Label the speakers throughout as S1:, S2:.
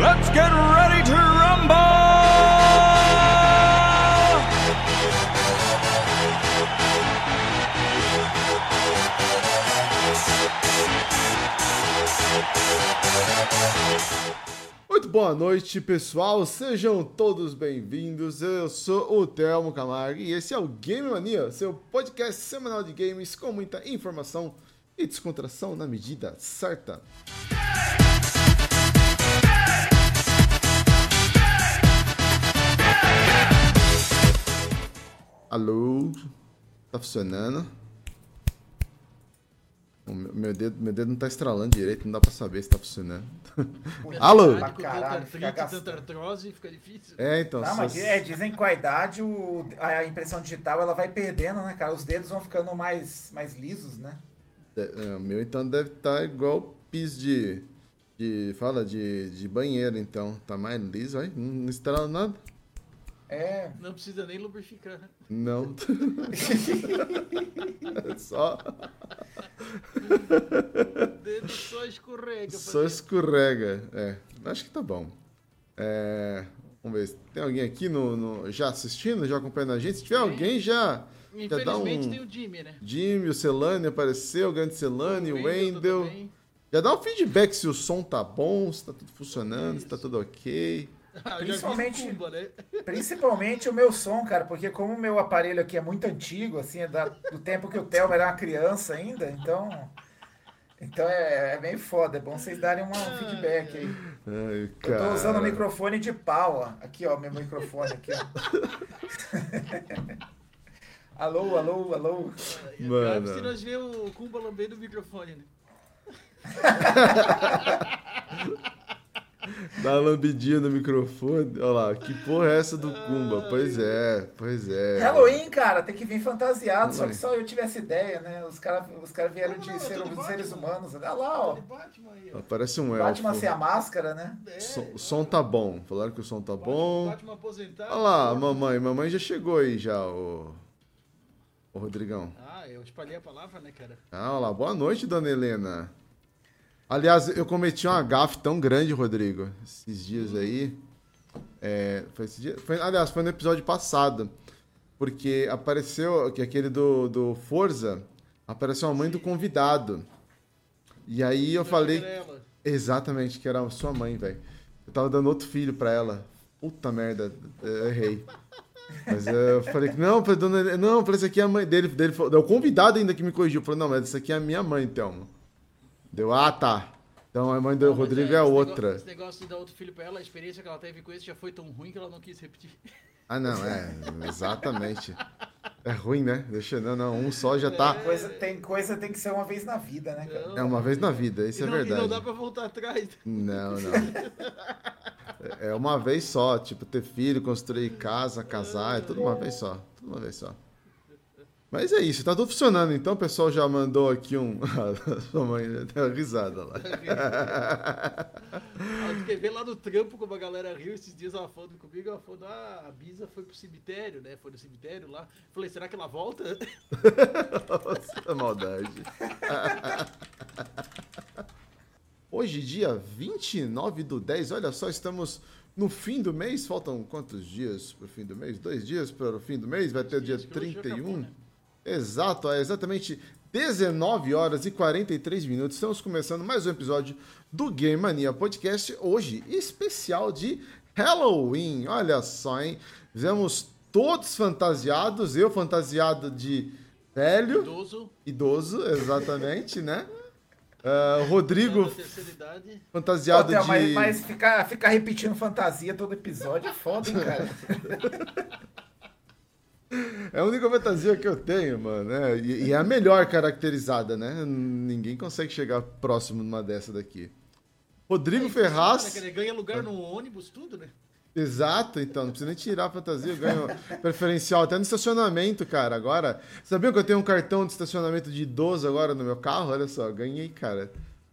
S1: Let's get ready to rumble!
S2: Muito boa noite, pessoal. Sejam todos bem-vindos. Eu sou o Telmo Camargo e esse é o Game Mania, seu podcast semanal de games com muita informação e descontração na medida certa. Alô? Tá funcionando? O meu meu dedo, meu dedo não tá estralando direito, não dá pra saber se tá funcionando. Alô?
S3: Pra
S4: Com
S3: caralho,
S4: tanta
S3: fica
S4: artrite,
S3: gastando.
S4: tanta artrose, fica difícil.
S2: É, então.
S3: Não, mas
S2: só-
S3: é, dizem que com a idade o- a impressão digital ela vai perdendo, né, cara? Os dedos vão ficando mais, mais lisos, né?
S2: É, é, o meu então deve estar igual pis de, de. Fala, de, de banheiro, então. Tá mais liso, aí? Não estrala nada?
S3: É.
S4: Não precisa nem lubrificar.
S2: Não. É só,
S4: O dedo só escorrega.
S2: só escorrega. É, acho que tá bom. É, vamos ver. se Tem alguém aqui no, no- já assistindo, já acompanhando a gente? Se tiver alguém, já. já dá
S4: Infelizmente tem
S2: um.
S4: o Jimmy, né?
S2: Jimmy, o Celane apareceu, o grande Celane, o Wendel.
S4: também.
S2: Já dá um feedback se o som tá bom, se tá tudo funcionando, se tá tudo ok.
S4: Ah, eu
S3: Principalmente-
S4: Já vi o Pumba, né?
S3: Principalmente o meu som, cara, porque como o meu aparelho aqui é muito antigo, assim, é da- do tempo que o Thelma era uma criança ainda, então. Então é, é bem foda. É bom vocês darem uma- um feedback aí.
S2: Ai,
S3: Eu
S2: cara.
S3: tô usando o microfone de pau, ó. Aqui, ó, meu microfone aqui, ó. alô, alô, alô.
S4: É
S2: Mano.
S4: grave se nós vê o Kumba lambendo o microfone, né?
S2: Dá uma lambidinha no microfone. Olha lá, que porra é essa do Kumba? Pois é, pois é.
S3: Halloween, cara, tem que vir fantasiado, só
S2: Halloween.
S3: que só eu tivesse ideia, né? Os caras os cara vieram
S4: Não,
S3: de
S4: não, é
S3: ser-
S4: tudo Batman.
S3: seres humanos. né? Olha lá, ó.
S4: Ele Batman aí, ó.
S2: Ó, Parece um elfo.
S3: Batman sem a máscara, né?
S4: É,
S2: O som- o som tá bom. Falaram que o som tá
S4: Batman-
S2: bom.
S4: Batman aposentado.
S2: Olha lá, mamãe. Mamãe já chegou aí já, ô. Ô, Rodrigão.
S4: Ah, eu espalhei a palavra, né, cara?
S2: Ah, olha lá. Boa noite, dona Helena. Aliás, eu cometi uma gafe tão grande, Rodrigo, esses dias aí. É, foi esse dia- foi- aliás, foi no episódio passado. Porque apareceu que aquele do, do Forza apareceu a mãe do convidado. E aí eu falei.
S4: Cinderela.
S2: Exatamente, que era a sua mãe, velho. Eu tava dando outro filho pra ela. Puta merda, eu errei. Mas eu falei, não, pra dona Helena- não, pra esse aqui é a mãe dele. dele falou, o convidado ainda que me corrigiu. Falou, não, mas essa aqui é a minha mãe, Thelmo. Deu, ah, tá. Então a mãe do
S4: Não, mas
S2: Rodrigo
S4: é,
S2: é a
S4: esse negócio-
S2: outra.
S4: Esse negócio de dar outro filho pra ela, a experiência que ela teve com esse já foi tão ruim que ela não quis repetir.
S2: Ah, não, é, exatamente. É ruim, né? Deixa, não, não, um só já
S4: É.
S2: tá.
S3: Coisa, tem coisa tem que ser uma vez na vida, né, cara?
S2: É uma vez na vida, isso
S4: E
S2: é
S4: não- E não dá
S2: verdade.
S4: pra voltar atrás.
S2: Não, não. É uma vez só, tipo, ter filho, construir casa, casar, é tudo uma vez só. Tudo uma vez só. Mas é isso, tá tudo funcionando. Então o pessoal já mandou aqui um. A sua mãe deu uma risada lá.
S4: Ah, tu quer ver lá no trampo como a galera riu esses dias, ela falando comigo, ela falando, ah, a Bisa foi pro cemitério, né? Foi no cemitério lá. Falei, será que ela volta?
S2: Nossa, maldade. Hoje, dia 29 do 10, olha só, estamos no fim do mês. Faltam quantos dias pro fim do mês? Dois dias para o fim do mês? Vai ter o dia
S4: Acho que hoje já
S2: 31.
S4: acabou, né?
S2: Exato, é exatamente 19 horas e 43 minutos. Estamos começando mais um episódio do Game Mania Podcast, hoje especial de Halloween. Olha só, hein? Fizemos todos fantasiados, eu fantasiado de velho,
S4: Idoso,
S2: idoso, exatamente, né? Ah,
S4: Digo.
S2: Rodrigo
S4: né, terceira idade. É
S2: fantasiado
S3: Ô, Theo,
S2: de
S3: Mas, mas ficar, ficar repetindo fantasia todo episódio é foda, hein, cara?
S2: É a única fantasia que eu tenho, mano. É, e, e é a melhor caracterizada, né? Ninguém consegue chegar próximo numa dessa daqui. Rodrigo
S4: Né,
S2: Ferraz.
S4: que Ele ganha lugar no ônibus, tudo, né?
S2: Exato, então. Não precisa nem tirar a fantasia, eu ganho preferencial. Até no estacionamento, cara. Agora. Sabia que eu tenho um cartão de estacionamento de idoso agora no meu carro? Olha só, ganhei, cara.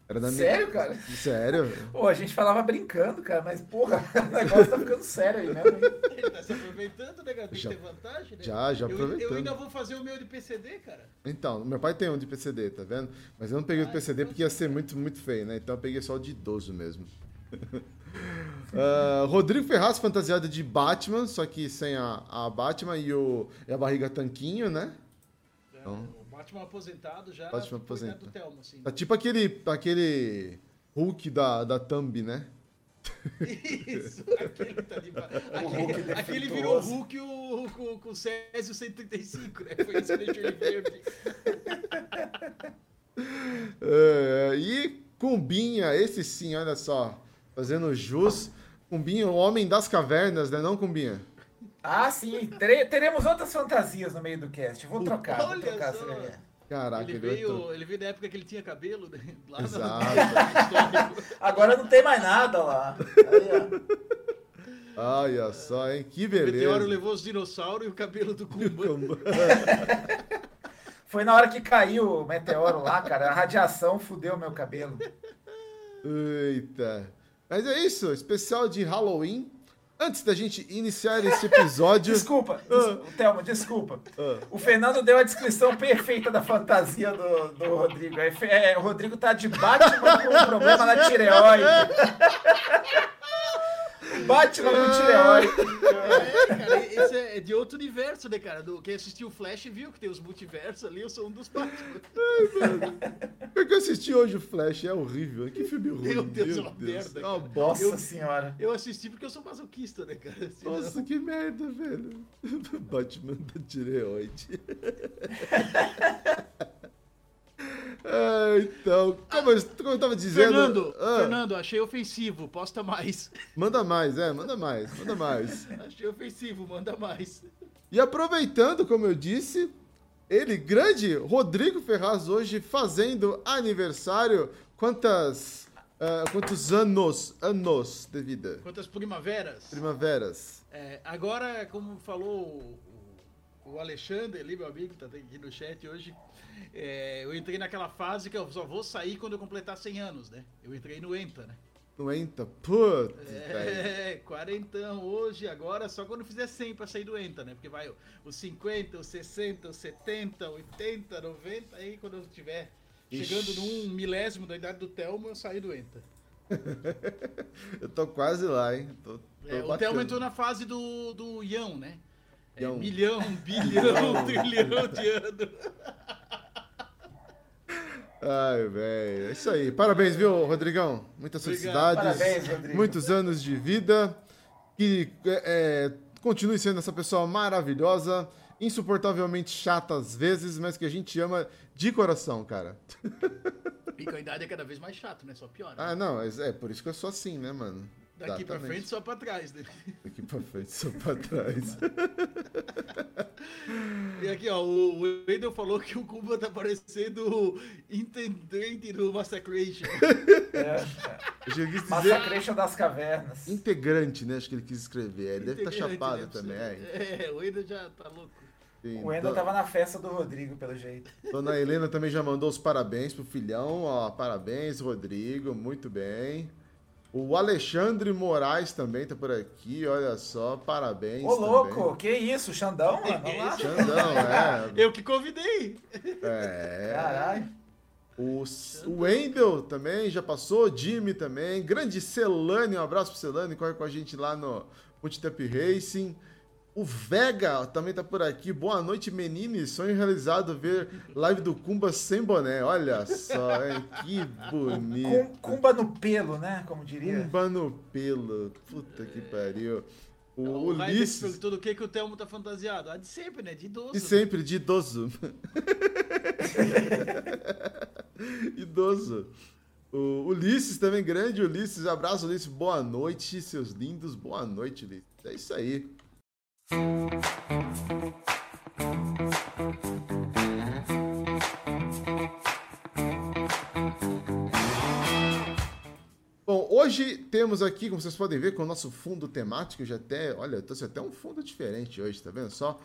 S2: Era da minha-
S3: Sério, cara?
S2: Sério?
S3: Pô, a gente falava brincando, cara, mas porra, o negócio tá ficando sério aí mesmo. hein?
S4: Ele tá se aproveitando, né, cara? Tem
S2: Já-
S4: que ter vantagem, né?
S2: já, já
S4: Eu- Eu,
S2: aproveitando.
S4: ainda vou fazer o meu de PCD, cara.
S2: Então, meu pai tem um de PCD, tá vendo? Mas eu não peguei o de PCD porque ia ser muito, muito feio, né? Então eu peguei só o de idoso mesmo. Ah, Rodrigo Ferraz fantasiado de Batman, só que sem a, a Batman e, o, e a barriga tanquinho, né?
S4: É, o Batman aposentado já.
S2: Então. Batman
S4: coitado
S2: aposentado.
S4: do Thelma, assim.
S2: Tá tipo aquele, aquele Hulk da, da Thumb, né?
S4: Isso, aquele tá de ba- Aquele,
S3: defeituoso.
S4: aquele virou Hulk o, com, com o Césio 135, né? Foi esse Nature Verde.
S2: É, e Cumbinha, esse sim, olha só, fazendo jus. Cumbinha, o homem das cavernas, né? Não, Cumbinha?
S3: Ah, sim. tere- teremos outras fantasias no meio do cast. Vou trocar. Vou
S4: Olha
S3: trocar
S4: só.
S3: essa galera.
S2: Caraca,
S4: Ele
S2: ele é vai
S4: veio, ele veio da época que ele tinha cabelo, né? Lá na-
S2: Exato.
S3: Agora não tem mais nada lá. Aí, ó.
S2: to- Olha só, hein? Que
S4: O meteoro
S2: beleza. É um
S4: levou os dinossauros e o cabelo do Kumba.
S3: Foi na hora que caiu o meteoro lá, cara. A radiação fudeu meu cabelo.
S2: Eita. Mas é isso, especial de Halloween. Antes da gente iniciar esse episódio.
S3: Desculpa, des Thelma, desculpa.
S2: Ah.
S3: O Fernando deu a descrição perfeita da fantasia do, do Rodrigo. É, fe- é, o Rodrigo tá de Batman com um problema na tireoide. O Batman com tireoide.
S4: É, cara, esse é, é de outro universo, né, cara? Do, quem assistiu o Flash viu que tem os multiversos ali, eu sou um dos Batman.
S2: Porque eu assisti hoje o Flash, é horrível. Que filme ruim.
S4: Meu Deus, é uma merda,
S2: É uma
S4: cara.
S2: bosta.
S3: Nossa senhora.
S4: Eu assisti porque eu sou masoquista, né, cara? Se não-
S2: Nossa, que merda, velho. Batman da tireoide. Ah, então, como eu, como eu tava dizendo.
S4: Fernando,
S2: Ah,
S4: Fernando, achei ofensivo, posta mais.
S2: Manda mais, é, manda mais, manda mais.
S4: Achei ofensivo, manda mais.
S2: E aproveitando, como eu disse, ele, grande Rodrigo Ferraz, hoje fazendo aniversário. Quantas. ah, quantos anos? Anos de vida?
S4: Quantas primaveras?
S2: Primaveras.
S4: É, agora, como falou o, o Alexandre ali, meu amigo, que tá aqui no chat hoje, é, eu entrei naquela fase que eu só vou sair quando eu completar 100 anos, né? Eu entrei no ENTA, né?
S2: 90. Putz, velho.
S4: É, quarentão hoje, agora, só quando fizer 100 pra sair do ENTA, né? Porque vai os 50, os 60, os 70, 80, 90, aí quando eu estiver chegando num milésimo da idade do Telmo, eu saio do ENTA.
S2: Eu tô quase lá, hein? Tô, tô
S4: É, o
S2: batendo.
S4: Telmo entrou na fase do, do Ião, né? É,
S2: Ião.
S4: milhão, bilhão, trilhão de anos.
S2: Ai, velho. É isso aí. Parabéns, viu, Rodrigão? Muitas
S4: Obrigado.
S2: felicidades.
S3: Parabéns, Rodrigo.
S2: Muitos anos de vida. Que é, é, continue sendo essa pessoa maravilhosa, insuportavelmente chata às vezes, mas que a gente ama de coração, cara.
S4: E com a idade é cada vez mais chato, né? Só piora.
S2: Ah, não, mas é por isso que eu sou assim, né, mano?
S4: Daqui pra
S2: Exatamente.
S4: frente, só pra trás, né?
S2: Daqui pra frente, só pra trás.
S4: E aqui, ó, o o Wendel falou que o Kumba tá parecendo o intendente do Massacration.
S2: É. Eu tinha que dizer
S3: Massacration das cavernas.
S2: integrante, né? Acho que ele quis escrever. Ele deve estar
S4: Integrante,
S2: tá chapado
S4: né?
S2: também. É,
S4: É, o Wendel já tá louco.
S2: enfim,
S3: O tá Endo
S2: então-
S3: tava na festa do Rodrigo, pelo jeito.
S2: Dona Helena também já mandou os parabéns pro filhão, ó, parabéns, Rodrigo, muito bem. O Alexandre Moraes também tá por aqui, olha só, parabéns
S3: Ô,
S2: também.
S3: louco, que isso? Xandão, mano? Olha lá.
S2: Xandão, é,
S4: Eu que convidei!
S2: é.
S3: Caralho.
S2: O, S- o Wendel também já passou, o Jimmy também, grande Celane, um abraço pro Celane, corre com a gente lá no Multitap Racing. O Vega também tá por aqui. Boa noite, menines. Sonho realizado ver live do Kumba sem boné. Olha só, hein? que bonito.
S3: Cum- Cumba no pelo, né? Como diria.
S2: Kumba no pelo. Puta que pariu. O
S4: O Raiden
S2: Ulisses.
S4: perguntou do que, que o Telmo tá fantasiado. Ah, de sempre, né? De idoso.
S2: E sempre de idoso. idoso. O Ulisses também, grande Ulisses. Abraço, Ulisses. Boa noite, seus lindos. Boa noite, Ulisses. É isso aí. Bom, hoje temos aqui, como vocês podem ver, com o nosso fundo temático, eu já até, olha, eu trouxe até um fundo diferente hoje, tá vendo só?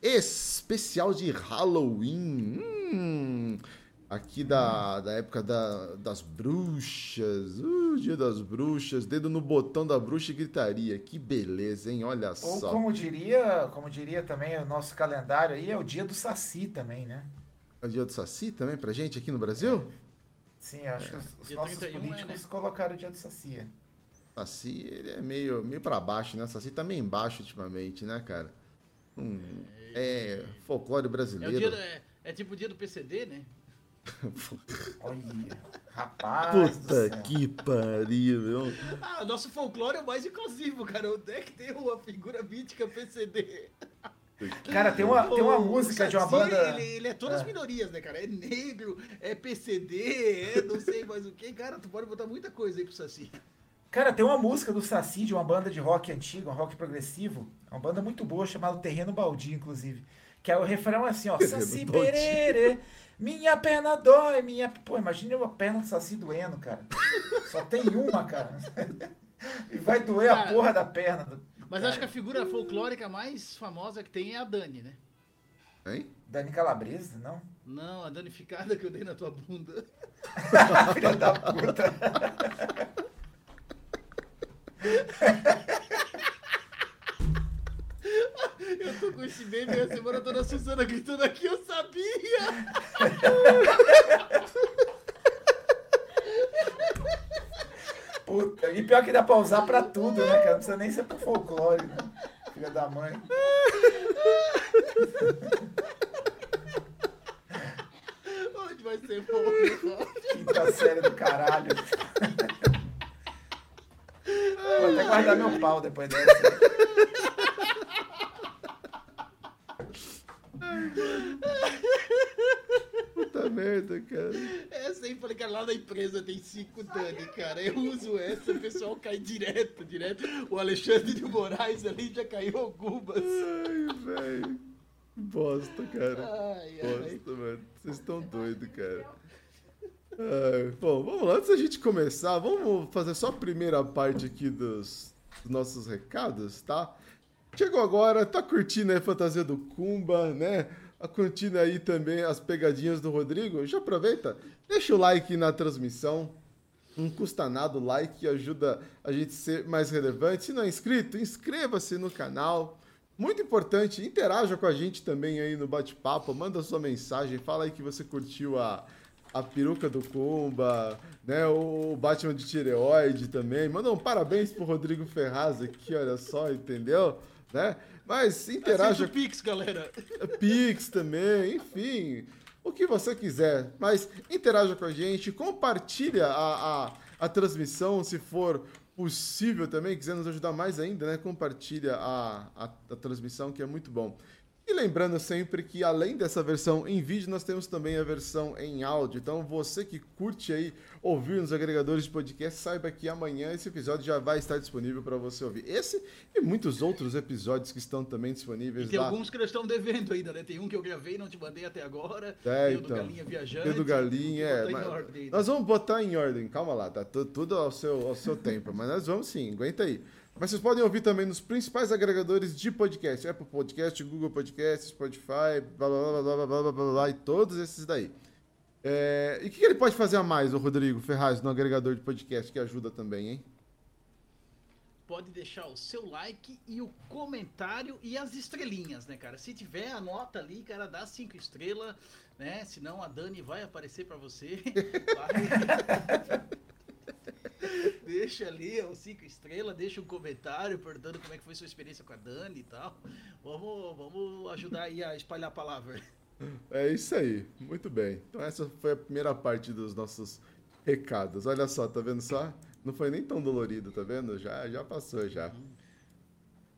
S2: Especial de Halloween, hum, aqui da, da época da- das bruxas, uh, dia das bruxas, dedo no botão da bruxa e gritaria, que beleza, hein? Olha
S3: Ou
S2: só,
S3: como diria, como diria também o nosso calendário aí, é o dia do Saci também, né?
S2: É o dia do Saci também pra gente aqui no Brasil?
S3: Sim, acho que os, os
S4: Dia
S3: nossos
S4: 31 é,
S3: políticos
S4: né?
S3: colocaram o dia do Saci.
S2: Saci, ele é meio, meio pra baixo, né? Saci tá meio embaixo ultimamente, né, cara? Hum, é folclore
S4: É, o dia do-
S2: brasileiro.
S4: é- é tipo o dia do PCD, né?
S3: Olha, rapaz. do
S2: Puta
S3: céu.
S2: que pariu, meu.
S4: Ah, o nosso folclore é o mais inclusivo, cara. Onde é que tem uma figura mítica PCD?
S3: Cara, tem uma, tem uma
S4: O- o
S3: música de uma
S4: Saci,
S3: banda.
S4: Ele, ele é todas as minorias, né, cara? É negro, é PCD, é não sei mais o que. Cara, tu pode botar muita coisa aí pro Saci.
S3: Cara, tem uma música do Saci, de uma banda de rock antiga, um rock progressivo. É uma banda muito boa, chamada Terreno Baldio, inclusive. Que é o refrão é assim, ó.
S2: Terreno
S3: Saci
S2: Baldio."
S3: perere, minha perna dói, minha... Pô, imagina uma perna do Saci doendo, cara. Só tem uma, cara. E vai doer a
S4: Cara,
S3: porra da perna. do-
S4: Mas acho que a figura folclórica mais famosa que tem é a Dani, né?
S2: Hein?
S3: Dani Calabresa, não?
S4: Não, a danificada que eu dei na tua bunda.
S3: Filha da puta.
S4: Eu tô com esse meme e a semana toda a Suzana gritando aqui, eu sabia!
S3: Puta. E pior que dá pra usar pra tudo, né, cara? Não precisa nem ser pro folclore, né? Filha da mãe.
S4: Onde vai ser folclore?
S3: Quinta série do caralho. Vou até guardar meu pau depois dessa.
S2: Puta merda, cara.
S4: Essa aí, É falei, cara, lá na empresa tem cinco Dani, cara. Eu uso essa, o pessoal cai direto, direto. O Alexandre de Moraes ali já caiu algumas.
S2: Ai, velho. Que Bosta, cara.
S4: Ai,
S2: Que
S4: ai.
S2: Bosta, mano. Vocês estão doidos, cara. Ai, bom, vamos lá. Antes da gente começar, vamos fazer só a primeira parte aqui dos, dos nossos recados, tá? Chegou agora, tá curtindo aí a fantasia do Kumba, né? Tá curtindo aí também as pegadinhas do Rodrigo? Já aproveita, deixa o like na transmissão, Não custa nada o like, ajuda a gente a ser mais relevante. Se não é inscrito, inscreva-se no canal. Muito importante, interaja com a gente também aí no bate-papo, manda sua mensagem, fala aí que você curtiu a, a peruca do Kumba, né? O Batman de tireoide também. Manda um parabéns pro Rodrigo Ferraz aqui, olha só, entendeu? Né? Mas interaja
S4: Aceita o Pix, galera.
S2: Pix também, enfim. O que você quiser. Mas interaja com a gente, compartilha a, a, a transmissão se for possível também. Quiser nos ajudar mais ainda, né? Compartilha a, a, a transmissão, que é muito bom. E lembrando sempre que além dessa versão em vídeo, nós temos também a versão em áudio. Então você que curte aí ouvir nos agregadores de podcast, saiba que amanhã esse episódio já vai estar disponível para você ouvir. Esse e muitos outros episódios que estão também disponíveis
S4: E tem
S2: lá.
S4: alguns que nós estamos devendo ainda, né? Tem um que eu gravei e não te mandei até agora.
S2: É,
S4: tem o do
S2: então.
S4: Galinha Viajante.
S2: Tem do Galinha, é.
S4: tem que botar em
S2: mas-
S4: ordem né? ainda.
S2: nós vamos botar em ordem, calma lá, tá tu- tudo ao seu, ao seu tempo, mas nós vamos sim, aguenta aí. Mas vocês podem ouvir também nos principais agregadores de podcast, Apple Podcast, Google Podcast, Spotify, blá blá blá blá blá blá blá, blá, blá e todos esses daí. É, e o que, que ele pode fazer a mais, o Rodrigo Ferraz, no agregador de podcast, que ajuda também, hein?
S4: pode deixar o seu like e o comentário e as estrelinhas, né, cara? Se tiver, anota ali, cara, dá cinco estrelas, né? Senão a Dani vai aparecer pra você. Vai. deixa ali os cinco estrelas, deixa um comentário perguntando como é que foi sua experiência com a Dani e tal. Vamos, vamos ajudar aí a espalhar a palavra.
S2: É isso aí, muito bem. Então essa foi a primeira parte dos nossos recados. Olha só, tá vendo só? Não foi nem tão dolorido, tá vendo? Já, já passou já.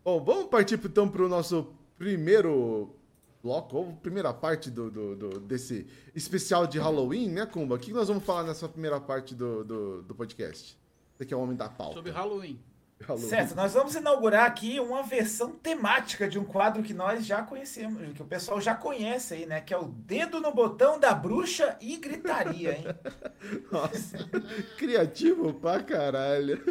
S2: Bom, vamos partir então pro nosso primeiro bloco, ou primeira parte do, do- do- desse especial de Halloween, né, Kumba? O que nós vamos falar nessa primeira parte do, do, do podcast? Você que é o homem da pauta.
S4: Sobre Halloween.
S2: Halloween.
S3: Certo, nós vamos inaugurar aqui uma versão temática de um quadro que nós já conhecemos, que o pessoal já conhece aí, né? Que é o Dedo no Botão da Bruxa e Gritaria, hein?
S2: Nossa, criativo pra caralho.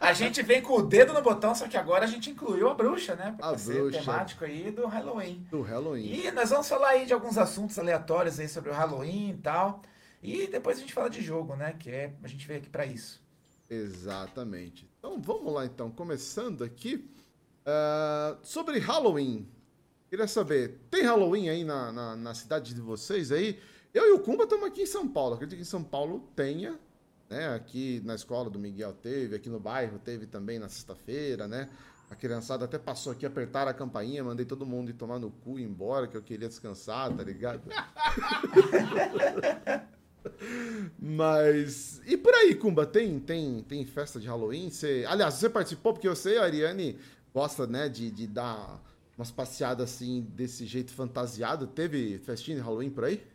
S3: A gente vem com o dedo no botão, só que agora a gente incluiu a bruxa, né? Pra
S2: A
S3: ser
S2: bruxa.
S3: temático aí do Halloween.
S2: Do Halloween.
S3: E nós vamos falar aí de alguns assuntos aleatórios aí sobre o Halloween e tal. E depois a gente fala de jogo, né? Que é, a gente veio aqui pra isso.
S2: Exatamente. Então vamos lá então, começando aqui ah, sobre Halloween. Queria saber, tem Halloween aí na, na, na cidade de vocês aí? Eu e o Kumba estamos aqui em São Paulo. Acredito que em São Paulo tenha, né? Aqui na escola do Miguel teve, aqui no bairro teve também na sexta-feira, né? A criançada até passou aqui, apertaram a campainha, mandei todo mundo ir tomar no cu e ir embora, que eu queria descansar, tá ligado? Mas. E por aí, Kumba? Tem, tem, tem festa de Halloween? Você... Aliás, você participou, porque eu sei, a Ariane gosta, né, de, de dar umas passeadas assim, desse jeito fantasiado. Teve festinha de Halloween por aí?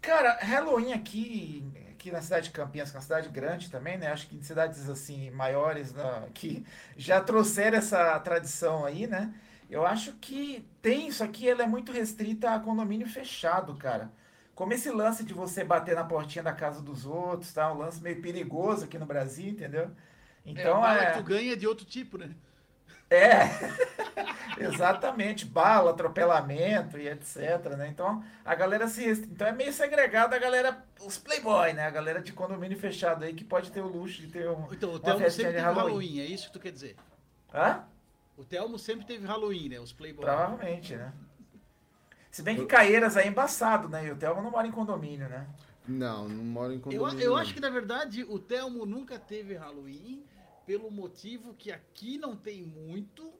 S3: Cara, Halloween aqui, aqui na cidade de Campinas, que é uma cidade grande também, né? Acho que de cidades assim maiores né, que já trouxeram essa tradição aí, né? Eu acho que tem isso aqui, ela é muito restrita a condomínio fechado, cara. Como esse lance de você bater na portinha da casa dos outros, tá? Um lance meio perigoso aqui no Brasil, entendeu?
S4: é, o
S3: Então
S4: bala que
S3: é,
S4: tu ganha é de outro tipo, né?
S3: é, exatamente, bala, atropelamento e etc, né? Então a galera se, restri- então é meio segregado a galera, os playboy, né? A galera de condomínio fechado aí que pode ter o luxo de ter um,
S4: Então, o
S3: uma
S4: Telmo
S3: festinha
S4: sempre
S3: de
S4: teve
S3: Halloween.
S4: Halloween. é isso que tu quer dizer.
S3: Hã?
S4: O Telmo sempre teve Halloween, né? Os Playboy.
S3: Provavelmente, né? Se bem que Caieiras aí é embaçado, né? E o Thelma não mora em condomínio, né?
S2: Não, não moro em
S4: Eu,
S2: condomínio.
S4: eu
S2: não.
S4: acho que, na verdade, o Telmo nunca teve Halloween, pelo motivo que aqui não tem muito,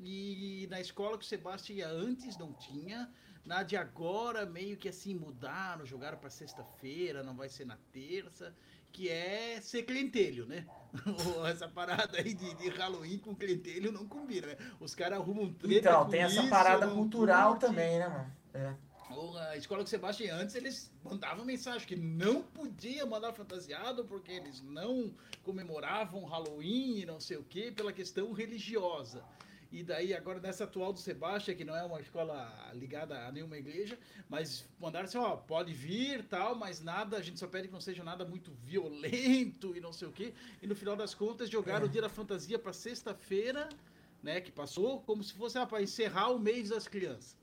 S4: e na escola que o Sebastião ia antes não tinha, na de agora meio que assim mudaram, jogaram pra sexta-feira, não vai ser na terça, que é ser clientelho, né? Essa parada aí de, de Halloween com clientelho não combina, né? Os caras arrumam treta
S3: Então,
S4: com
S3: tem essa
S4: isso,
S3: parada
S4: não
S3: cultural
S4: curte.
S3: também, né, mano? É.
S4: Ou a escola que você baixa e antes, eles mandavam mensagem que não podia mandar fantasiado porque eles não comemoravam Halloween e não sei o que pela questão religiosa. E daí, agora nessa atual do Sebastião, que não é uma escola ligada a nenhuma igreja, mas mandaram assim: ó, pode vir tal, mas nada, a gente só pede que não seja nada muito violento e não sei o que E no final das contas, jogaram o dia da fantasia para sexta-feira, né, que passou, como se fosse ah, para encerrar o mês das crianças.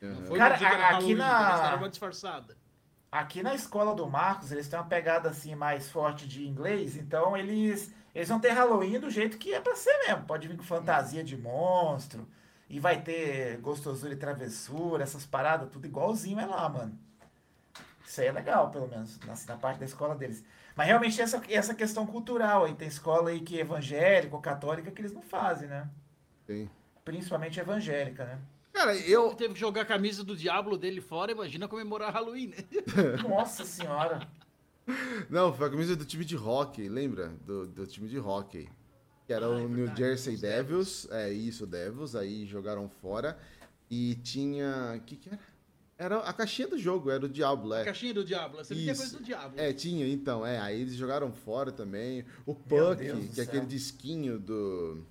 S4: Não
S2: Aham.
S4: foi
S3: Cara,
S4: no dia que era
S3: a- aqui
S4: Halloween,
S3: na-
S4: eles deram uma disfarçada.
S3: Aqui na escola do Marcos, eles têm uma pegada assim mais forte de inglês, então eles eles vão ter Halloween do jeito que é pra ser mesmo. Pode vir com fantasia de monstro, e vai ter gostosura e travessura, essas paradas, tudo igualzinho é lá, mano. Isso aí é legal, pelo menos, na, na parte da escola deles. Mas realmente essa, essa questão cultural aí, tem escola aí que é evangélica ou católica que eles não fazem, né?
S2: Tem.
S3: Principalmente evangélica, né?
S2: Cara, eu.
S4: Teve que jogar a camisa do diabo dele fora, imagina comemorar Halloween, né?
S3: Nossa senhora.
S2: Não, foi a camisa do time de hockey, lembra? Do, do time de hockey. Que era
S4: Ah, é
S2: o New
S4: verdade,
S2: Jersey
S4: os
S2: Devils. É isso, Devils. Aí jogaram fora. E tinha. O que, que era? Era a caixinha do jogo, era o Diablo, é.
S4: Caixinha do diabo, sempre tem
S2: Isso.
S4: coisa do diabo.
S2: É, tinha, então, é. Aí eles jogaram fora também. O
S3: Meu
S2: Puck,
S3: Deus
S2: que
S3: do
S2: é
S3: céu.
S2: aquele disquinho do.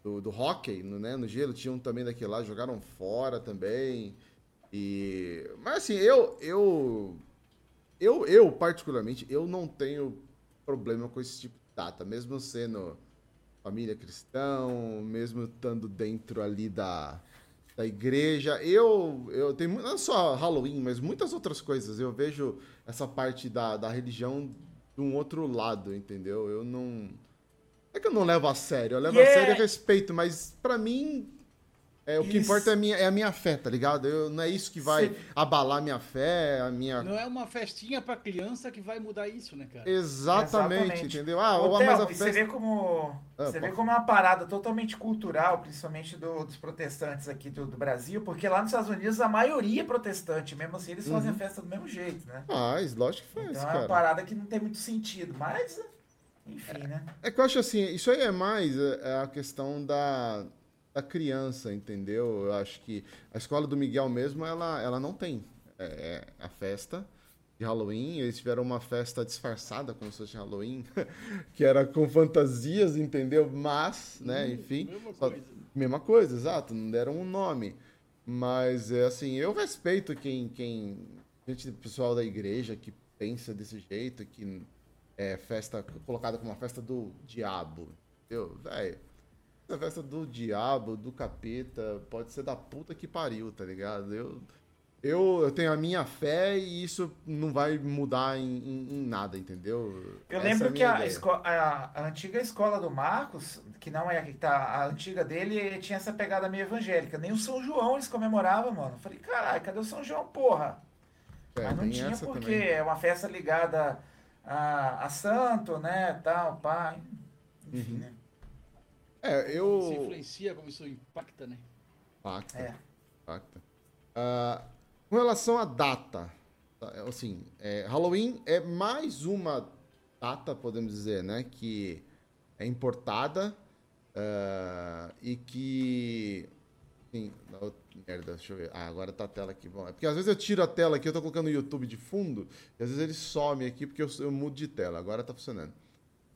S2: Do, do hockey, no, né? No gelo, tinha um também daquele lá, jogaram fora também. E. Mas assim, eu. Eu, eu, eu particularmente, eu não tenho problema com esse tipo de data. Mesmo sendo família cristão, mesmo estando dentro ali da, da igreja. Eu, eu tenho mu- não só Halloween, mas muitas outras coisas. Eu vejo essa parte da, da religião de um outro lado, entendeu? Eu não. É que eu não levo a sério, eu levo
S3: E é-
S2: a sério e respeito, mas pra mim. É, o que
S3: Isso.
S2: importa é a, minha, é a minha fé, tá ligado? Eu, não é isso que vai
S3: Sim.
S2: abalar minha fé, a minha.
S4: Não é uma festinha pra criança que vai mudar isso, né,
S2: É.
S4: cara?
S2: Exatamente,
S3: Exatamente.
S2: entendeu? Ah,
S3: Ô,
S2: mas a
S3: Thelma, e Você
S2: festa-
S3: vê como
S2: Ah,
S3: você vê
S2: pode-
S3: como é uma parada totalmente cultural, principalmente do- dos protestantes aqui do, do Brasil, porque lá nos Estados Unidos a maioria é protestante, mesmo assim eles fazem a festa do mesmo jeito, né?
S2: Faz, lógico que faz,
S3: Então é
S2: Uhum. cara.
S3: uma parada que não tem muito sentido, mas enfim, né?
S2: É que eu acho assim, isso aí é mais é, é a questão da, da criança, entendeu? Eu acho que a escola do Miguel mesmo, ela, ela não tem é, é, a festa de Halloween. Eles tiveram uma festa disfarçada como se fosse Halloween, que era com fantasias, entendeu? Mas, né, enfim.
S4: mesma
S2: só-
S4: é coisa.
S2: mesma coisa, exato. Não deram um nome. Mas, é assim, eu respeito quem... quem gente, pessoal da igreja que pensa desse jeito, que é festa colocada como uma festa do diabo. Entendeu? Véi, essa festa do diabo, do capeta, pode ser da puta que pariu, tá ligado? Eu, eu, eu tenho a minha fé e isso não vai mudar em, em- em nada, entendeu?
S3: Eu
S2: Essa é
S3: lembro que
S2: minha
S3: a,
S2: ideia.
S3: esco- a- a antiga escola do Marcos, que não é a que tá, a antiga dele tinha essa pegada meio evangélica. Nem o São João eles comemoravam, mano. Eu Falei, caralho, cadê o São João, porra?
S2: É,
S3: Mas não
S2: tem
S3: tinha
S2: essa
S3: porque
S2: também.
S3: é uma festa ligada a, a santo, né? Tal, pai. Enfim,
S2: Uhum.
S3: né?
S2: É,
S4: Isso
S2: eu. Ah,
S4: influencia, como isso impacta, né?
S2: Impacta.
S3: É.
S2: Impacta. Ah, com relação à data, tá, é, assim, é, Halloween é mais uma data, podemos dizer, né? Que é importada ah, e que. Sim, não, merda, deixa eu ver. Ah, agora tá a tela aqui. Bom, é porque às vezes eu tiro a tela aqui, eu tô colocando o YouTube de fundo, e às vezes ele some aqui porque eu, eu mudo de tela. Agora tá funcionando.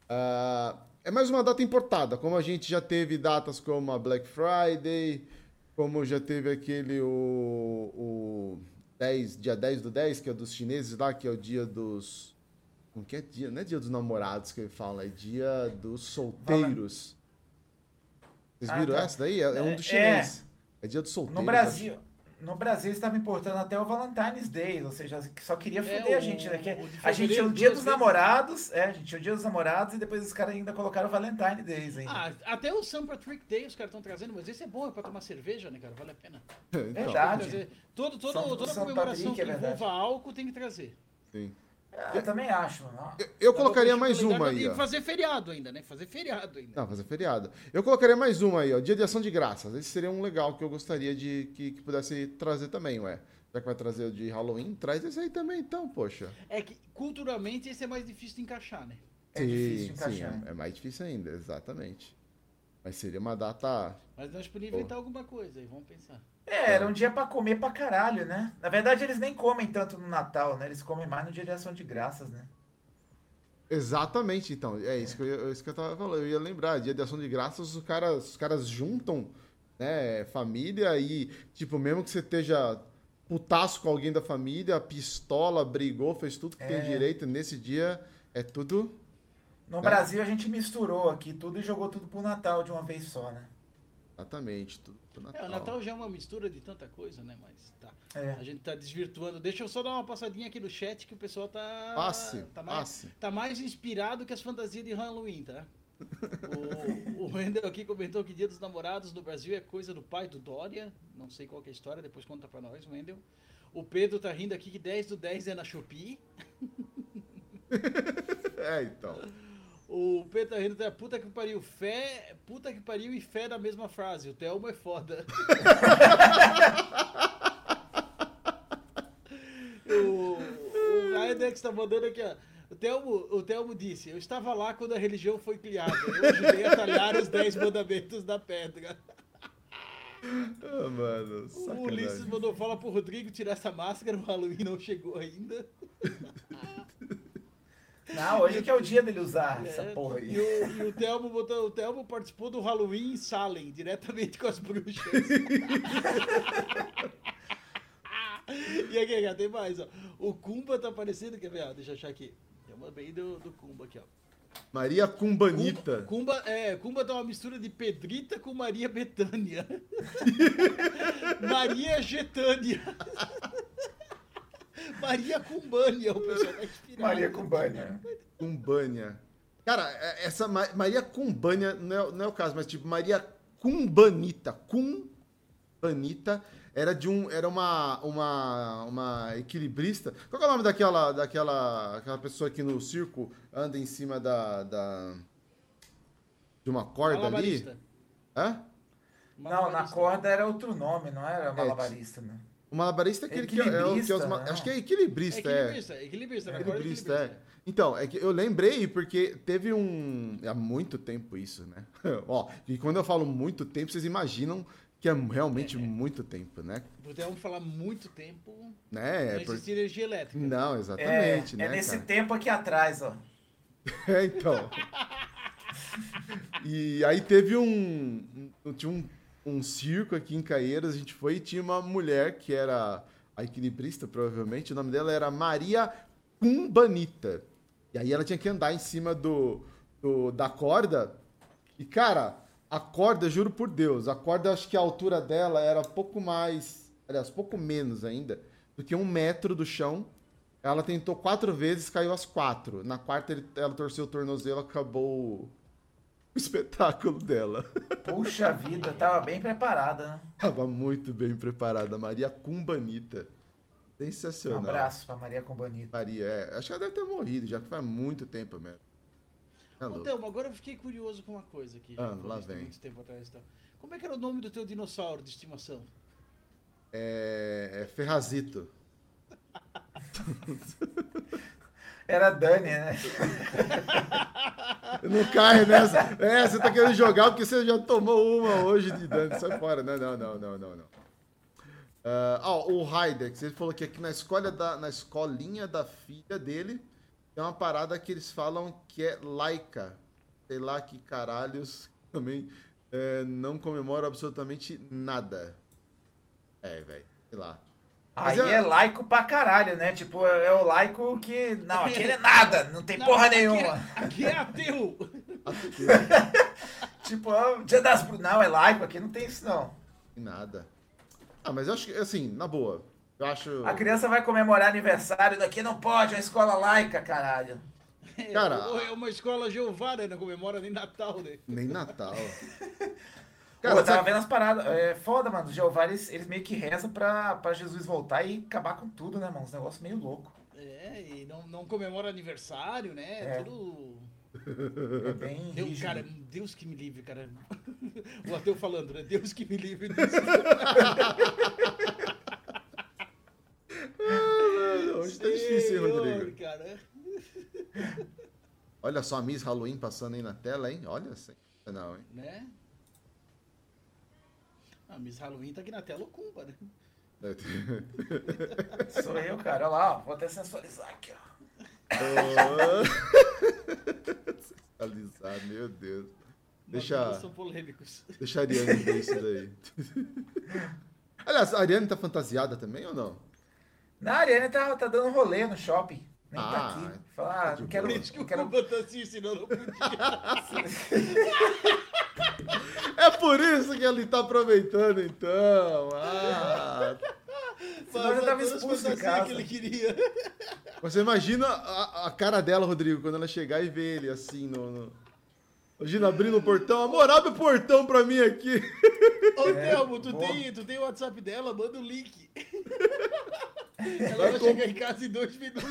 S2: Ah, é mais uma data importada, como a gente já teve datas como a Black Friday, como já teve aquele o, o 10, dia 10 do 10, que é dos chineses lá, que é o dia dos. Como que é dia? Não é dia dos namorados que ele fala, é dia dos solteiros. Vocês
S3: Ah,
S2: viram
S3: tá.
S2: essa daí? É, é um dos
S3: É.
S2: chineses. É dia dos solteiros.
S3: No Brasil. No Brasil eles estavam importando até o Valentine's Day, ou seja, só queria
S4: É,
S3: foder a
S4: o-
S3: gente, né? Que
S4: o de
S3: a gente tinha
S4: fevereiro,
S3: o dia
S4: duas
S3: dos
S4: vezes.
S3: namorados, é, a gente tinha o dia dos namorados e depois os caras ainda colocaram o Valentine's Day ainda.
S4: Ah, até o Sampa Trick Day os caras estão trazendo, mas esse é bom, é pra tomar cerveja, né, cara? Vale a pena.
S2: Acho. Então,
S3: Verdade.
S4: Trazer- todo, todo,
S3: São-
S4: toda
S2: um
S3: São
S4: comemoração
S3: Patrick, é
S4: que
S3: verdade.
S4: envolva álcool tem que trazer.
S2: sim.
S3: Ah, eu também acho, mano.
S2: Eu, eu colocaria mais
S4: Calendário
S2: uma aí.
S4: é E
S2: ó.
S4: fazer feriado ainda, né? Fazer feriado ainda.
S2: Não, fazer feriado. Eu colocaria mais uma aí, ó. Dia de Ação de Graças. Esse seria um legal que eu gostaria de que, que pudesse trazer também, ué. Já que vai trazer o de Halloween, traz esse aí também, então, poxa.
S4: É que culturalmente esse é mais difícil de encaixar, né?
S3: É difícil de encaixar, né?
S2: sim, é, é mais difícil ainda, exatamente. Mas seria uma data.
S4: Mas nós podemos inventar alguma coisa aí, vamos pensar.
S3: É, era um dia pra comer pra caralho, né? Na verdade, eles nem comem tanto no Natal, né? Eles comem mais no dia de ação de graças, né?
S2: Exatamente, então. É isso que eu, ia- isso que eu tava falando. Eu ia lembrar, dia de ação de graças, os caras, os caras juntam, né, família e, tipo, mesmo que você esteja putaço com alguém da família, pistola, brigou, fez tudo que tem
S4: É.
S2: direito, nesse dia é tudo
S3: No
S2: É.
S3: Brasil, a gente misturou aqui tudo e jogou tudo pro Natal de uma vez só, né?
S2: Exatamente, tudo pro Natal.
S4: É, o Natal já é uma mistura de tanta coisa, né? Mas tá.
S3: É.
S4: A gente tá desvirtuando. Deixa eu só dar uma passadinha aqui no chat que o pessoal tá.
S2: Passe,
S4: tá mais,
S2: passe.
S4: tá mais inspirado que as fantasias de Halloween, tá? O, o Wendel aqui comentou que Dia dos Namorados no Brasil é coisa do pai do Dória. Não sei qual que é a história, depois conta pra nós, Wendel. O Pedro tá rindo aqui que 10 do 10 é na Shopee.
S2: É, então.
S4: O Pedro tá rindo da puta que pariu. Fé, puta que pariu e fé na mesma frase. O Thelmo é foda. o o Aedex tá mandando aqui, ó. O Telmo, o Telmo disse, eu estava lá quando a religião foi criada. Eu ajudei a talhar os 10 mandamentos da pedra.
S2: Ah, mano,
S4: O Ulisses
S2: sacanagem.
S4: mandou fala pro Rodrigo tirar essa máscara, o Halloween não chegou ainda.
S3: Não, hoje que é o dia dele usar essa
S4: É,
S3: porra
S4: E
S3: aí.
S4: o, e o Telmo botou, o Telmo participou do Halloween em Salem, diretamente com as bruxas. e aqui, aqui, ó, tem mais, ó. O Kumba tá aparecendo, quer ver? Ó, deixa eu achar aqui. Eu mandei do, do Kumba aqui, ó.
S2: Maria Cumbanita.
S4: Kumba, é, Kumba tá uma mistura de Pedrita com Maria Betânia. Maria Getânia. Maria Cumbânia, o É. pessoal tá inspirado.
S3: Maria com banho.
S2: Cumbânia. Cara, é- essa Ma- Maria Cumbânia não é, não é o caso, mas tipo, Maria Cumbanita. Cumbanita era de um. Era uma. uma. uma equilibrista. Qual que é o nome daquela. daquela. aquela pessoa que no circo anda em cima da. da- de uma corda ali?
S4: Malabarista.
S2: Hã?
S3: Não, na
S4: Malabarista.
S3: corda era outro nome, não era malabarista, né?
S2: O malabarista é aquele que é, é o que é os, ma-
S3: Equilibrista, né?
S2: Acho que é equilibrista, é.
S4: Equilibrista, equilibrista,
S2: É
S4: na corda
S2: Equilibrista, é. Então, é que eu lembrei porque teve um. Há muito tempo isso, né? Ó, e quando eu falo muito tempo, vocês imaginam que é realmente muito tempo, né?
S4: Pro Telmo falar um muito tempo,
S2: Né?
S4: não
S2: É por-
S4: existe energia elétrica.
S2: Não,
S3: É,
S2: exatamente,
S3: é
S2: né?
S3: nesse
S2: cara?
S3: tempo aqui atrás, ó.
S2: É, então. E aí teve um. um- Tinha um, um circo aqui em Caieiras, a gente foi e tinha uma mulher que era a equilibrista, provavelmente. O nome dela era Maria Cumbanita. E aí ela tinha que andar em cima do, do- da corda. E, cara, a corda, juro por Deus, a corda, acho que a altura dela era pouco mais. Aliás, pouco menos ainda do que um metro do chão. Ela tentou quatro vezes, caiu as quatro. Na quarta, ele- ela torceu o tornozelo, acabou o espetáculo dela.
S3: Puxa vida, tava bem preparada, né?
S2: Tava muito bem preparada, Maria Cumbanita.
S3: Um
S2: Sensacional.
S3: abraço pra Maria Combanita.
S2: Maria, é. Acho que ela deve ter morrido, já que faz muito tempo mesmo. Tá louco.
S4: Então, agora eu fiquei curioso com uma coisa aqui. já
S2: Ah,
S4: que eu falei
S2: lá
S4: isso
S2: vem.
S4: Muito tempo atrás, então. Como é que era o nome do teu dinossauro de estimação?
S2: É, é Ferrazito.
S3: Era a Dani, né?
S2: Não cai nessa. É, você tá querendo jogar porque você já tomou uma hoje de dano. Sai fora. Não, não, não, não, não. não. Ah, ó, o Raider, que você falou que aqui na, escola da, na escolinha da filha dele tem uma parada que eles falam que é laica. Sei lá que caralhos também é, não comemora absolutamente nada. É, velho. Sei lá. Mas
S3: Aí
S2: eu-
S3: é laico pra caralho, né? Tipo, é é o laico que. Não, aquele é nada, não tem porra
S4: aquele-
S3: nenhuma.
S4: Aqui é ateu!
S2: Até que-
S3: Tipo, ah, o dia das. Bru- Não, é laico, aqui não tem isso não.
S2: nada. Ah, mas eu acho que, assim, na boa. Eu acho.
S3: A criança vai comemorar aniversário daqui, não pode, é uma escola laica, caralho.
S2: Cara-
S4: Ou é uma escola Jeová, né? Não comemora nem Natal, né?
S2: Nem Natal.
S3: Cara, Pô, eu tava
S2: sabe-
S3: vendo as paradas. É foda, mano. Os Jeová, eles, eles meio que rezam pra, pra Jesus voltar e acabar com tudo, né, mano? Uns negócios meio louco.
S4: É, e não, não comemora aniversário, né?
S3: É.
S4: Tudo.
S3: É bem
S4: Deus,
S3: rígido.
S4: cara, Deus que me livre, cara. O ateu falando, né? Deus que me livre disso.
S2: Hoje tá difícil, hein,
S4: Senhor,
S2: Rodrigo?
S4: Cara.
S2: Olha só a Miss Halloween passando aí na tela, hein? Olha, sensacional, hein?
S4: né? A Miss Halloween tá aqui na tela ocupa, né?
S3: Sou eu, cara. Olha lá, ó. Vou até sensualizar aqui, ó.
S2: Sensualizar, meu Deus.
S4: Mas
S2: Deixa-
S4: todos São polêmicos.
S2: Deixa a Ariane ver isso daí. Aliás, a Ariane tá fantasiada também ou não?
S3: Na Ariane tá, tá dando rolê no shopping. Nem
S2: Ah,
S3: tá aqui. Fala, ah,
S2: de
S3: não quero.
S2: boa.
S4: Desde que
S3: Não
S4: o tá assim,
S3: quero...
S4: fantasia, senão não podia.
S2: É por isso que ele tá aproveitando, então. Ah.
S3: Senão eu já tava
S4: Todas as
S3: expulso de
S4: fantasias
S3: casa.
S4: que ele queria.
S2: Você imagina a, a cara dela, Rodrigo, quando ela chegar e ver ele assim no. no... Imagina abrindo o portão. Amor, abre o portão pra mim aqui.
S4: Ô, Thelmo, tu
S3: É, boa.
S4: tem, tu tem o WhatsApp dela? Manda o link. Ela vai
S2: com-
S4: chegar em casa em dois minutos.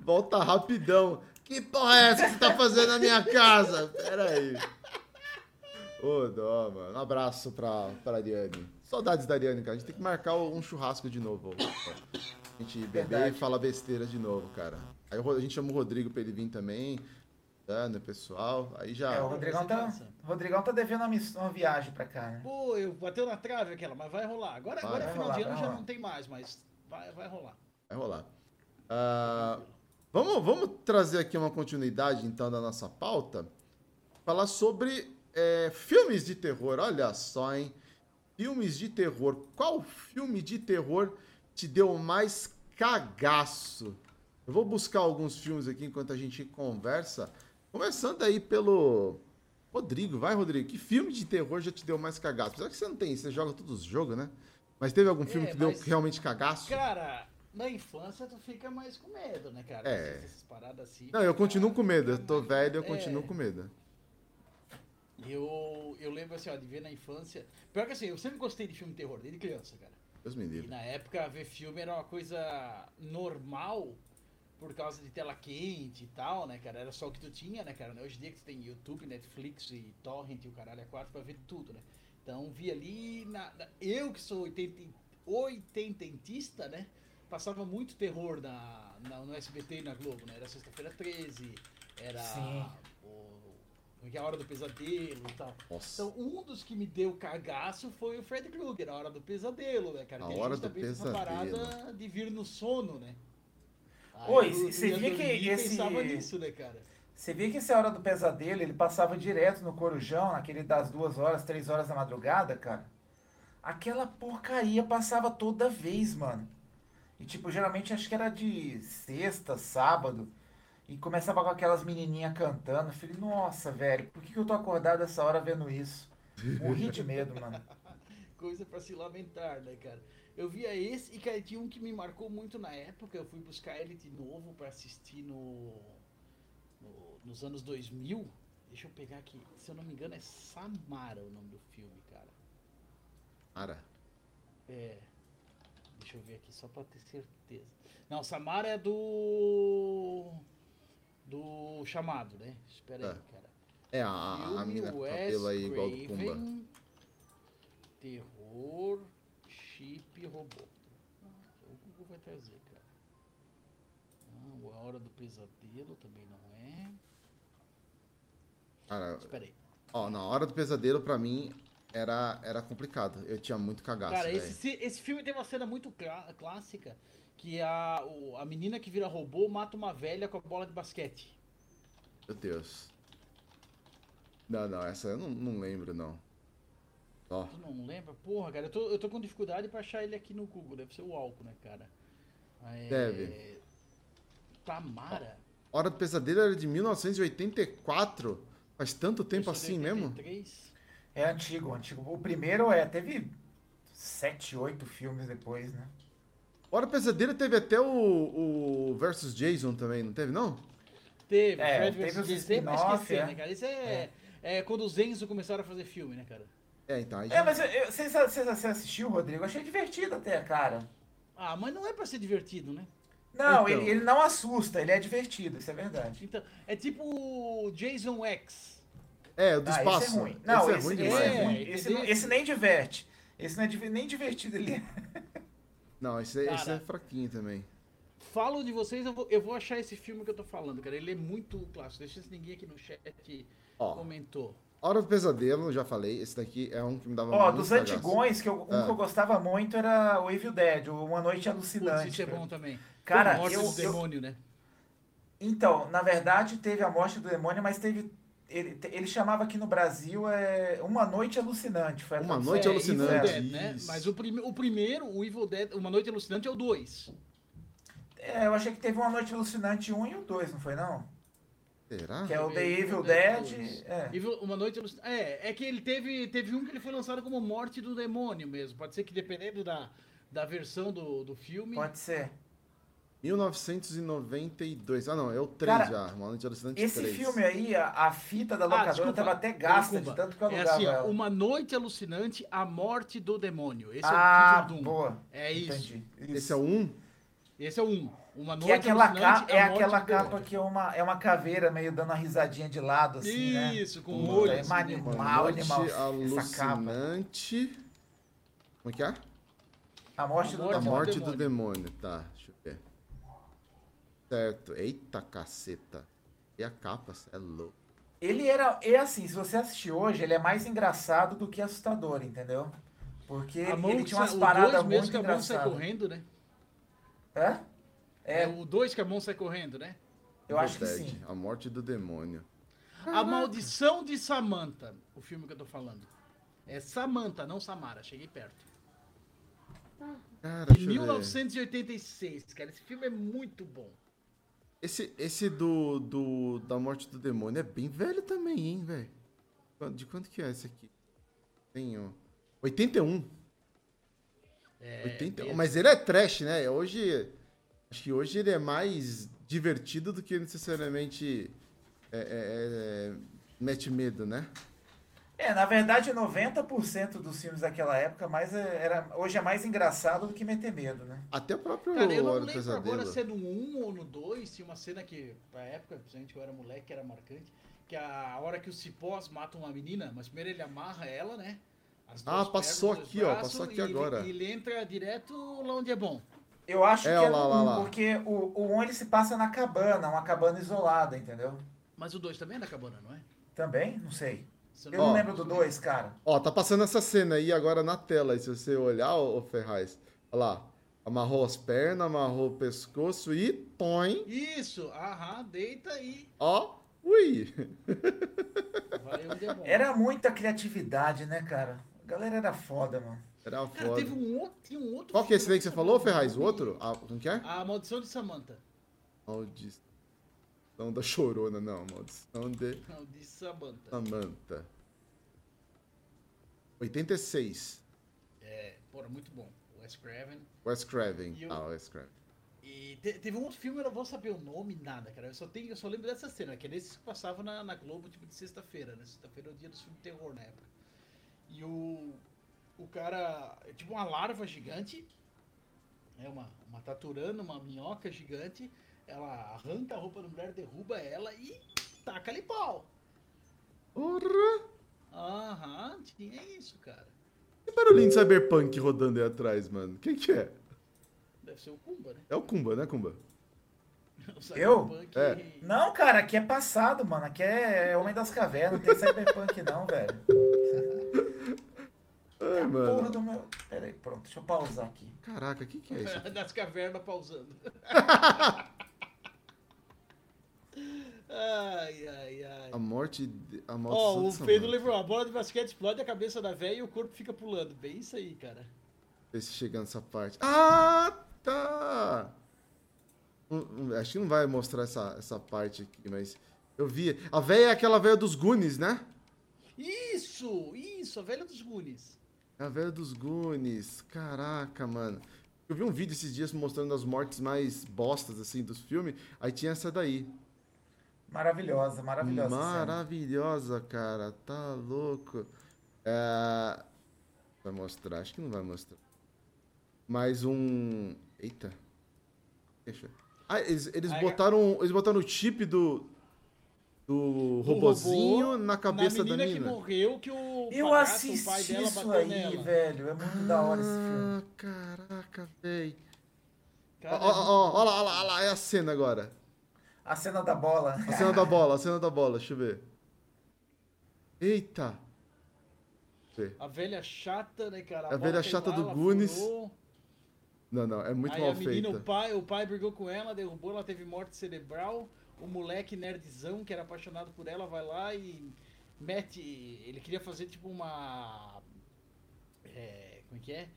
S2: Volta rapidão. Que porra é essa que você tá fazendo na minha casa? Pera aí. Ô, dó, mano. Um abraço pra, pra Ariane. Saudades da Ariane, cara. A gente tem que marcar um churrasco de novo. A gente beber
S3: Verdade.
S2: e falar besteira de novo, cara. Aí o Ro- a gente chama o Rodrigo pra ele vir também. Dano, pessoal. Aí já.
S3: É, o Rodrigão tá, o Rodrigão tá devendo uma, miss- uma viagem pra cá, né?
S4: Pô, eu bateu na trave aquela, mas vai rolar. Agora,
S2: Vai,
S4: agora é
S2: vai
S4: final
S3: rolar,
S4: de ano
S3: vai
S4: já
S3: rolar.
S4: não tem mais, mas vai, vai rolar.
S2: Vai rolar. Ah, vamos, vamos trazer aqui uma continuidade, então, da nossa pauta. Falar sobre é, filmes de terror. Olha só, hein? Filmes de terror. Qual filme de terror te deu mais cagaço? Eu vou buscar alguns filmes aqui enquanto a gente conversa. Começando aí pelo Rodrigo. Vai, Rodrigo. Que filme de terror já te deu mais cagaço? Apesar que você não tem, você joga todos os jogos, né? Mas teve algum filme
S4: É,
S2: que
S4: mas-
S2: deu realmente cagaço?
S4: Cara, na infância tu fica mais com medo, né, cara?
S2: É.
S4: Essas paradas assim.
S2: Não, eu continuo
S4: cara,
S2: com medo.
S4: fica
S2: Eu tô
S4: mais-
S2: velho, eu
S4: É.
S2: continuo com medo.
S4: Eu, eu lembro assim, ó, de ver na infância. Pior que assim, eu sempre gostei de filme de terror, desde criança, cara.
S2: Deus me
S4: E
S2: livre.
S4: na época ver filme era uma coisa normal por causa de tela quente e tal, né, cara? Era só o que tu tinha, né, cara? Hoje em dia que tu tem YouTube, Netflix e Torrent e o caralho a quatro pra ver tudo, né? Então vi ali. Na, na- eu que sou 80, oitententista, né? Passava muito terror na, na- no SBT e na Globo, né? Era sexta-feira 13, era.
S3: Sim.
S4: o- como é que é? a hora do pesadelo e tal.
S2: Nossa.
S4: Então, um dos que me deu cagaço foi o Fred Krueger, a hora do pesadelo, né, cara?
S2: A
S4: Que
S2: Hora do
S4: justamente essa
S2: Pesadelo.
S4: parada de vir no sono, né? Aí
S3: Oi,
S4: eu- eu
S3: você
S4: ia
S3: via que
S4: dormir e
S3: esse-
S4: pensava nisso, né, cara?
S3: Você via que essa hora do pesadelo, ele passava direto no Corujão, naquele das duas horas, três horas da madrugada, cara. Aquela porcaria passava toda vez, mano. E tipo, geralmente acho que era de sexta, sábado. E começava com aquelas menininhas cantando. Eu falei, nossa, velho, por que que eu tô acordado essa hora vendo isso? Morri de medo, mano.
S4: Coisa pra se lamentar, né, cara? Eu via esse e, cara, tinha um que me marcou muito na época. Eu fui buscar ele de novo pra assistir no, no- nos anos 2000. Deixa eu pegar aqui. Se eu não me engano, é Samara o nome do filme, cara.
S2: Cara,
S4: É. Deixa eu ver aqui, só pra ter certeza. Não, Samara é do. Do chamado, né? Espera aí,
S2: Tá.
S4: cara.
S2: É, a, a, a
S4: Filme
S2: mina com
S4: Wes
S2: cabelo aí igual do Pumba.
S4: Craven, Terror, chip, robô. Ah, O Google vai trazer, cara. Não, a hora do pesadelo também não é.
S2: Cara,
S4: Espera aí.
S2: ó, na hora do pesadelo, pra mim, era, era complicado. Eu tinha muito cagaço,
S4: Cara,
S2: velho.
S4: esse, ci- esse filme tem uma cena muito clá- clássica que a, o- a menina que vira robô mata uma velha com a bola de basquete.
S2: Meu Deus. Não, não, essa eu não, não lembro, não. Ó,
S4: Tu não lembra? Porra, cara, eu tô, eu tô com dificuldade pra achar ele aqui no Google. Deve ser o álcool, né, cara? É...
S2: Deve.
S4: Tamara.
S2: Hora do Pesadelo era de 1984? Faz tanto tempo
S4: Eu sou de
S2: assim mesmo?
S4: 83.
S3: É antigo, antigo. O primeiro é, teve sete, oito filmes depois, né?
S2: Hora do Pesadelo teve até o, o Versus Jason também, não teve, não?
S4: Teve,
S3: É,
S4: Fred
S3: teve
S4: vs.
S3: os
S4: Jason, mas
S3: spin-off,
S4: esquecer,
S3: é.
S4: né, cara? Isso é, é quando os Enzo começaram a fazer filme, né, cara?
S2: É, então. Aí
S3: É, mas eu- eu- vocês vocês- você assistiu, Rodrigo? Eu achei divertido até, cara.
S4: Ah, mas não é pra ser divertido, né?
S3: Não,
S2: Então.
S3: ele, ele não assusta, ele é divertido, isso é verdade.
S4: Então, é tipo o Jason X.
S2: É, o do
S3: Ah,
S2: espaço.
S3: esse é ruim. Não,
S2: é
S3: esse,
S2: ruim
S3: esse
S2: demais.
S3: é
S2: né?
S3: ruim.
S4: É,
S3: Esse, não-
S4: entendeu?
S3: esse nem diverte. Esse não é div- nem divertido, ele é.
S2: Não, esse, é- esse é
S4: Cara.
S2: fraquinho também.
S4: Falo de vocês, eu vou, eu vou achar esse filme que eu tô falando, cara. Ele é muito clássico. Deixa se ninguém aqui no chat
S2: Ó,
S4: comentou.
S2: Hora do Pesadelo, já falei. Esse daqui é um que me dava
S3: Ó,
S2: muito
S3: dos
S2: cagaço.
S3: antigões, que eu, um
S2: Ah.
S3: que eu gostava muito era o Evil Dead, o Uma Noite
S4: Putz,
S3: Alucinante.
S4: isso é
S3: cara.
S4: bom também.
S3: Cara,
S4: Morte
S3: eu-
S4: do
S3: eu-
S4: demônio, né?
S3: Então, na verdade, teve a morte do demônio, mas teve. Ele, ele chamava aqui no Brasil é Uma Noite Alucinante. Foi a
S2: Uma
S3: tradução.
S2: Noite
S4: É,
S2: Alucinante.
S4: Evil Dead, né?
S2: isso.
S4: Mas o, prime- o primeiro, o Evil Dead, Uma Noite Alucinante é o 2.
S3: É, eu achei que teve Uma Noite Alucinante 1 e o 2, não foi não?
S2: Será?
S3: Que é o The
S4: Evil
S3: Evil
S4: Dead
S3: Dead.
S4: dois.
S3: é.
S4: Evil- Uma noite Alucin- É, é que ele teve, teve um que ele foi lançado como Morte do Demônio mesmo. Pode ser que dependendo da, da versão do, do filme.
S3: Pode ser.
S2: 1992. Ah, não, é o 3
S3: Cara,
S2: já. Uma Noite Alucinante
S3: Esse
S2: 3.
S3: filme é aí, a, a fita da
S4: Ah,
S3: locadora
S4: desculpa,
S3: tava até gasta
S4: desculpa.
S3: de tanto que eu
S4: é
S3: alugava
S4: assim, ó,
S3: ela.
S4: Uma Noite Alucinante, A Morte do Demônio. Esse
S3: ah,
S4: é o título do um.
S3: boa.
S4: É isso.
S3: Entendi.
S2: Esse é o 1?
S4: Esse é o um. Uma
S3: Que
S4: Noite
S3: é aquela,
S4: Alucinante,
S3: capa, é
S4: A Morte
S3: aquela
S4: do
S3: capa
S4: Demônio.
S3: que é uma, é uma caveira meio dando uma risadinha de lado, assim, né?
S4: Isso, com
S3: Puta,
S4: o olho.
S3: é
S4: assim,
S3: maneiro.
S4: né?
S2: Uma
S3: Mal,
S2: Noite
S3: animal, essa
S2: Alucinante. Como é que é?
S3: A morte
S4: A
S2: A
S3: do
S4: morte do
S3: demônio.
S2: Morte do Demônio. Tá, deixa eu ver. Certo. Eita caceta. E a capa, cê é louco.
S3: Ele era. É assim, se você assistir hoje, ele é mais engraçado do que assustador, entendeu? Porque
S4: A
S3: ele,
S4: mão
S3: ele
S4: que
S3: tinha umas
S4: sai- o
S3: paradas
S4: dois mesmo
S3: muito
S4: que a mão sai
S3: engraçadas.
S4: correndo, né?
S3: Hã? É,
S4: É o 2 que a mão sai correndo, né?
S3: eu acho que
S2: Verdade.
S3: sim.
S2: A Morte do Demônio.
S4: A Maldição de Samantha, o filme que eu tô falando. É Samantha, não Samara, cheguei perto.
S2: Cara,
S4: De
S2: deixa eu ver.
S4: 1986, cara, esse filme é muito bom.
S2: Esse, esse do, do da morte do demônio é bem velho também, hein, velho? Quan- De quanto que é esse aqui? Tenho. 81.
S4: É,
S2: 81.
S4: mesmo.
S2: Mas ele é trash, né? Hoje. Acho que hoje ele é mais divertido do que necessariamente é, é, é, mete medo, né?
S3: É, na verdade, 90% dos filmes daquela época mais é- era, hoje é mais engraçado do que meter medo, né?
S2: Até o próprio
S4: Cara, eu não
S2: Hora do
S4: lembro agora
S2: Pesadelo.
S4: se é no 1 ou no 2, tinha uma cena que, pra época, principalmente eu era moleque, era marcante, que a hora que os cipós matam uma menina, mas primeiro ele amarra ela, né? As duas
S2: Ah, passou
S4: pernas, os dois
S2: aqui, ó,
S4: braços,
S2: passou aqui
S4: e ele-
S2: agora.
S4: E ele entra direto lá onde é bom.
S3: Eu acho
S2: É,
S3: que é
S2: lá,
S3: no
S2: lá,
S3: um,
S2: lá.
S3: porque o, o 1 ele se passa na cabana, uma cabana isolada, entendeu?
S4: Mas o 2 também é na cabana, não é?
S3: Também? Não sei.
S4: Se
S3: Eu
S2: Ó.
S3: não lembro do 2, cara.
S2: Ó, tá passando essa cena aí agora na tela. E se você olhar, ô, ô Ferraz, olha lá. Amarrou as pernas, amarrou o pescoço e põe.
S4: Isso, aham, deita e
S2: Ó, ui.
S4: vai onde é bom.
S3: Era muita criatividade, né, cara? A galera era foda, mano.
S2: Era
S4: Cara,
S2: foda.
S4: teve um outro, tinha um outro.
S2: Qual que é esse daí
S4: filme
S2: que você
S4: também,
S2: falou, Ferraz? O
S4: nome-
S2: outro? Ah, como que é?
S4: A Maldição de Samantha.
S2: Maldição da Chorona, não. Maldição de
S4: Não, de Samantha.
S2: Samanta. 86. Ah.
S4: É, porra, muito bom. Wes Craven.
S2: Wes Craven.
S4: E o-
S2: Ah, Wes Craven.
S4: E te- teve um outro filme, eu não vou saber o nome, nada, cara. Eu só, tenho, eu só lembro dessa cena, que é desses que passava na, na Globo, tipo, de sexta-feira, né? Sexta-feira é o dia dos filmes de terror na época. E o. O cara. é Tipo uma larva gigante. né, uma, uma taturana, uma minhoca gigante, ela arranca a roupa da mulher, derruba ela e taca-lhe pau.
S2: Porra!
S4: Aham, tinha isso, cara.
S2: Que barulhinho de cyberpunk rodando aí atrás, mano. Quem que é?
S4: Deve ser o Kumba, né?
S2: É o Kumba, né, Kumba?
S4: O
S3: Eu?
S4: Cyberpunk.
S2: É.
S3: Não, cara, aqui é passado, mano. Aqui é Homem das Cavernas, não tem Cyberpunk não, velho.
S4: É
S2: Ai,
S3: Porra
S2: mano.
S3: do meu... Pera aí, pronto, deixa eu pausar aqui.
S2: Caraca, que que é isso?
S4: Das cavernas pausando. ai, ai, ai.
S2: A morte. de- A morte
S4: Ó,
S2: de
S4: o
S2: Santo
S4: Pedro
S2: Samar.
S4: lembrou, a bola de basquete explode a cabeça da véia e o corpo fica pulando. Bem isso aí, cara.
S2: Ver se chega nessa parte. Ah, tá! Hum, hum, Acho que não vai mostrar essa, essa parte aqui, mas. Eu vi. A véia é aquela véia dos Goonies, né?
S4: Isso, isso, a velha dos Goonies.
S2: É a velha dos Goonies. Caraca, mano. Eu vi um vídeo esses dias mostrando as mortes mais bostas, assim, dos filmes. Aí tinha essa daí.
S3: Maravilhosa, maravilhosa. cena.
S2: Maravilhosa, cara. Tá louco. É, Vai mostrar, acho que não vai mostrar. Mais um. Eita. Deixa. eu- Ah, eles, eles
S4: Ai,
S2: botaram. Eles botaram o chip do. Do
S4: robô
S2: robozinho na cabeça
S4: Na
S2: da
S4: menina que
S2: menina.
S4: morreu, que o
S3: Eu
S4: padrasto, o pai
S3: assisti
S4: dela
S3: isso
S4: bateu
S3: aí,
S4: nela.
S3: velho. É muito da hora esse filme.
S2: Ah, caraca, véi. Ó,
S4: Cara,
S2: ó, ó, ó lá, ó lá, ó lá, é a cena agora. Ah.
S3: A cena da bola.
S2: A cena da bola, a cena da bola, deixa eu ver. Eita. Deixa eu ver.
S4: A velha chata, né, cara?
S2: A
S4: bola
S2: velha
S4: caiu
S2: chata
S4: lá,
S2: do
S4: ela
S2: Goonies.
S4: furou.
S2: Não, não, é muito
S4: aí
S2: mal
S4: a menina,
S2: feita.
S4: o pai, o pai brigou com ela, derrubou, ela teve morte cerebral. O moleque nerdzão, que era apaixonado por ela, vai lá e mete. Ele queria fazer tipo uma. é, como é que é?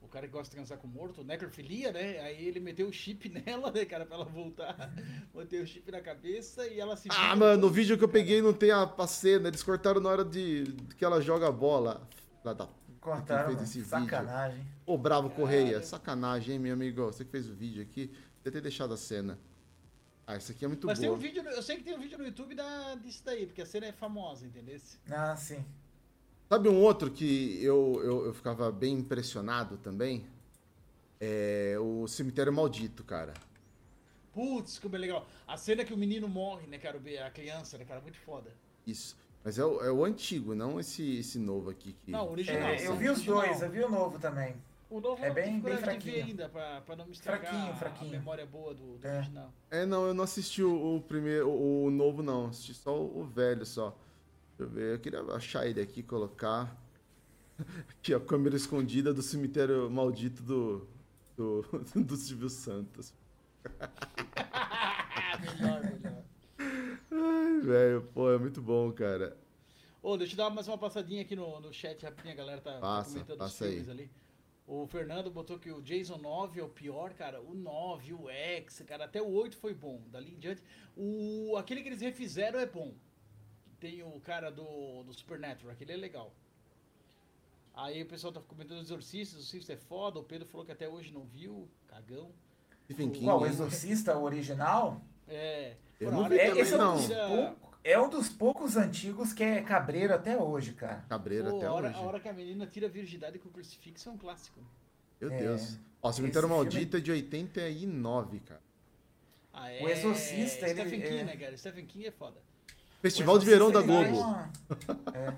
S4: O cara que gosta de transar com morto, necrofilia, né? Aí ele meteu o chip nela, né, cara, pra ela voltar. Botei o chip na cabeça e ela se.
S2: Ah,
S4: vira-
S2: mano, no vídeo que eu peguei não tem a, a cena. Eles cortaram na hora de que ela joga a bola. Lá da...
S3: Cortaram,
S2: Quem
S3: mano.
S2: fez esse
S3: Sacanagem.
S2: Ô, Bravo Correia,
S4: Cara.
S2: sacanagem, hein, meu amigo? Você que fez o vídeo aqui, devia ter deixado a cena. Ah, isso aqui é muito
S4: Mas tem
S2: boa.
S4: um vídeo, no- eu sei que tem um vídeo no YouTube da, disso daí, porque a cena é famosa, entendeu?
S3: Ah, sim.
S2: Sabe um outro que eu, eu, eu ficava bem impressionado também? É o Cemitério Maldito, cara.
S4: Putz, como é legal. A cena que o menino morre, né, cara? o- A criança, né, cara? Muito foda.
S2: Isso. Mas é o, é o antigo, não esse, esse novo aqui. Que...
S4: Não, o original.
S3: É, eu vi os
S4: original.
S3: dois, eu vi o novo também.
S4: O novo
S3: É
S4: eu não
S3: bem-
S4: tive
S3: bem
S4: coragem de ver
S3: fraquinho.
S4: ainda, pra, pra não me estragar
S3: Fraquinho,
S4: a-
S3: fraquinho.
S4: a memória boa do, do
S3: É.
S4: original.
S2: É, não, eu não assisti o, o primeiro, o, o novo não, assisti só o, o velho só. Deixa eu ver, eu queria achar ele aqui, e colocar aqui a câmera escondida do cemitério maldito do do, do Silvio Santos.
S4: melhor, melhor.
S2: Ai, velho, pô, é muito bom, cara.
S4: Ô, deixa eu dar mais uma passadinha aqui no, no chat rapidinho, a galera tá, tá
S2: Passa,
S4: comentando
S2: passa
S4: os
S2: aí.
S4: filmes ali. O Fernando botou que o Jason 9 é o pior, cara. O 9, o X, cara, até o 8 foi bom. Dali em diante. O, aquele que eles refizeram é bom. Tem o cara do, do Supernatural, aquele é legal. Aí o pessoal tá comentando os exorcistas, o Exorcista é foda, o Pedro falou que até hoje não viu, cagão.
S2: Stephen King.
S3: Qual, o Exorcista, o original?
S4: É.
S2: Eu
S4: Pô,
S2: não
S4: a hora
S2: vi
S4: que
S3: É,
S2: também
S4: ele
S3: esse é um,
S2: não.
S3: dos
S4: vira-
S3: pouco- é um dos poucos antigos que é cabreiro até hoje, cara.
S2: Cabreiro
S4: Pô,
S2: até
S4: a, hora,
S2: hoje.
S4: a hora que a menina tira a virgindade com o crucifixo é um clássico.
S2: Meu
S3: É.
S2: Deus. Ó, Cemitério
S3: Esse filme-
S2: Maldito é de 89, cara.
S4: Ah,
S3: O Exorcista, ele-
S4: Stephen King,
S3: é.
S4: né, cara? Stephen King é foda.
S2: Festival de Verão da
S3: Ele dá
S2: Globo.
S3: uma- É.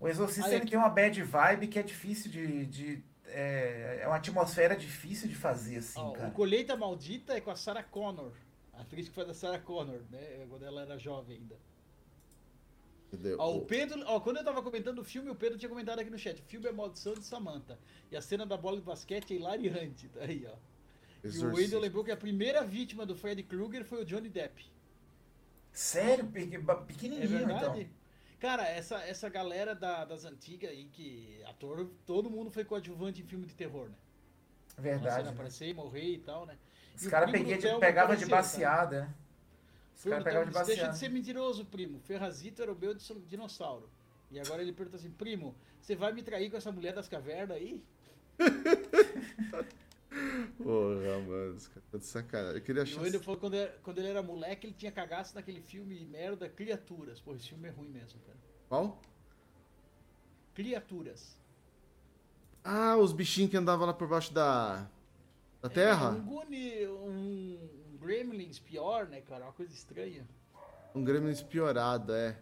S3: O Exorcista
S4: Aí
S3: ele
S4: aqui-
S3: tem uma bad vibe que é difícil de. de- é, é uma atmosfera difícil de fazer, assim,
S4: Ó, o
S3: cara.
S4: Colheita Maldita é com a Sarah Connor. A atriz que faz a Sarah Connor, né? Quando ela era jovem ainda.
S2: Meu Deus.
S4: Ó, Ah, o Pedro, ó, quando eu tava comentando o filme, o Pedro tinha comentado aqui no chat. O filme é Maldição de Samantha. E a cena da bola de basquete é hilariante. Tá aí, ó. E o
S2: Exorcista.
S4: Wendel lembrou que a primeira vítima do Freddy Krueger foi o Johnny Depp.
S3: Sério, pequ- ba-
S4: É
S3: pequenininho,
S4: verdade?
S3: então.
S4: Cara, essa, essa galera da- das antigas aí, que ator, todo mundo foi coadjuvante em filme de terror, né?
S3: Verdade. né?
S4: Nossa, aparecer e morrer e tal, né?
S3: Os caras pegavam de baseada. né? Os
S4: Os cara
S3: caras pegavam de
S4: Deixa de
S3: baseada.
S4: ser mentiroso, primo. Ferrazito era o meu disso- dinossauro. E agora ele pergunta assim, primo, você vai me trair com essa mulher das cavernas aí?
S2: Porra, mano, os caras tá de sacanagem. Eu queria
S4: E
S2: achar.
S4: o Wendel falou que quando, era- quando ele era moleque, ele tinha cagaço naquele filme merda, Criaturas. Pô, esse filme é ruim mesmo, cara.
S2: Qual?
S4: Criaturas.
S2: Ah, os bichinhos que andavam lá por baixo da.
S3: É.
S2: Da
S4: Um
S2: Terra?
S4: Guni, um Gremlins pior, né, cara? Uma coisa estranha.
S2: Um Gremlins piorado, é.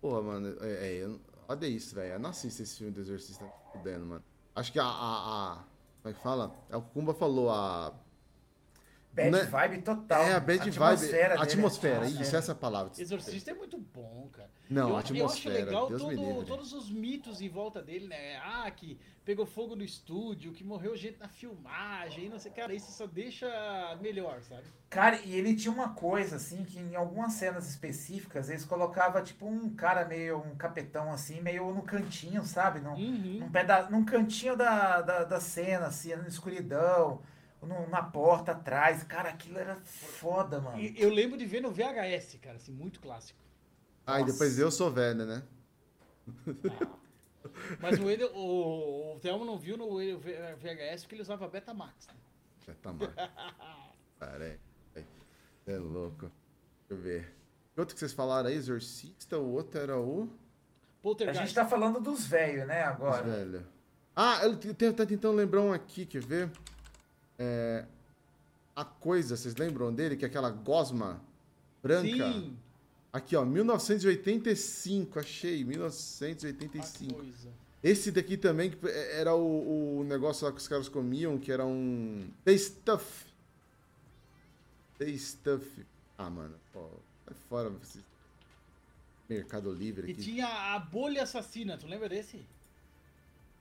S2: Porra, mano, é, é, eu- olha isso, velho. Eu não assisto esse filme do Exorcista tá fudendo, mano. Acho que a, a, a- Como é que fala? A Kumba falou, a.
S3: Bad
S2: Né?
S3: vibe total.
S2: é, a bad
S3: atmosfera
S2: vibe.
S3: dele é
S2: Atmosfera,
S3: atmosfera.
S2: isso, essa é a palavra.
S4: Exorcista é muito bom, cara.
S2: Não,
S4: eu, eu acho
S2: atmosfera,
S4: legal
S2: Deus me
S4: todo-
S2: livre.
S4: todos os mitos em volta dele, né? Ah, que pegou fogo no estúdio, que morreu gente na filmagem, não sei, cara, isso só deixa melhor, sabe?
S3: Cara, e ele tinha uma coisa, assim, que em algumas cenas específicas eles colocava tipo, um cara meio, um capetão, assim, meio no cantinho, sabe? Num,
S4: Uhum.
S3: num, peda num cantinho da, da, da cena, assim, na escuridão, num- na porta atrás. Cara, aquilo era foda, mano.
S4: E eu lembro de ver no VHS, cara, assim, muito clássico.
S2: Ah, e
S3: Nossa.
S2: depois eu sou velho, né?
S4: Mas o, Wendel- o, o Thelmo não viu no VHS porque ele usava Betamax. Né?
S2: Já tá mal. Cara, é, é, é louco. Deixa eu ver. Outro que vocês falaram aí, Exorcista, o outro era o.
S3: A gente
S4: Poltergeist.
S3: tá falando dos velhos, né,
S2: Os
S3: agora.
S2: velho. Ah, eu te- te- tá tentando lembrar um aqui, quer ver? É, a coisa, vocês lembram dele? Que é aquela gosma branca.
S4: Sim,
S2: Aqui, ó, 1985, achei,
S4: uma
S2: 1985.
S4: coisa.
S2: Esse daqui também, que é- era o, o negócio lá que os caras comiam, que era um. The Stuff. The Stuff. Ah, mano, pô, sai fora. esse Mercado Livre
S4: E
S2: aqui.
S4: tinha a bolha assassina, tu lembra desse?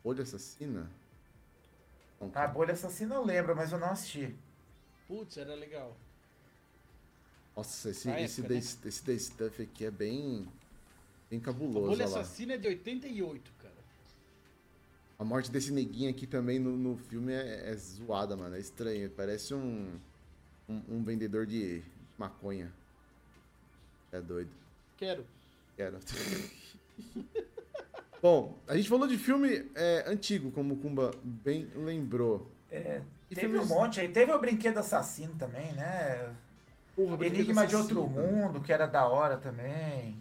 S2: Olho assassina? Não,
S3: A bolha assassina eu lembro, mas eu não assisti.
S4: Putz, era legal.
S2: Nossa, esse,
S4: Na
S2: esse,
S4: época, né?
S2: The- esse The Stuff aqui é bem. bem
S4: A
S2: cabuloso,
S4: bolha
S2: olha lá.
S4: assassina é de 88, cara.
S2: A morte desse neguinho aqui também no, no filme é, é zoada, mano. É estranho. Parece um, um, um vendedor de maconha. É doido.
S4: Quero.
S2: Quero. Bom, a gente falou de filme é, antigo, como o Kumba bem lembrou. E
S3: Teve um
S2: filmes-
S3: monte aí. Teve o Brinquedo Assassino também, né?
S2: Porra, Brinquedo
S3: Enigma de
S2: Assassino.
S3: Outro Mundo, que era da hora também.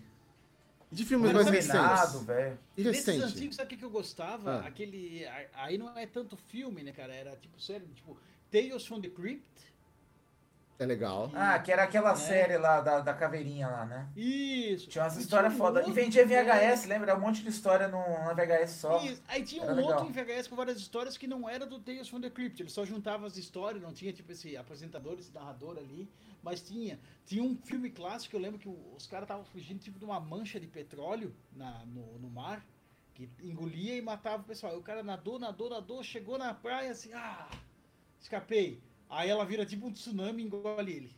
S2: E De filmes mais
S3: Contaminado,
S2: recentes.
S3: velho.
S2: E
S4: é Desses
S2: recente.
S4: antigos, sabe o que que eu gostava?
S2: Ah.
S4: Aquele. a- Aí não é tanto filme, né, cara? Era tipo, sério, tipo, Tales from the Crypt.
S2: É legal.
S3: Ah, que era aquela
S4: Né?
S3: série lá da, da caveirinha lá, né?
S4: Isso.
S3: Tinha umas
S4: E
S3: histórias
S4: um
S3: foda. E
S4: outro-
S3: vendia VHS, lembra? Era Um monte de história no, na VHS só.
S4: Isso. Aí tinha um
S3: Era
S4: outro
S3: legal.
S4: em VHS com várias histórias que não era do Tales from the Crypt. Ele só juntava as histórias, não tinha tipo esse apresentador, esse narrador ali, mas tinha. Tinha um filme clássico, que eu lembro que o- os caras estavam fugindo tipo de uma mancha de petróleo na, no, no mar, que engolia e matava o pessoal. Aí o cara nadou, nadou, nadou, chegou na praia assim, ah, escapei. Aí ela vira tipo um tsunami e engole ele.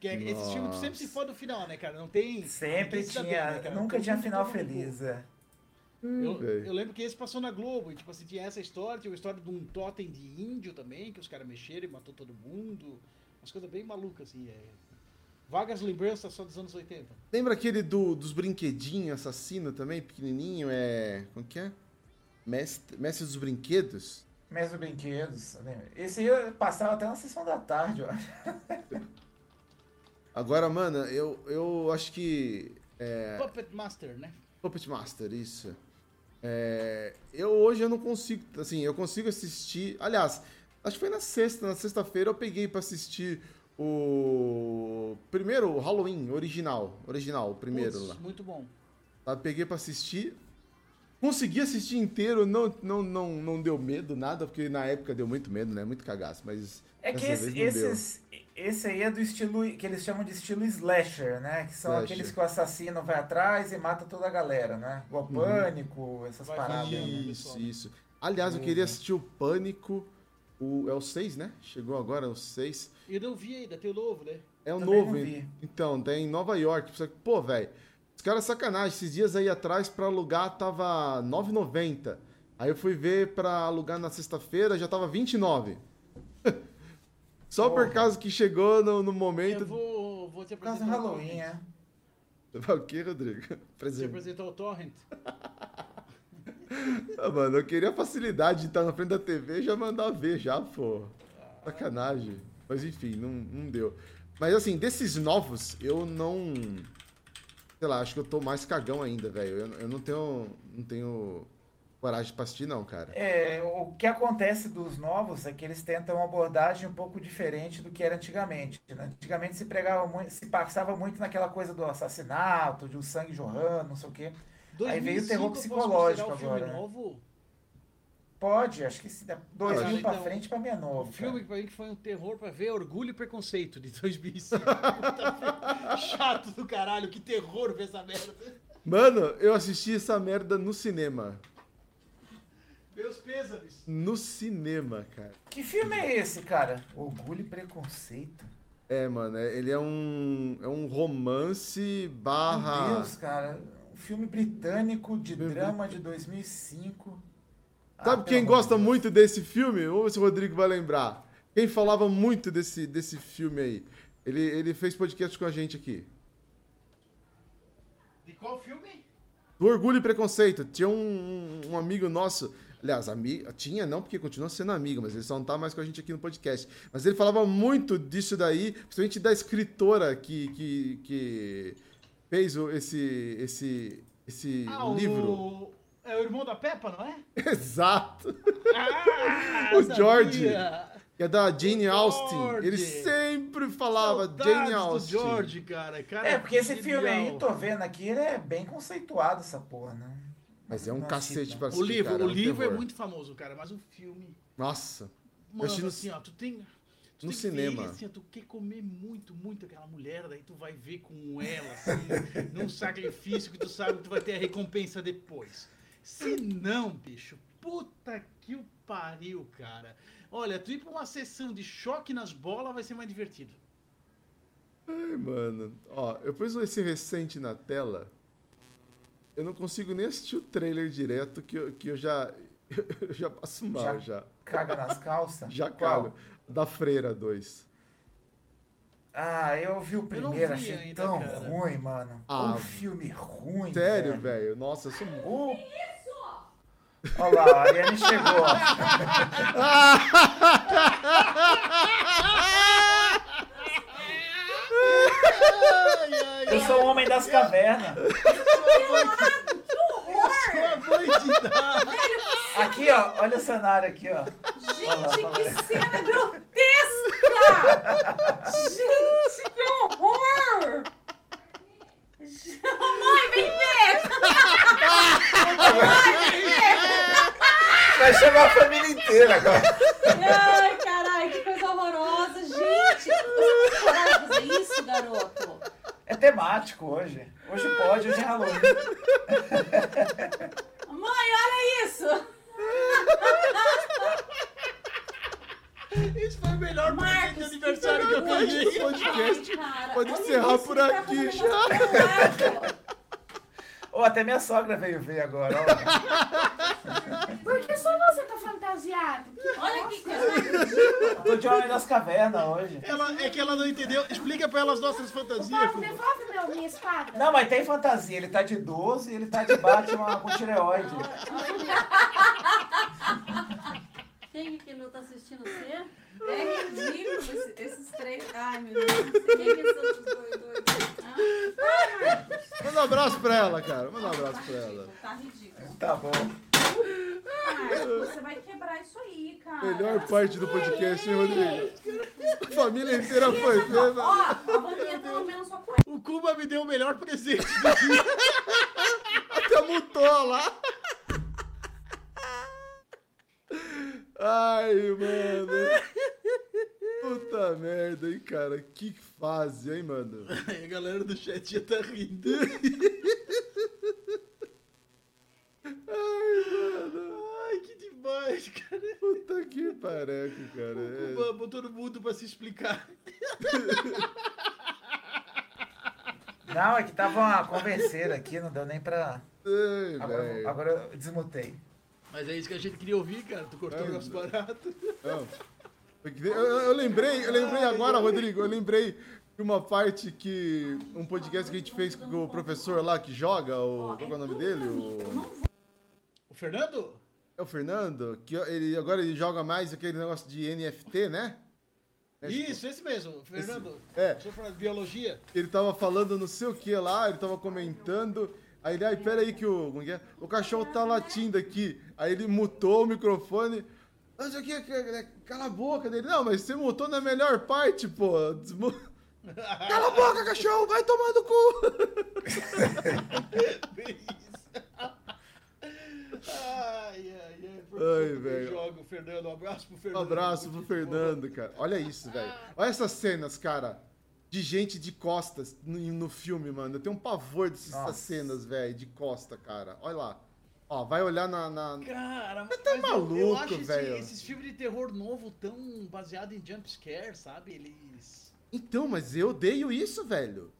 S4: Que é, esses filmes
S2: Nossa.
S4: sempre se foda do final, né, cara? Não tem.
S3: Sempre
S4: não tem esse
S3: tinha.
S4: saber, né, cara?
S3: nunca
S4: Todo
S3: tinha
S4: mundo
S3: final
S4: tava no cu.
S3: feliz. é.
S4: Eu,
S2: velho.
S4: eu lembro que esse passou na Globo, e tipo assim, tinha essa história, tinha uma história de um totem de índio também, que os caras mexeram e matou todo mundo. Umas coisas bem malucas, assim. É... Vagas lembranças só dos anos 80.
S2: Lembra aquele do, dos brinquedinhos assassino também, pequenininho? É. Como que é? Mestre, mestre dos brinquedos?
S3: Mesmo brinquedos. lembra? Esse eu passava até na sessão da tarde, eu acho.
S2: Agora, mano, eu, eu acho que.
S3: É.
S4: Puppet Master, né?
S2: Puppet Master, isso. É, eu hoje eu não consigo, assim, eu consigo assistir. Aliás, acho que foi na sexta, na sexta-feira eu peguei pra assistir o primeiro o Halloween original, original, o primeiro
S4: Putz,
S2: lá.
S4: Muito bom.
S2: Tá, peguei pra assistir. Consegui assistir inteiro, não, não, não, não deu medo, nada, porque na época deu muito medo, né? Muito cagaço, mas.
S3: É que
S2: dessa
S3: esse-
S2: vez não deu.
S3: esses, esse aí é do estilo que eles chamam de estilo slasher, né? Que são
S2: Slasher.
S3: aqueles que o assassino vai atrás e mata toda a galera, né? Igual pânico, essas
S4: Vai
S3: paradas.
S4: fugindo.
S3: né?
S2: Isso,
S4: pessoal?
S2: isso. Aliás, eu queria assistir o Pânico. O, é o 6, né? Chegou agora, é o 6.
S4: Eu não vi ainda, tem o novo, né?
S2: É o
S3: Também
S2: novo,
S3: não
S2: hein?
S3: vi.
S2: então, tem em Nova York. Só que, Pô, velho, os caras sacanagem. Esses dias aí atrás pra alugar tava 9,90. Aí eu fui ver pra alugar na sexta-feira, já tava 29. Só por
S3: Porra.
S2: causa que chegou no, no
S4: Eu
S2: momento.
S4: vou, vou te
S3: Por causa
S4: apresentar.
S3: do
S4: o
S3: Halloween,
S4: Torrent.
S3: é.
S2: O que, Rodrigo?
S4: Vou te
S2: Presente.
S4: apresentar o Torrent.
S2: Ah, mano, eu queria a facilidade de estar na frente da TV e já mandar ver já, pô. Sacanagem. Mas enfim, não, não deu. Mas assim, desses novos, eu não. Sei lá, acho que eu tô mais cagão ainda, velho. Eu, eu não tenho. Não tenho coragem pra assistir, não, cara.
S3: É, o que acontece dos novos é que eles tentam uma abordagem um pouco diferente do que era antigamente. né? Antigamente se pregava muito, se passava muito naquela coisa do assassinato, de um sangue jorrando, não sei o quê. Aí veio o terror
S4: 2005 eu posso
S3: psicológico
S4: considerar o filme
S3: agora, né?
S4: Novo,
S3: Pode, acho que se der dois
S4: Cara,
S3: mil pra
S4: então,
S3: frente pra mim é
S4: o
S3: novo.
S4: filme
S3: Filme...
S4: que pra mim que foi um terror pra ver Orgulho e Preconceito de 2005. Puta, Chato do caralho, que terror ver essa merda.
S2: Mano, eu assisti essa merda no cinema.
S4: Meus pêsames.
S2: No cinema, cara.
S3: Que filme é esse, cara? Orgulho e Preconceito.
S2: É, mano, é- ele é um, é um romance
S3: Meu
S2: barra.
S3: Deus, cara. Um filme britânico de
S2: Meu
S3: drama de 2005. Ah,
S2: Sabe quem
S3: pelo amor
S2: gosta
S3: de Deus.
S2: muito desse filme? Vamos ver se o Rodrigo vai lembrar. Quem falava muito desse, desse filme aí? Ele, ele fez podcast com a gente aqui.
S4: De qual filme?
S2: Do Orgulho e Preconceito. Tinha um, um amigo nosso. Aliás, ami... tinha não, porque continua sendo amigo, mas ele só não tá mais com a gente aqui no podcast. Mas ele falava muito disso daí, principalmente da escritora que, que, que fez o- esse, esse, esse
S4: Ah, o-
S2: livro.
S4: É o irmão da Peppa, não é?
S2: Exato!
S4: Ah,
S2: O
S4: sabia.
S2: George. Que é da Jane
S4: O
S2: Austen. Ele
S4: George.
S2: sempre falava
S4: Saudades
S2: Jane
S4: do
S2: Austen.
S4: George, cara. cara
S3: É, porque esse
S4: genial.
S3: filme aí, tô vendo aqui, ele é bem conceituado, essa porra, né?
S2: Mas é um
S3: Nossa,
S2: cacete
S3: não.
S2: pra
S4: O
S2: assistir,
S4: livro,
S2: cara,
S4: o
S2: um
S4: livro é
S2: terror.
S4: muito famoso, cara, mas o filme.
S2: Nossa.
S4: Mano,
S2: assisti no-
S4: assim, ó, tu tem. Tu
S2: no
S4: tem que ver
S2: cinema.
S4: ele, assim, ó, tu quer comer muito, muito aquela mulher, daí tu vai ver com ela, assim, num sacrifício que tu sabe que tu vai ter a recompensa depois. Se não, bicho, puta que o pariu, cara. Olha, tu ir pra uma sessão de choque nas bolas vai ser mais divertido.
S2: Ai, mano. Ó, eu pus esse recente na tela. Eu não consigo nem assistir o trailer direto, que eu, que eu já. Eu já passo mal, já.
S3: Caga nas calças?
S2: Já
S3: Qual?
S2: cago. Da Freira 2.
S3: Ah, eu vi o primeiro,
S4: vi
S3: achei
S4: ainda,
S3: tão
S4: cara.
S3: ruim, mano.
S2: Ah,
S3: um filme
S2: É.
S3: ruim,
S2: Sério, velho. Nossa, eu sou. mu-
S3: O... Olha lá, a Ariane chegou.
S4: Ai, ai,
S3: Eu sou o homem das cavernas.
S4: ai, mãe de dar.
S3: Aqui, ó, olha o cenário aqui, ó.
S5: Gente, que cena grotesca! Gente, que horror! Mãe, vem ver!
S3: Vai chamar a família inteira agora.
S5: Ai, caralho, que coisa horrorosa! Gente, você pode fazer isso, garoto?
S3: É temático hoje. Hoje pode, hoje é Halloween.
S5: Mãe, olha isso!
S4: Esse foi o melhor presente de
S5: Marcos,
S4: aniversário que eu
S2: Ai,
S4: ganhei.
S2: esse podcast
S5: Ai, cara,
S2: pode
S5: olha
S2: encerrar
S5: isso,
S2: por
S5: ele tá
S2: aqui
S5: fazendo um negócio horroroso.
S3: Ou até minha sogra veio ver agora, ó.
S6: Por que só você tá fantasiado?
S5: Olha que coisa
S3: Tô de homem das cavernas hoje.
S4: Ela, é que ela não entendeu. Explica pra ela as nossas fantasias.
S6: Paulo,
S4: por favor.
S6: devolve meu, minha espada.
S3: Não, mas tem fantasia. Ele tá de 12 e ele tá de Batman com tireoide.
S5: Quem que não tá assistindo você? É ridículo esse- esses três. Ai, meu Deus. Quem é que são esses dois doidos? Ah,
S2: Manda um abraço pra ela, cara. Manda um abraço pra ela.
S5: ridículo, tá ridículo.
S3: Tá bom.
S5: Marcos, você vai quebrar isso aí, cara.
S2: Melhor parte do podcast, hein, Rodrigo? A família inteira foi ver,
S5: Ó,
S2: mano.
S5: a Vaninha tá pelo menos só coisa.
S4: O Cuba me deu o melhor presente.
S2: Até mutou lá. Ai, mano. Puta merda, hein, cara. Que fase, hein, mano.
S4: Aí a galera do chat já tá rindo. Ai, que demais, cara.
S2: Puta que pareco, cara.
S4: O
S2: É-
S4: Cuba botou no mundo pra se explicar.
S3: Não, é que tava uma convenceira aqui, não deu nem pra.
S2: Ei,
S3: Agora,
S2: velho.
S3: agora eu desmutei.
S4: Mas é isso que a gente queria ouvir, cara. Tu cortou
S2: Ai,
S4: o nosso
S2: meu.
S4: barato.
S2: Não. Eu, eu lembrei, eu lembrei agora, Rodrigo, eu lembrei de uma parte que. Um podcast que a gente fez com o professor lá que joga, o. Qual que é o nome dele? O.
S4: O Fernando?
S2: É o Fernando, que ele agora ele joga mais aquele negócio de NFT, né? É,
S4: Isso, esse mesmo. Fernando.
S2: É.
S4: Sou pra biologia.
S2: Ele tava falando não sei o que lá, ele tava comentando. Aí ele, ai, pera aí que o. como que é? O cachorro tá latindo aqui. Aí ele mutou o microfone. Não sei o que, que- que- cala a boca dele. Não, mas você mutou na melhor parte, pô. Desmu- Cala a boca, cachorro, vai tomar no cu.
S4: Bem É isso. Ai, ai, ai. Por
S2: Ai,
S4: tudo que
S2: velho.
S4: Joga o Fernando. Um abraço pro
S2: Um
S4: Fernando.
S2: abraço pro
S4: Muito
S2: Fernando, cara. Olha isso, velho. Olha essas cenas, cara. De gente de costas no, no filme, mano. Eu tenho um pavor dessas
S3: Nossa.
S2: cenas, velho, de costa, cara. Olha lá. Ó, vai olhar na. na-
S4: bom. Cara, mas
S2: tá
S4: eu- Eu
S2: maluco,
S4: acho esse-
S2: velho.
S4: esses filmes de terror novo tão baseado em jumpscare, sabe? Eles.
S2: Então, mas eu odeio isso, velho.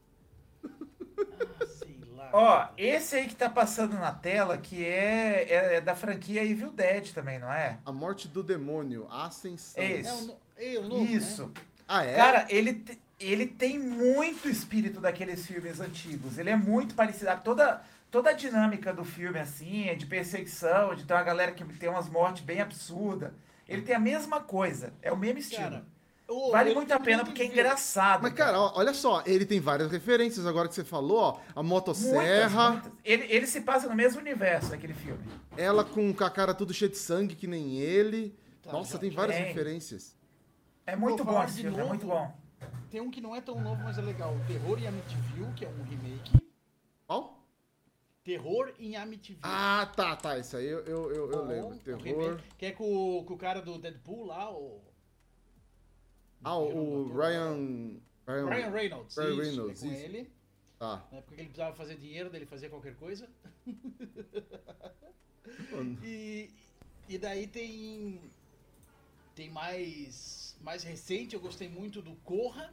S4: Ah, sei lá. É
S3: Ó, esse aí que tá passando na tela, que é, é, é da franquia Evil Dead também, não é?
S2: A morte do demônio, a ascensão.
S3: É
S4: É
S3: isso.
S4: o no- é o novo, né?
S3: Isso.
S2: Ah, é?
S3: Cara, ele, te- ele tem muito espírito daqueles filmes antigos. Ele é muito parecido. a Toda, toda a dinâmica do filme, assim, é de perseguição, de ter uma galera que tem umas mortes bem absurdas. Ele tem a mesma coisa. É o mesmo estilo.
S4: Cara, ô, um
S3: vale
S4: eu
S3: muito a
S4: tô
S3: pena
S4: muito
S3: porque é
S4: vendo.
S3: engraçado.
S2: Mas, cara, ó, olha só, ele tem várias referências agora que você falou, ó. A
S3: Muitas,
S2: motosserra,
S3: muitas. Ele, ele se passa no mesmo universo, aquele filme.
S4: né?
S2: ela com, com a cara tudo cheia de sangue, que nem ele.
S4: Tá,
S2: Nossa,
S4: já-
S2: tem várias
S3: é.
S2: referências.
S3: É muito
S4: Vou
S3: bom
S4: falar
S3: esse
S4: de
S3: filme, é
S4: novo.
S3: muito bom.
S4: Tem um que não é tão novo, mas é legal. Terror em Amityville, que é um remake.
S2: Qual?
S4: Terror em Amityville.
S2: Ah, tá, tá. Isso aí eu, eu, eu, eu
S4: Bom,
S2: lembro.
S4: um remake,
S2: Terror.
S4: Que é com, o- com o cara do Deadpool lá, o...
S2: Ah, o o Ryan. Ryan.
S4: Ryan Reynolds.
S2: É Ryan
S4: isso,
S2: Reynolds,
S4: é com
S2: isso.
S4: ele.
S2: Tá.
S4: Na época que ele precisava fazer dinheiro, dele fazia qualquer coisa. E, e daí tem... Tem mais... Mais recente, eu gostei muito do Corra.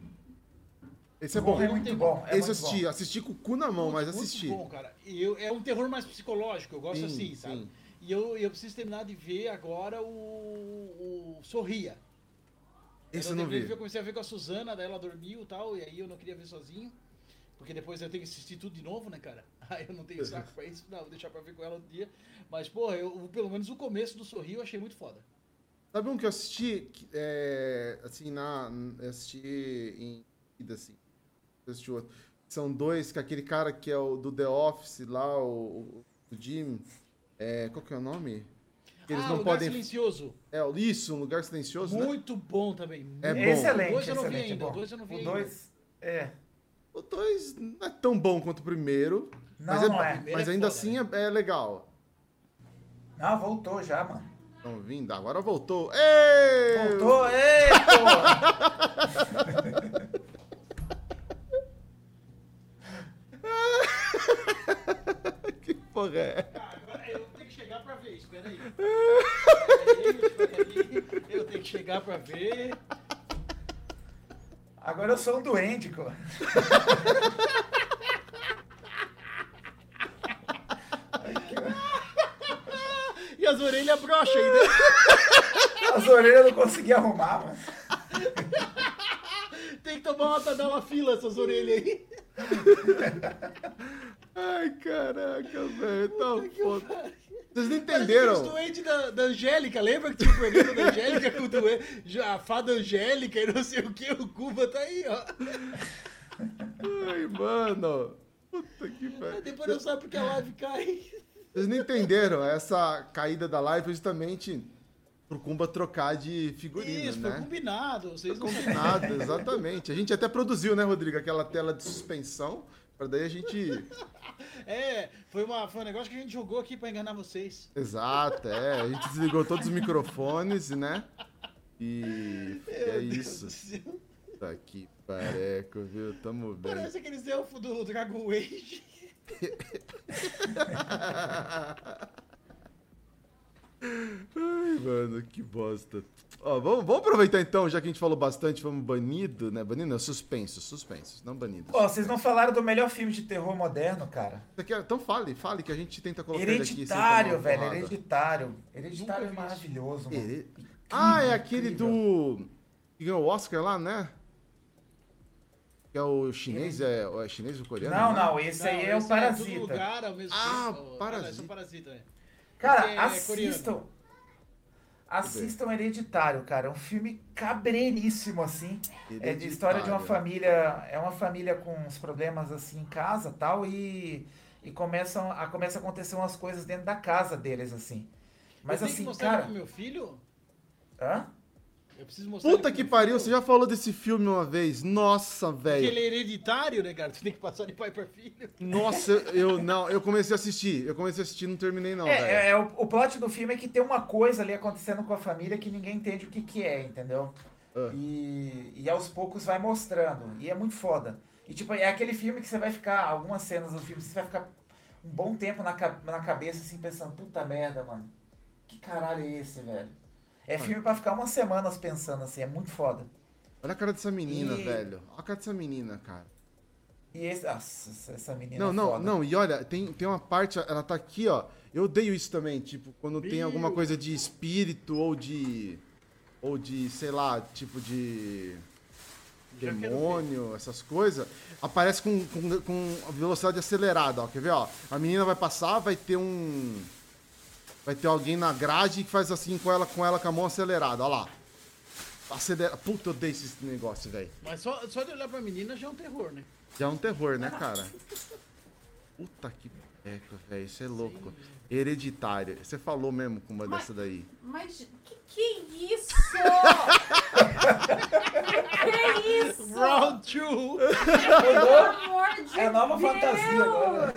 S2: Esse é
S3: Bom,
S2: bom.
S3: é muito bom.
S2: Esse
S3: É
S2: eu
S3: muito
S2: assisti.
S3: bom.
S2: Assisti com o cu na mão, mas
S4: Muito
S2: assisti.
S4: bom, cara. E eu- é um terror mais psicológico, eu gosto
S2: Sim,
S4: assim, sabe?
S2: sim.
S4: E eu, eu preciso terminar de ver agora o, o Sorria.
S2: Esse eu
S4: eu
S2: não
S4: terminei de ver,
S2: vi.
S4: Eu comecei a ver com a Suzana, daí ela dormiu e tal, e aí eu não queria ver sozinho. Porque depois eu tenho que assistir tudo de novo, né, cara? Aí eu não tenho saco pra isso, não, vou deixar pra ver com ela um dia. Mas, porra, eu, pelo menos o começo do Sorria eu achei muito foda.
S2: Sabe um que eu assisti, que, é, assim, na, eu assisti em vida, assim, eu assisti outro. São dois, que aquele cara que é o do The Office lá, o, o, o Jim, é, qual que é o nome? Que Eles
S4: ah,
S2: não
S4: Lugar
S2: podem...
S4: Silencioso.
S2: É, isso, Um Lugar Silencioso, né?
S4: Muito bom também.
S2: É
S4: muito
S2: bom.
S3: Excelente,
S4: Dois eu não vi
S3: excelente, é
S4: ainda,
S3: bom.
S4: dois eu não vi
S3: o
S4: ainda.
S3: dois, é.
S2: O dois não é tão bom quanto o primeiro,
S3: Não,
S2: mas, é,
S3: não é.
S4: Primeiro
S2: mas
S4: é
S2: ainda
S4: foda,
S2: assim é, é legal.
S3: Não, voltou já, mano.
S2: Estão vindo, agora voltou. Ei!
S3: Voltou, ei, pô!
S2: Que porra é?
S4: Agora eu tenho que chegar pra ver isso, peraí. Peraí, peraí. Eu tenho que chegar pra ver.
S3: Agora eu sou um duende, pô.
S4: E as orelhas brocham ainda.
S3: As orelhas eu não consegui arrumar, mano.
S4: Tem que tomar uma tadala fila essas orelhas aí.
S2: Ai, caraca, velho, tá foda. Vocês não
S4: Os
S2: entenderam?
S4: doentes da, da Angélica, lembra que tinha um programa da Angélica com o doente, já, a fada Angélica e não sei o que, o Cuba tá aí, ó.
S2: Ai, mano. Puta que
S4: Aí
S2: pariu.
S4: Depois não sabe porque a live cai.
S2: Vocês não entenderam. Essa caída da live foi justamente pro Kumba trocar de figurino,
S4: Isso, foi
S2: né?
S4: combinado, vocês não sabem.
S2: Nada, exatamente. A gente até produziu, né, Rodrigo? Aquela tela de suspensão. Pra daí a gente.
S4: É, foi, uma, foi um negócio que a gente jogou aqui pra enganar vocês.
S2: Exato, é. A gente desligou todos os microfones, né? E é isso. Tá que pareco, viu? Tamo bem.
S4: Parece aqueles elfos do Dragon Age.
S2: Ai, mano, que bosta. Ó, vamos, vamos aproveitar então, já que a gente falou bastante, fomos banido, né? Banido não, suspenso, suspenso, não banido.
S3: Pô, vocês não falaram do melhor filme de terror moderno, cara.
S2: Você quer- Então fale, fale que a gente tenta colocar ele aqui. sem tomar
S3: Hereditário,
S2: uma
S3: velho.
S2: porrada.
S3: Hereditário. Hereditário é
S4: Nunca vi isso.
S3: maravilhoso, mano.
S2: Here- Ah, é aquele
S3: incrível.
S2: do... que ganhou o Oscar lá, né? Que é o chinês, é, é chinês ou coreano?
S3: Não,
S2: né?
S3: não, esse aí é
S4: esse
S3: o
S4: todo
S3: Parasita.
S4: lugar ao mesmo
S2: Ah,
S4: tempo.
S2: Parasita.
S4: esse é o parasita. né?
S3: Cara,
S4: É, é
S3: assistam. Assistam Hereditário, cara. É um filme cabreiríssimo, assim. É de história de uma
S2: Hereditário.
S3: família. É uma família com uns problemas assim em casa tal. E, e começam a, começa a acontecer umas coisas dentro da casa deles, assim. Mas
S4: eu tenho que
S3: assim,
S4: mostrar
S3: cara.
S4: pro meu filho?
S3: Hã?
S4: Eu preciso mostrar.
S2: Puta
S4: ele pro
S2: que
S4: meu
S2: pariu,
S4: filho?
S2: você já falou desse filme uma vez. Nossa,
S4: Porque
S2: velho.
S4: ele é hereditário, né, cara? Você tem que passar de pai pra filho.
S2: Nossa, eu eu- não, eu comecei a assistir. Eu comecei a assistir e não terminei, não, velho.
S3: É, é, é, o, o plot do filme é que tem uma coisa ali acontecendo com a família que ninguém entende o que, que é, entendeu?
S2: Ah.
S3: E, e aos poucos vai mostrando. E é muito foda. E tipo, é aquele filme que você vai ficar, algumas cenas do filme, você vai ficar um bom tempo na, ca- na cabeça, assim, pensando, puta merda, mano. Que caralho é esse, velho? É filme pra ficar umas semanas pensando, assim, é muito foda.
S2: Olha a cara dessa menina,
S3: E-
S2: velho. Olha a cara dessa menina, cara.
S3: E esse. Nossa, essa menina.
S2: Não,
S3: é
S2: não,
S3: foda.
S2: não. E olha, tem, tem uma parte, ela tá aqui, ó. Eu odeio isso também, tipo, quando tem
S4: Meu.
S2: alguma coisa de espírito ou de. Ou de, sei lá, tipo de.
S4: Já quero ver.
S2: Demônio, essas coisas. Aparece com, com, com velocidade acelerada, ó. Quer ver, ó? A menina vai passar, vai ter um. Vai ter alguém na grade que faz assim com ela, com ela com a mão acelerada, ó lá. Acelera. Puta, eu odeio esse negócio, velho.
S4: Mas só, só de olhar pra menina já é um terror, né?
S2: Já é um terror, né, cara? Puta que peca, velho. Isso é louco. Hereditária. Você falou mesmo com uma
S5: Mas-
S2: dessa daí.
S5: Mas que que é isso? que é isso?
S4: Round 2!
S5: Pelo amor de
S3: É a nova
S5: Deus!
S3: fantasia né, agora.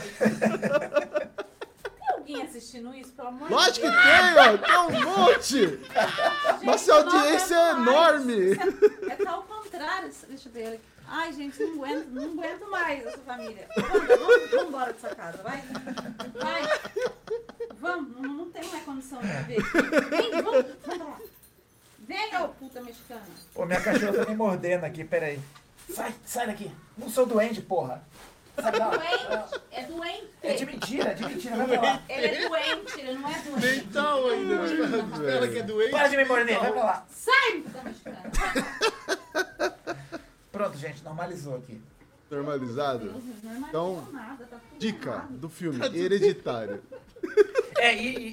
S5: Tem alguém assistindo isso, pelo amor de
S2: Lógico que
S5: Deus?
S2: tem, ó. Tem um monte.
S5: Lógico
S2: Nossa audiência é enorme.
S5: É tá ao contrário. Deixa eu ver ele. Ai, gente, não aguento, não aguento mais essa família. Vamos, vamos, vamos embora dessa casa, vai. Vai. Vamos, não, não tem mais condição de viver. Vem, vamos, vamos pra lá. Vem, ô puta mexicana.
S3: Pô, minha cachorra tá me mordendo aqui, peraí. Sai, sai daqui. Não sou doente, porra. Sai da
S5: Doente, é doente.
S3: É de mentira, é de mentira, vai pra lá.
S5: Ele é doente, ele não é doente.
S3: Então
S4: Mental
S3: tipo,
S4: ainda. Ela que é doente.
S3: Para de me morder, vai pra lá.
S5: Sai, puta mexicana.
S3: Pronto, gente, normalizou aqui.
S2: Normalizado. Então,
S5: Então, nada, tá tudo
S2: Dica
S5: errado.
S2: do filme
S3: Tá
S2: Hereditário.
S3: É, e,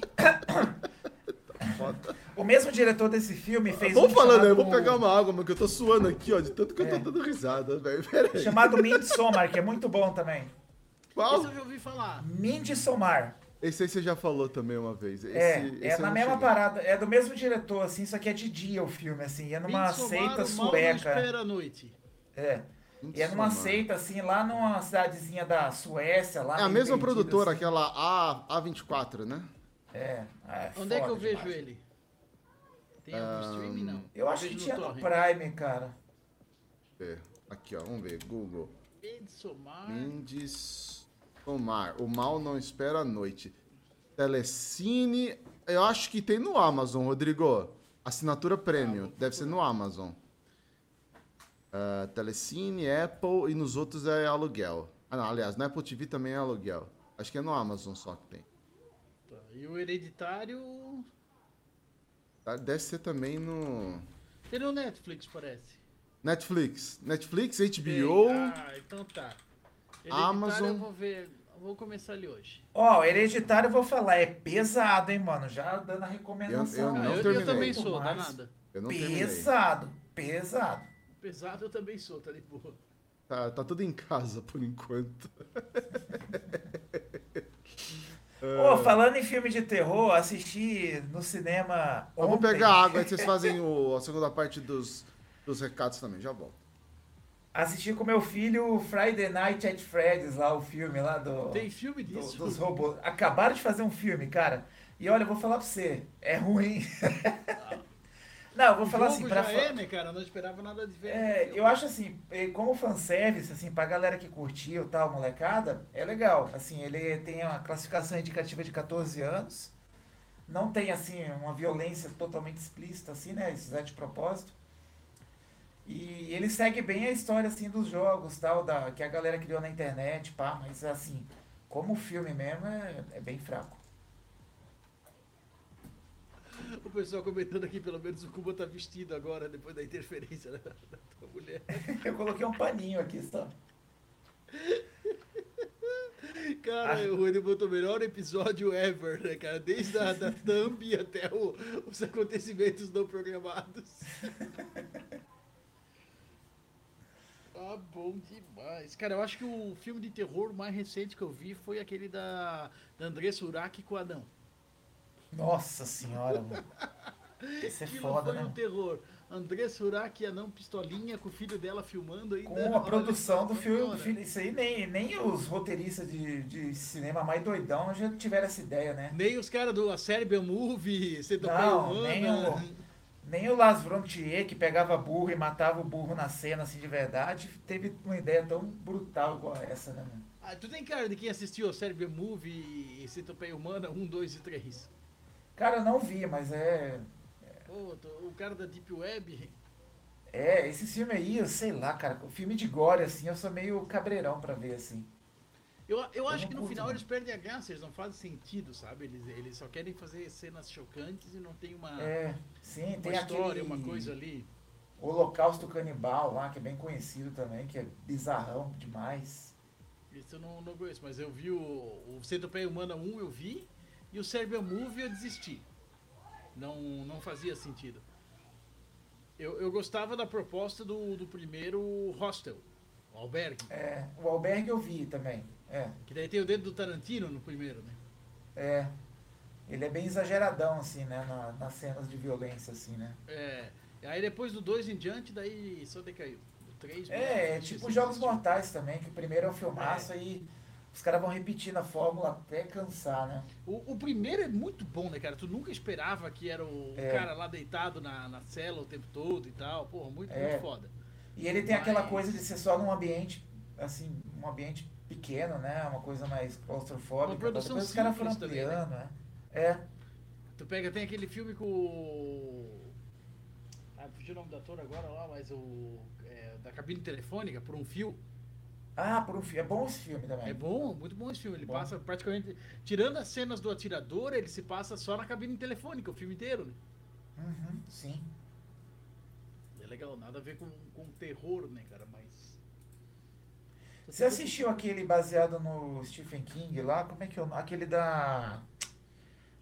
S3: e- o mesmo diretor desse filme fez
S2: Vamos
S3: um
S2: falando, né?
S3: chamado,
S2: eu vou pegar uma água, mano, que eu tô suando aqui, ó, de tanto que eu
S3: É.
S2: tô dando risada, velho. Pera aí.
S3: chamado Midsommar, que é muito bom também.
S4: Isso
S2: Qual?
S4: eu já ouvi falar.
S3: Midsommar.
S2: Esse aí você já falou também uma vez. Esse,
S3: É,
S2: esse
S3: é
S2: eu
S3: na
S2: não
S3: mesma
S2: cheguei.
S3: parada, é do mesmo diretor, assim, só que é de dia o filme, assim, é numa
S4: Midsommar, o mal
S3: seita
S4: não
S3: sueca.
S4: espera a noite.
S3: É. E é numa
S2: Midsommar.
S3: seita, assim, lá numa cidadezinha da Suécia, lá.
S2: É a
S3: meio
S2: mesma
S3: perdida,
S2: produtora,
S3: assim.
S2: aquela A, A24, né?
S3: É. ah,
S4: Onde é que
S3: foda
S4: eu vejo
S3: demais.
S4: ele? Tem algum streaming, não?
S3: Eu acho que
S4: vejo
S3: tinha
S4: no
S3: no
S4: torrent.
S3: Prime, cara.
S2: É. Aqui, ó, vamos ver. Google.
S4: Midsommar.
S2: Mendes Tomar. O mal não espera a noite. Telecine. Eu acho que tem no Amazon, Rodrigo. Assinatura premium. Deve ser no Amazon. Ah, Telecine, Apple e nos outros é aluguel. Ah, não, aliás, na Apple TV também é aluguel. Acho que é no Amazon só que tem.
S4: Tá, E o Hereditário...
S2: Tá, Deve ser também no.
S4: Tem no Netflix, parece.
S2: Netflix. Netflix,
S4: Tem.
S2: HBO.
S4: Ah, então tá. Hereditário
S2: Amazon.
S4: eu vou ver... eu Vou começar ali hoje.
S3: Ó, Hereditário, eu vou falar, é pesado, hein, mano? Já dando a
S2: Eu
S3: recomendação.
S2: não
S4: Ah, eu, eu
S2: terminei.
S4: também sou,
S3: Mas
S4: danada.
S2: Eu não terminei.
S3: Pesado, pesado.
S4: Pesado eu também sou, tá de boa.
S2: Tá, tá tudo em casa por enquanto. É.
S3: Ô, falando em filme de terror, assisti no cinema ontem.
S2: Eu vou pegar água aí vocês fazem o- a segunda parte dos, dos recados também. Já volto.
S3: Assisti com meu filho Friday Night at Freddy's, lá o filme lá do...
S4: Tem filme
S3: do-
S4: disso?
S3: dos robôs. Acabaram de fazer um filme, cara. E olha, eu vou falar pra você, é ruim. Não, eu vou falar
S4: Ah. o
S3: assim,
S4: jogo
S3: pra
S4: já
S3: fa-
S4: é, né, cara? Eu não esperava nada de ver.
S3: É, eu acho assim, eh, como fanservice, assim, pra galera que curtiu e tal, molecada, é legal. Assim, ele tem uma classificação indicativa de 14 anos. Não tem, assim, uma violência totalmente explícita, assim, né? Isso é de propósito. E ele segue bem a história, assim, dos jogos, tal, da, que a galera criou na internet, pá. Mas, assim, como filme mesmo, é, é bem fraco.
S4: O pessoal comentando aqui, pelo menos o Cuba tá vestido agora, depois da interferência da, da tua mulher.
S3: Eu coloquei um paninho aqui, só.
S4: Cara,
S3: Ah.
S4: o ele botou o melhor episódio ever, né, cara? Desde a da thumb até o- os acontecimentos não programados. Tá bom demais. Cara, eu acho que o filme de terror mais recente que eu vi foi aquele da, da Andressa Urach com o Adão.
S3: Nossa senhora, mano. Isso é
S4: Aquilo
S3: foda,
S4: foi
S3: né?
S4: um terror. Andressa Urach e Anão Pistolinha com o filho dela filmando aí. né?
S3: Com a produção do filme,
S4: Senhora.
S3: do filme- Isso aí nem, nem os roteiristas de, de cinema mais doidão já tiveram essa ideia, né?
S4: Nem os caras do a série Movie, você
S3: Não,
S4: humana.
S3: nem um o- Nem o Las Frontier, que pegava burro e matava o burro na cena assim de verdade, teve uma ideia tão brutal igual essa, né, mano?
S4: Ah, tu tem cara de quem assistiu a série B Movie e Centopeia Humana 1, 2 e 3.
S3: Cara, eu não vi, mas é.
S4: Pô, tô- o cara da Deep Web.
S3: É, esse filme aí, eu sei lá, cara. O filme de gore, assim, eu sou meio cabreirão pra ver, assim.
S4: Eu, eu, acho
S3: não
S4: que no
S3: curto,
S4: final
S3: não.
S4: eles perdem a graça, eles não fazem sentido, sabe? Eles, eles só querem fazer cenas chocantes e não tem uma,
S3: É, sim,
S4: Ah, uma
S3: tem
S4: história,
S3: aquele.
S4: uma coisa ali.
S3: Holocausto Canibal lá, que é bem conhecido também, que é bizarrão demais.
S4: Isso eu não, não conheço, mas eu vi o, o Centopeia Humana 1, eu vi, e o Serbia Movie eu desisti. Não, não fazia sentido. Eu, eu gostava da proposta do, do primeiro Hostel, o albergue.
S3: É, o Albergue eu vi também. É,
S4: Que daí tem o dedo do Tarantino no primeiro, né?
S3: é. Ele é bem exageradão, assim, né? na- nas cenas de violência, assim, né?
S4: É. e Aí depois do 2 em diante, daí só decaiu. Do assim, 3
S3: É, é tipo Jogos Mortais também, que o primeiro é o filmaço aí. Os caras vão repetindo a fórmula até cansar, né?
S4: O, o primeiro é muito bom, né, cara? Tu nunca esperava que era o
S3: É.
S4: cara lá deitado na, na cela o tempo todo e tal. Porra, muito,
S3: É.
S4: muito foda.
S3: E ele tem aquela
S4: Mas-
S3: coisa de ser só num ambiente, assim, um ambiente pequeno, né? Uma coisa mais claustrofóbica.
S4: Uma produção
S3: Depois os caras foram
S4: simples também, né?
S3: ampliando, né? É.
S4: Tu pega, tem aquele filme com. o- Ah, fugiu o nome do ator agora lá, mas o. é, da cabine telefônica, por um fio.
S3: Ah, por um filme. É bom esse filme também.
S4: É bom, muito bom esse filme. Ele
S3: Bom.
S4: passa praticamente. Tirando as cenas do atirador, ele se passa só na cabine telefônica, o filme inteiro, né?
S3: Uhum, sim.
S4: É legal, nada a ver com, com terror, né, cara? Mas.
S3: Você assistiu aquele baseado no Stephen King lá? Como é que é o nome? Aquele da.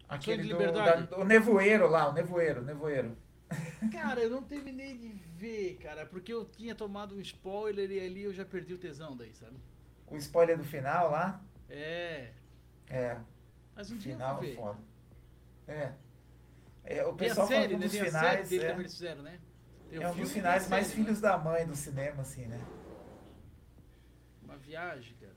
S3: Aquele
S4: de
S3: do,
S4: Liberdade.
S3: da- do Nevoeiro lá, o Nevoeiro, o Nevoeiro.
S4: Cara, eu não terminei de ver, cara, porque eu tinha tomado um spoiler e ali eu já perdi o tesão daí, sabe?
S3: O spoiler do final lá.
S4: É.
S3: É,
S4: Mas um dia eu
S3: final
S4: vou ver.
S3: foda. É. É, o
S4: Tem a
S3: pessoal fala que
S4: série,
S3: um
S4: né?
S3: dos
S4: Tem a série
S3: finais.
S4: dele
S3: é.
S4: também eles fizeram, né? Tem o
S3: É um
S4: filme
S3: dos
S4: e tem a
S3: finais mais
S4: série,
S3: filhos da mãe do cinema, assim, né?
S4: né? Uma viagem, cara.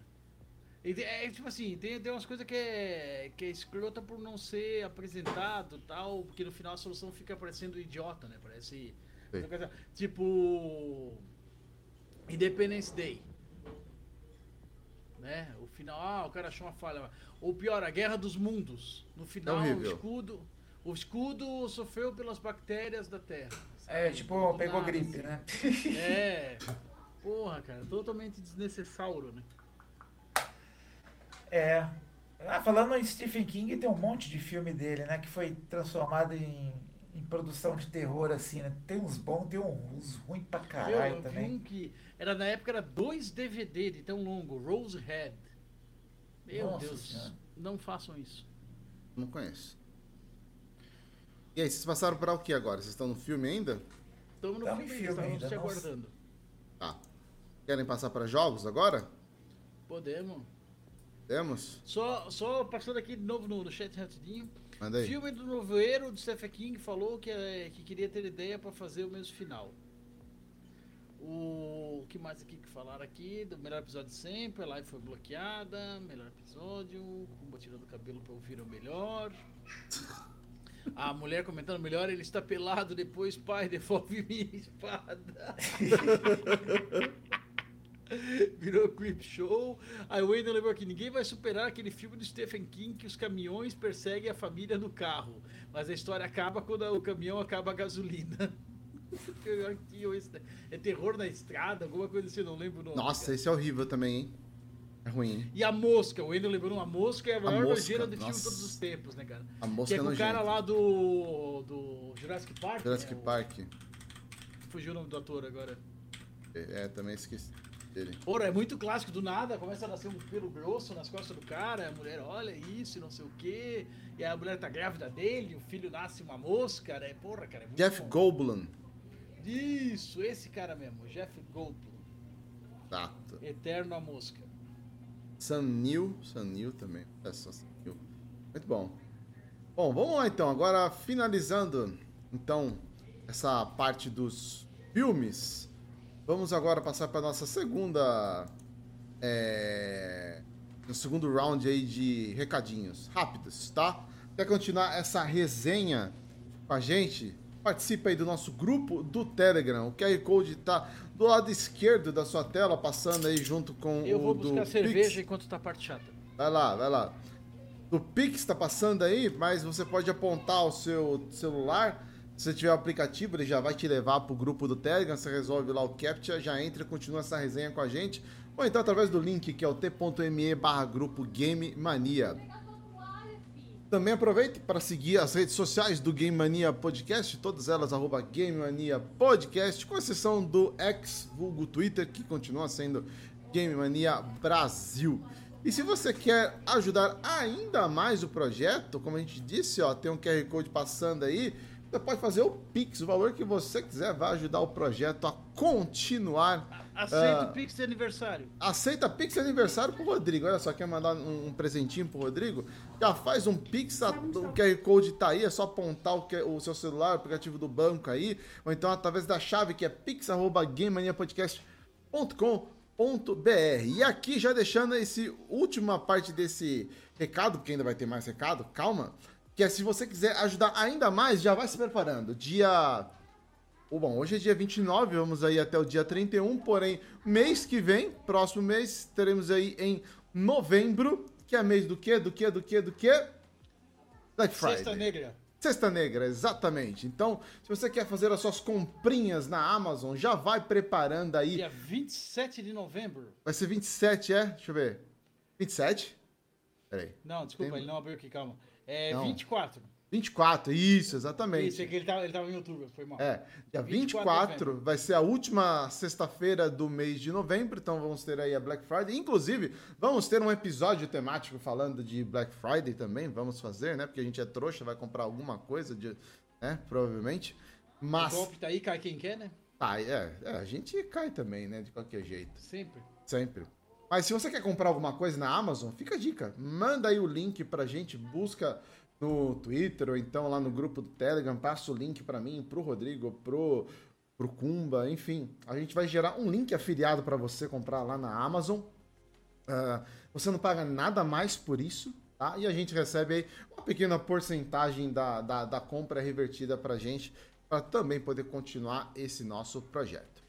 S4: E tem- é tipo assim, tem, tem umas coisas que é, que é escrota por não ser apresentado e tal, porque no final a solução fica parecendo idiota, né? Parece.
S2: Sei.
S4: uma coisa- Tipo. Independence Day. Né? O final, ah, o cara achou uma falha. Ou pior, a Guerra dos Mundos. No final, o
S2: horrível.
S4: escudo. O escudo sofreu pelas bactérias da Terra.
S3: É,
S4: sabe?
S3: tipo,
S4: Do
S3: pegou
S4: nada,
S3: gripe,
S4: assim.
S3: né?
S4: É. Porra, cara, totalmente desnecessário, né?
S3: É. Ah, falando em Stephen King, tem um monte de filme dele, né? Que foi transformado em, em produção de terror, assim, né? Tem uns bons, tem uns ruins pra
S4: Meu,
S3: caralho
S4: eu vi
S3: também.
S4: um que era na época era dois DVD de tão longo, Rosehead. Meu
S3: Nossa
S4: Deus,
S3: Senhora.
S4: não façam isso.
S2: Não conheço. E aí, vocês passaram pra o que agora? Vocês estão no filme ainda?
S4: Estamos no
S3: Tamo em Tá filme
S4: filme, estamos
S3: ainda,
S4: te
S3: nossa.
S4: aguardando.
S2: Tá. Querem passar pra jogos agora?
S4: Podemos.
S2: Temos?
S4: Só, só passando aqui de novo no, no chat rapidinho.
S2: Manda aí.
S4: Filme do Noveiro do Stephen King falou que, é, que queria ter ideia para fazer o mesmo final. O, o que mais aqui que falaram aqui? Do melhor episódio de sempre, a live foi bloqueada, melhor episódio, Kumba tirando o cabelo para ouvir o melhor. A mulher comentando melhor, ele está pelado depois, pai, devolve minha espada. Virou creep show. Aí o Wendel lembrou que ninguém vai superar aquele filme do Stephen King que os caminhões perseguem a família no carro. Mas a história acaba quando o caminhão acaba a gasolina. Pior que eu, esse- é terror na estrada, alguma coisa assim, eu não lembro o nome.
S2: Nossa,
S4: cara.
S2: esse é horrível também, hein? É ruim, hein?
S4: E a mosca, o Wendel lembrou, a mosca é a maior
S2: Mosca,
S4: nojeira de filme de
S2: nossa.
S4: todos os tempos, né, cara?
S2: A mosca
S4: Que é
S2: é
S4: com o cara
S2: nojenta.
S4: lá do, do Jurassic Park.
S2: Jurassic
S4: né? O-
S2: Park.
S4: fugiu o nome do ator agora.
S2: É, é, também esqueci dele.
S4: Ora, é muito clássico, do nada começa a nascer um pelo grosso nas costas do cara, a mulher olha isso, e não sei o quê, e a mulher tá grávida dele, o filho nasce uma mosca, né? Porra, cara, é muito
S2: Jeff
S4: bom.
S2: Goldblum.
S4: Isso, esse cara mesmo, Jeff Goldblum.
S2: Exato.
S4: Eterno a mosca.
S2: Sanil, Sanil também. É só Sanil. Muito bom. Bom, vamos lá então. Agora finalizando então essa parte dos filmes, vamos agora passar para nossa segunda, é, no segundo round aí de recadinhos rápidos, tá? Quer continuar essa resenha com a gente? Participe aí do nosso grupo do Telegram. O QR Code tá do lado esquerdo da sua tela, passando aí junto com
S4: Eu
S2: o
S4: vou
S2: do
S4: buscar
S2: Pix.
S4: cerveja enquanto tá a parte chata.
S2: Vai lá, vai lá. O Pix tá passando aí, mas você pode apontar o seu celular. Se você tiver o aplicativo, ele já vai te levar pro grupo do Telegram. Você resolve lá o CAPTCHA, já entra e continua essa resenha com a gente. Ou então através do link que é o t.me barra grupo Game Mania. Também aproveite para seguir as redes sociais do Game Mania Podcast, todas elas arroba Game Mania Podcast, com exceção do ex vulgo Twitter, que continua sendo Game Mania Brasil. E se você quer ajudar ainda mais o projeto, como a gente disse, ó, tem um QR Code passando aí, você pode fazer o Pix, o valor que você quiser, vai ajudar o projeto a continuar
S4: Aceito
S2: Ah.
S4: o Pix de aniversário.
S2: aceita Pix de aniversário pro Rodrigo. Olha só, quer mandar um, um presentinho pro Rodrigo? Já faz um Pix, a- o QR Code tá aí, é só apontar o, que- o seu celular, o aplicativo do banco aí, ou então através da chave que é pix.gamemaniapodcast.com.br. E aqui, já deixando esse última parte desse recado, porque ainda vai ter mais recado, calma, que é se você quiser ajudar ainda mais, já vai se preparando. Dia Ô, Bom, hoje é dia 29, vamos aí até o dia 31, porém, mês que vem, próximo mês, teremos aí em novembro, que é mês do quê? Do quê? Do quê? Do quê? Black Friday.
S4: Sexta Negra.
S2: Sexta Negra, exatamente. Então, se você quer fazer as suas comprinhas na Amazon, já vai preparando aí.
S4: Dia 27 de novembro.
S2: Vai ser 27, é? Deixa eu ver. 27? Peraí.
S4: Não, desculpa,
S2: Tem-
S4: ele não abriu aqui, calma. É
S2: Não.
S4: 24.
S2: 24, isso, exatamente.
S4: Isso, é que ele tava, ele tava em outubro, foi mal.
S2: É, dia
S4: 24 de
S2: 24 vai ser a última sexta-feira do mês de novembro, então vamos ter aí a Black Friday. Inclusive, vamos ter um episódio temático falando de Black Friday também, vamos fazer, né? Porque a gente é trouxa, vai comprar alguma coisa, de, né? Provavelmente.
S4: O
S2: Mas,
S4: golpe tá aí, cai quem quer, né?
S2: tá, é, é, a gente cai também, né? De qualquer jeito.
S4: Sempre.
S2: Sempre. Mas se você quer comprar alguma coisa na Amazon, fica a dica. Manda aí o link pra gente, busca no Twitter ou então lá no grupo do Telegram, passa o link pra mim, pro Rodrigo, pro pro Kumba, enfim. A gente vai gerar um link afiliado pra você comprar lá na Amazon. Ah, você não paga nada mais por isso, tá? E a gente recebe aí uma pequena porcentagem da, da, da compra revertida pra gente, pra também poder continuar esse nosso projeto.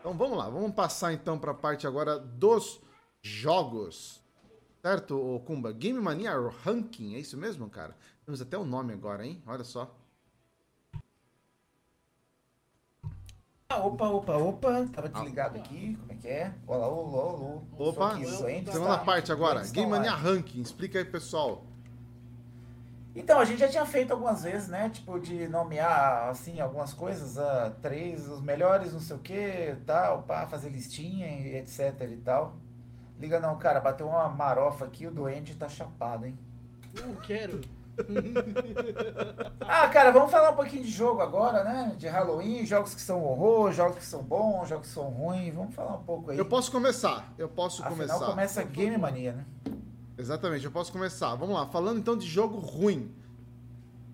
S2: Então vamos lá, vamos passar então para a parte agora dos jogos. Certo, ô Kumba? Game Mania Ranking, é isso mesmo, cara? Temos até o nome agora, hein? Olha só.
S3: Ah, Opa, opa, opa. Tava desligado aqui. Como é que é? Olá, olá, olá.
S2: Opa,
S3: Sou aqui, Zoentes,
S2: segunda
S3: tá?
S2: Então, parte agora.
S3: Zoentes tá
S2: Game Mania
S3: online.
S2: Ranking, explica aí, pessoal.
S3: Então, a gente já tinha feito algumas vezes, né? Tipo, de nomear, assim, algumas coisas. ah, três, os melhores, não sei o quê, tal. Pá, fazer listinha e etc e tal. Liga não, cara. Bateu uma marofa aqui. O doente tá chapado, hein?
S4: Não quero.
S3: Ah, cara, vamos falar um pouquinho de jogo agora, né? De Halloween, jogos que são horror, jogos que são bons, jogos que são ruins. Vamos falar um pouco aí.
S2: Eu posso começar, eu posso
S3: Afinal,
S2: começar.
S3: começa Game Mania, né?
S2: Exatamente, eu posso começar. Vamos lá, falando então de jogo ruim.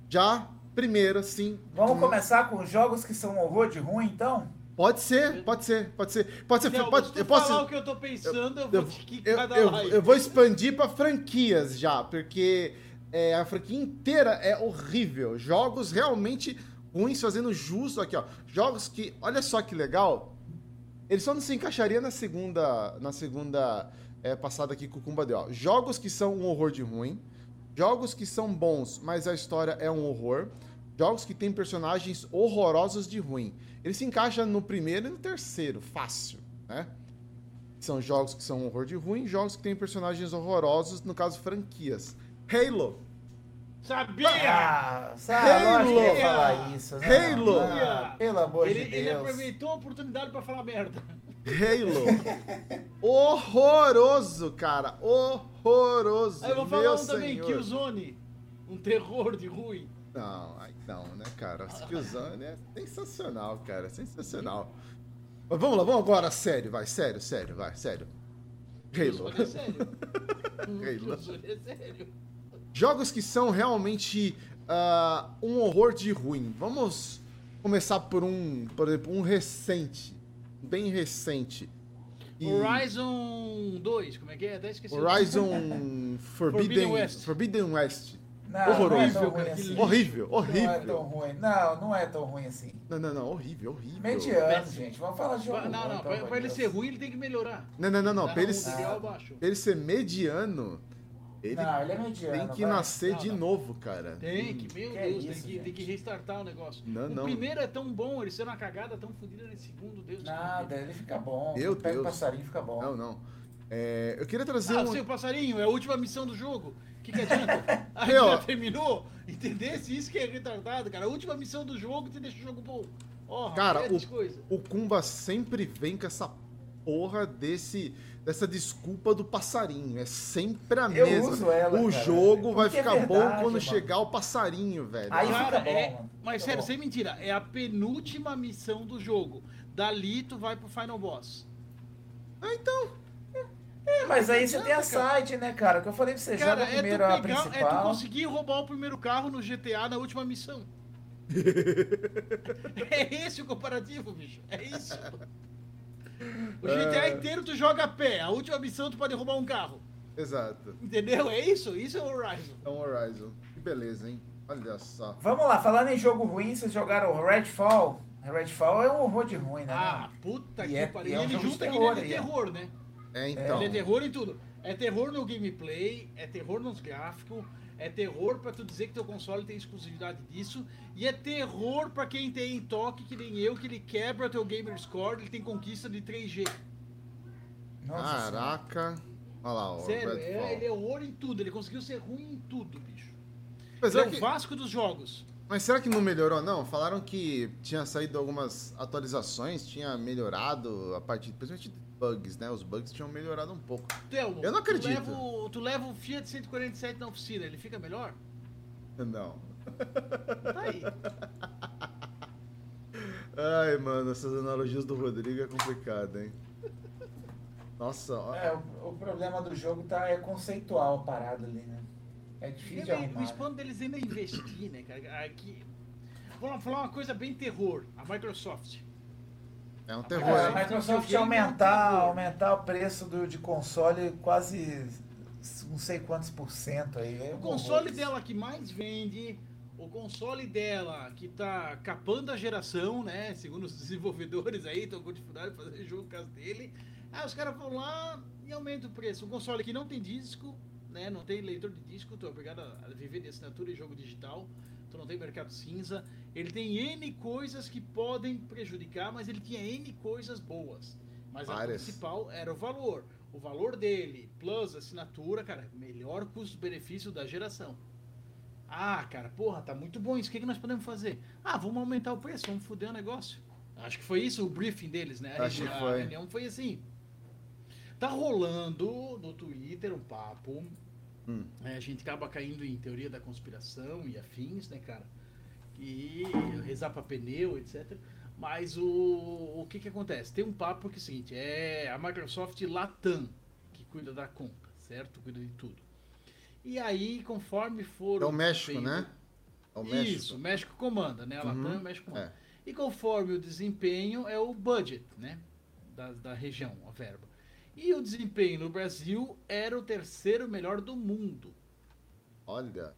S2: Já, primeiro, sim.
S3: Vamos
S2: hum,
S3: começar com jogos que são horror de ruim, então?
S2: Pode ser, pode ser, pode ser. Pode ser,
S4: Não,
S2: pode,
S4: se tu
S2: eu posso.
S4: falar o que eu tô pensando, eu,
S2: Eu,
S4: vou te
S2: eu,
S4: quicar da
S2: eu-
S4: live.
S2: eu vou expandir pra franquias já, porque é, a franquia inteira é horrível. Jogos realmente ruins, fazendo justo aqui, ó. Jogos que, olha só que legal, ele só não se encaixaria na segunda, na segunda é, passada aqui com o Kumba deu. ó. Jogos que são um horror de ruim, jogos que são bons, mas a história é um horror, jogos que têm personagens horrorosos de ruim. Ele se encaixa no primeiro e no terceiro, fácil, né? São jogos que são um horror de ruim, jogos que têm personagens horrorosos, no caso franquias. Halo, É.
S4: Sabia!
S3: Ah, sabe, lógico que eu ia falar isso. né?
S2: Halo! é
S3: Ah, pelo amor
S4: ele,
S3: de
S4: ele
S3: Deus.
S4: aproveitou a oportunidade pra falar merda.
S2: Halo. Horroroso, cara. Horroroso.
S4: Aí eu vou
S2: Meu
S4: falar um também,
S2: senhor.
S4: Killzone. Um terror de ruim.
S2: Não, ai, não, né, cara? Esse Killzone é sensacional, cara. Sensacional. Mas vamos lá, vamos agora. Sério, vai. Sério, sério, vai. Sério. Halo.
S4: Killzone é sério. Hum,
S2: Halo.
S4: Killzone é sério.
S2: Jogos que são realmente ah, um horror de ruim. Vamos começar por um, por exemplo, um recente. Bem recente. E-
S4: Horizon 2, como é que é? Até esqueci.
S2: Horizon Forbidden,
S4: Forbidden West.
S2: Forbidden West.
S3: Não,
S2: Horroroso,
S3: não é tão
S4: cara,
S3: ruim
S4: que
S3: assim.
S4: lixo.
S2: Horrível,
S3: Não é tão
S2: horrível.
S3: ruim. Não, não é tão ruim assim.
S2: Não, não, não, horrível, horrível.
S3: Mediano,
S4: Péssimo.
S3: gente. Vamos falar de jogo.
S4: Não, não,
S3: ruim, pelo
S4: pra,
S3: amor
S4: pra
S3: de
S4: ele
S3: Deus.
S4: ser ruim, ele tem que melhorar.
S2: Não, não, não, não.
S4: Dá
S2: Pra ele,
S4: um ideal baixo.
S2: pra ele ser mediano, ele
S3: Não, ele é mediano.
S2: tem que
S3: vai.
S2: nascer
S4: Não,
S2: de
S4: não.
S2: novo, cara.
S4: Tem que, meu
S3: Que
S4: Deus,
S3: isso,
S4: tem, que, tem
S3: gente.
S4: que restartar o negócio.
S2: Não,
S4: o
S2: não.
S4: primeiro é tão bom, ele sendo uma cagada tão fodida nesse segundo, Deus.
S3: Nada, ele fica bom.
S2: Meu
S3: Pega
S2: Deus.
S3: o passarinho, fica bom.
S2: Não, não. É, eu queria trazer
S4: Ah,
S2: um.
S4: seu passarinho, é a última missão do jogo. O que, que adianta? Ah,
S2: Meu.
S4: já terminou? Entendesse? Isso que é retardado, cara. A última missão do jogo te deixa o jogo bom. Ó,
S2: Cara,
S4: grandes
S2: o-
S4: coisas.
S2: O Kumba sempre vem com essa porra desse dessa desculpa do passarinho. É sempre a
S3: Eu
S2: mesma.
S3: uso ela,
S2: o
S3: cara.
S2: jogo vai
S3: Porque é
S2: ficar bom
S3: verdade,
S2: quando
S3: mano.
S2: chegar o passarinho, velho.
S3: Aí
S2: Ah,
S4: Cara,
S3: fica bom,
S4: é-
S3: mano.
S4: mas
S3: Fica
S4: sério,
S3: bom.
S4: sem mentira, é a penúltima missão do jogo. Dali tu vai pro Final Boss.
S3: É, mas aí você tem a
S4: Nada, cara.
S3: site, né, cara? Que eu falei pra você,
S4: Cara,
S3: joga
S4: é tu,
S3: primeiro a
S4: pegar, é tu
S3: principal.
S4: conseguir roubar o primeiro carro no GTA na última missão. é esse o comparativo, bicho. É isso.
S3: É.
S4: O GTA inteiro tu joga a pé, a última missão tu pode roubar um carro.
S2: Exato.
S4: Entendeu? É isso? Isso é o Horizon.
S2: Então, Horizon. Que beleza, hein? Olha só.
S3: Vamos lá, falando em jogo ruim, vocês jogaram Redfall. Redfall é um horror de ruim, né?
S4: Ah, puta
S3: E
S4: que
S3: é-
S4: pariu.
S3: e é um
S4: ele
S3: jogo de
S4: junta que
S3: terror
S4: ele é
S3: aí, ó.
S4: terror, né?
S2: É, então.
S4: Ele é terror em tudo. É terror no gameplay, é terror nos gráficos, é terror pra tu dizer que teu console tem exclusividade disso, e é terror pra quem tem toque, que nem eu, que ele quebra teu gamer score, ele tem conquista de 3G.
S3: Nossa Senhora.
S2: Caraca. Olha lá, ó.
S4: Sério,
S2: Redfall.
S4: é,
S3: um
S4: ele é horror em tudo, ele conseguiu ser ruim em tudo, bicho.
S2: Mas,
S4: Ele é
S2: será
S4: o
S2: que,
S4: Vasco dos jogos.
S2: mas será que não melhorou, não? Falaram que tinha saído algumas atualizações, tinha melhorado a parte, principalmente de bugs, né? Os bugs tinham melhorado um pouco.
S4: Telmo,
S2: Eu não acredito.
S4: Tu leva, o- tu leva o Fiat 147 na oficina, ele fica melhor?
S2: Não.
S4: Tá aí.
S2: Ai, mano, essas analogias do Rodrigo é complicado, hein? Nossa, ó.
S3: É, o, o problema do jogo tá, é conceitual a parada ali, né? É difícil de
S4: Ele-
S3: arrumar.
S4: o
S3: né?
S4: espanto deles ainda é investir, né, cara? Aqui, vou falar uma coisa bem terror. A Microsoft.
S2: é um
S3: É,
S2: terror,
S3: a
S2: hein?
S3: Microsoft
S4: Videogame
S3: aumentar,
S4: não tem
S3: aumentar o preço do, de console quase não sei quantos por cento aí. É um
S4: O console
S3: horror.
S4: dela que mais vende, o console dela que tá capando a geração, né? Segundo os desenvolvedores aí, estão com dificuldade de fazer jogo por causa dele. Aí os caras vão lá e aumentam o preço. Um console que não tem disco, né? Não tem leitor de disco, tu é obrigado a a viver de assinatura e jogo digital. Tu não tem mercado cinza. Ele tem N coisas que podem prejudicar, mas ele tinha N coisas boas. Mas
S2: Várias.
S4: a principal era o valor. O valor dele, plus assinatura, cara, melhor custo-benefício da geração. Ah, cara, porra, tá muito bom isso. O que, que nós podemos fazer? Ah, vamos aumentar o preço, vamos foder o negócio. Acho que foi isso o briefing deles, né? A
S2: Acho
S4: reuni-
S2: que foi.
S4: A reunião foi assim. Tá rolando no Twitter um papo.
S2: Hum.
S4: né, a gente acaba caindo em teoria da conspiração e afins, né, cara? E rezar pra pneu, etc. Mas o, o que que acontece? Tem um papo que é o seguinte, é a Microsoft Latam que cuida da conta, certo? Cuida de tudo. E aí, conforme
S2: É
S4: foram...
S2: o México,
S4: tendo-
S2: né? É o
S4: Isso,
S2: México.
S4: México comanda, né? A Latam
S2: Uhum,
S4: é o México comanda.
S2: É.
S4: E conforme o desempenho é o budget, né? Da, da região, a verba. E o desempenho no Brasil era o terceiro melhor do mundo.
S2: Olha.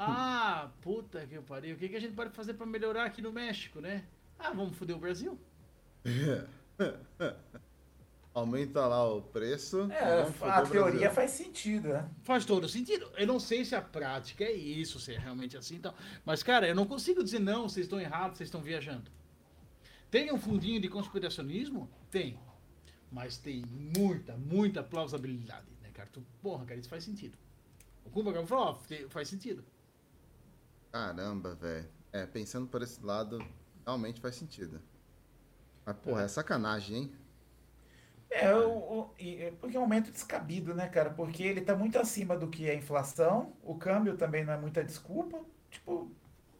S4: Ah, puta que pariu. O que, que a gente pode fazer pra melhorar aqui no México, né? Ah, vamos foder o Brasil?
S2: Aumenta lá o preço.
S3: É,
S2: vamos foder
S3: a
S2: o
S3: teoria
S2: Brasil.
S3: faz sentido, né?
S4: Faz todo sentido. Eu não sei se a prática é isso, se é realmente assim e tal. Mas, cara, eu não consigo dizer não, vocês estão errados, vocês estão viajando. Tem um fundinho de conspiracionismo? Tem. Mas tem muita, muita plausibilidade, né, cara? Tu, porra, cara, isso faz sentido. O Kumba cara, falou, ó, te- faz sentido.
S2: Caramba, velho. É, pensando por esse lado, realmente faz sentido. Mas, porra, é sacanagem, hein?
S3: É, o, o- e- é porque é um aumento descabido, né, cara? Porque ele tá muito acima do que é a inflação, o câmbio também não é muita desculpa. Tipo,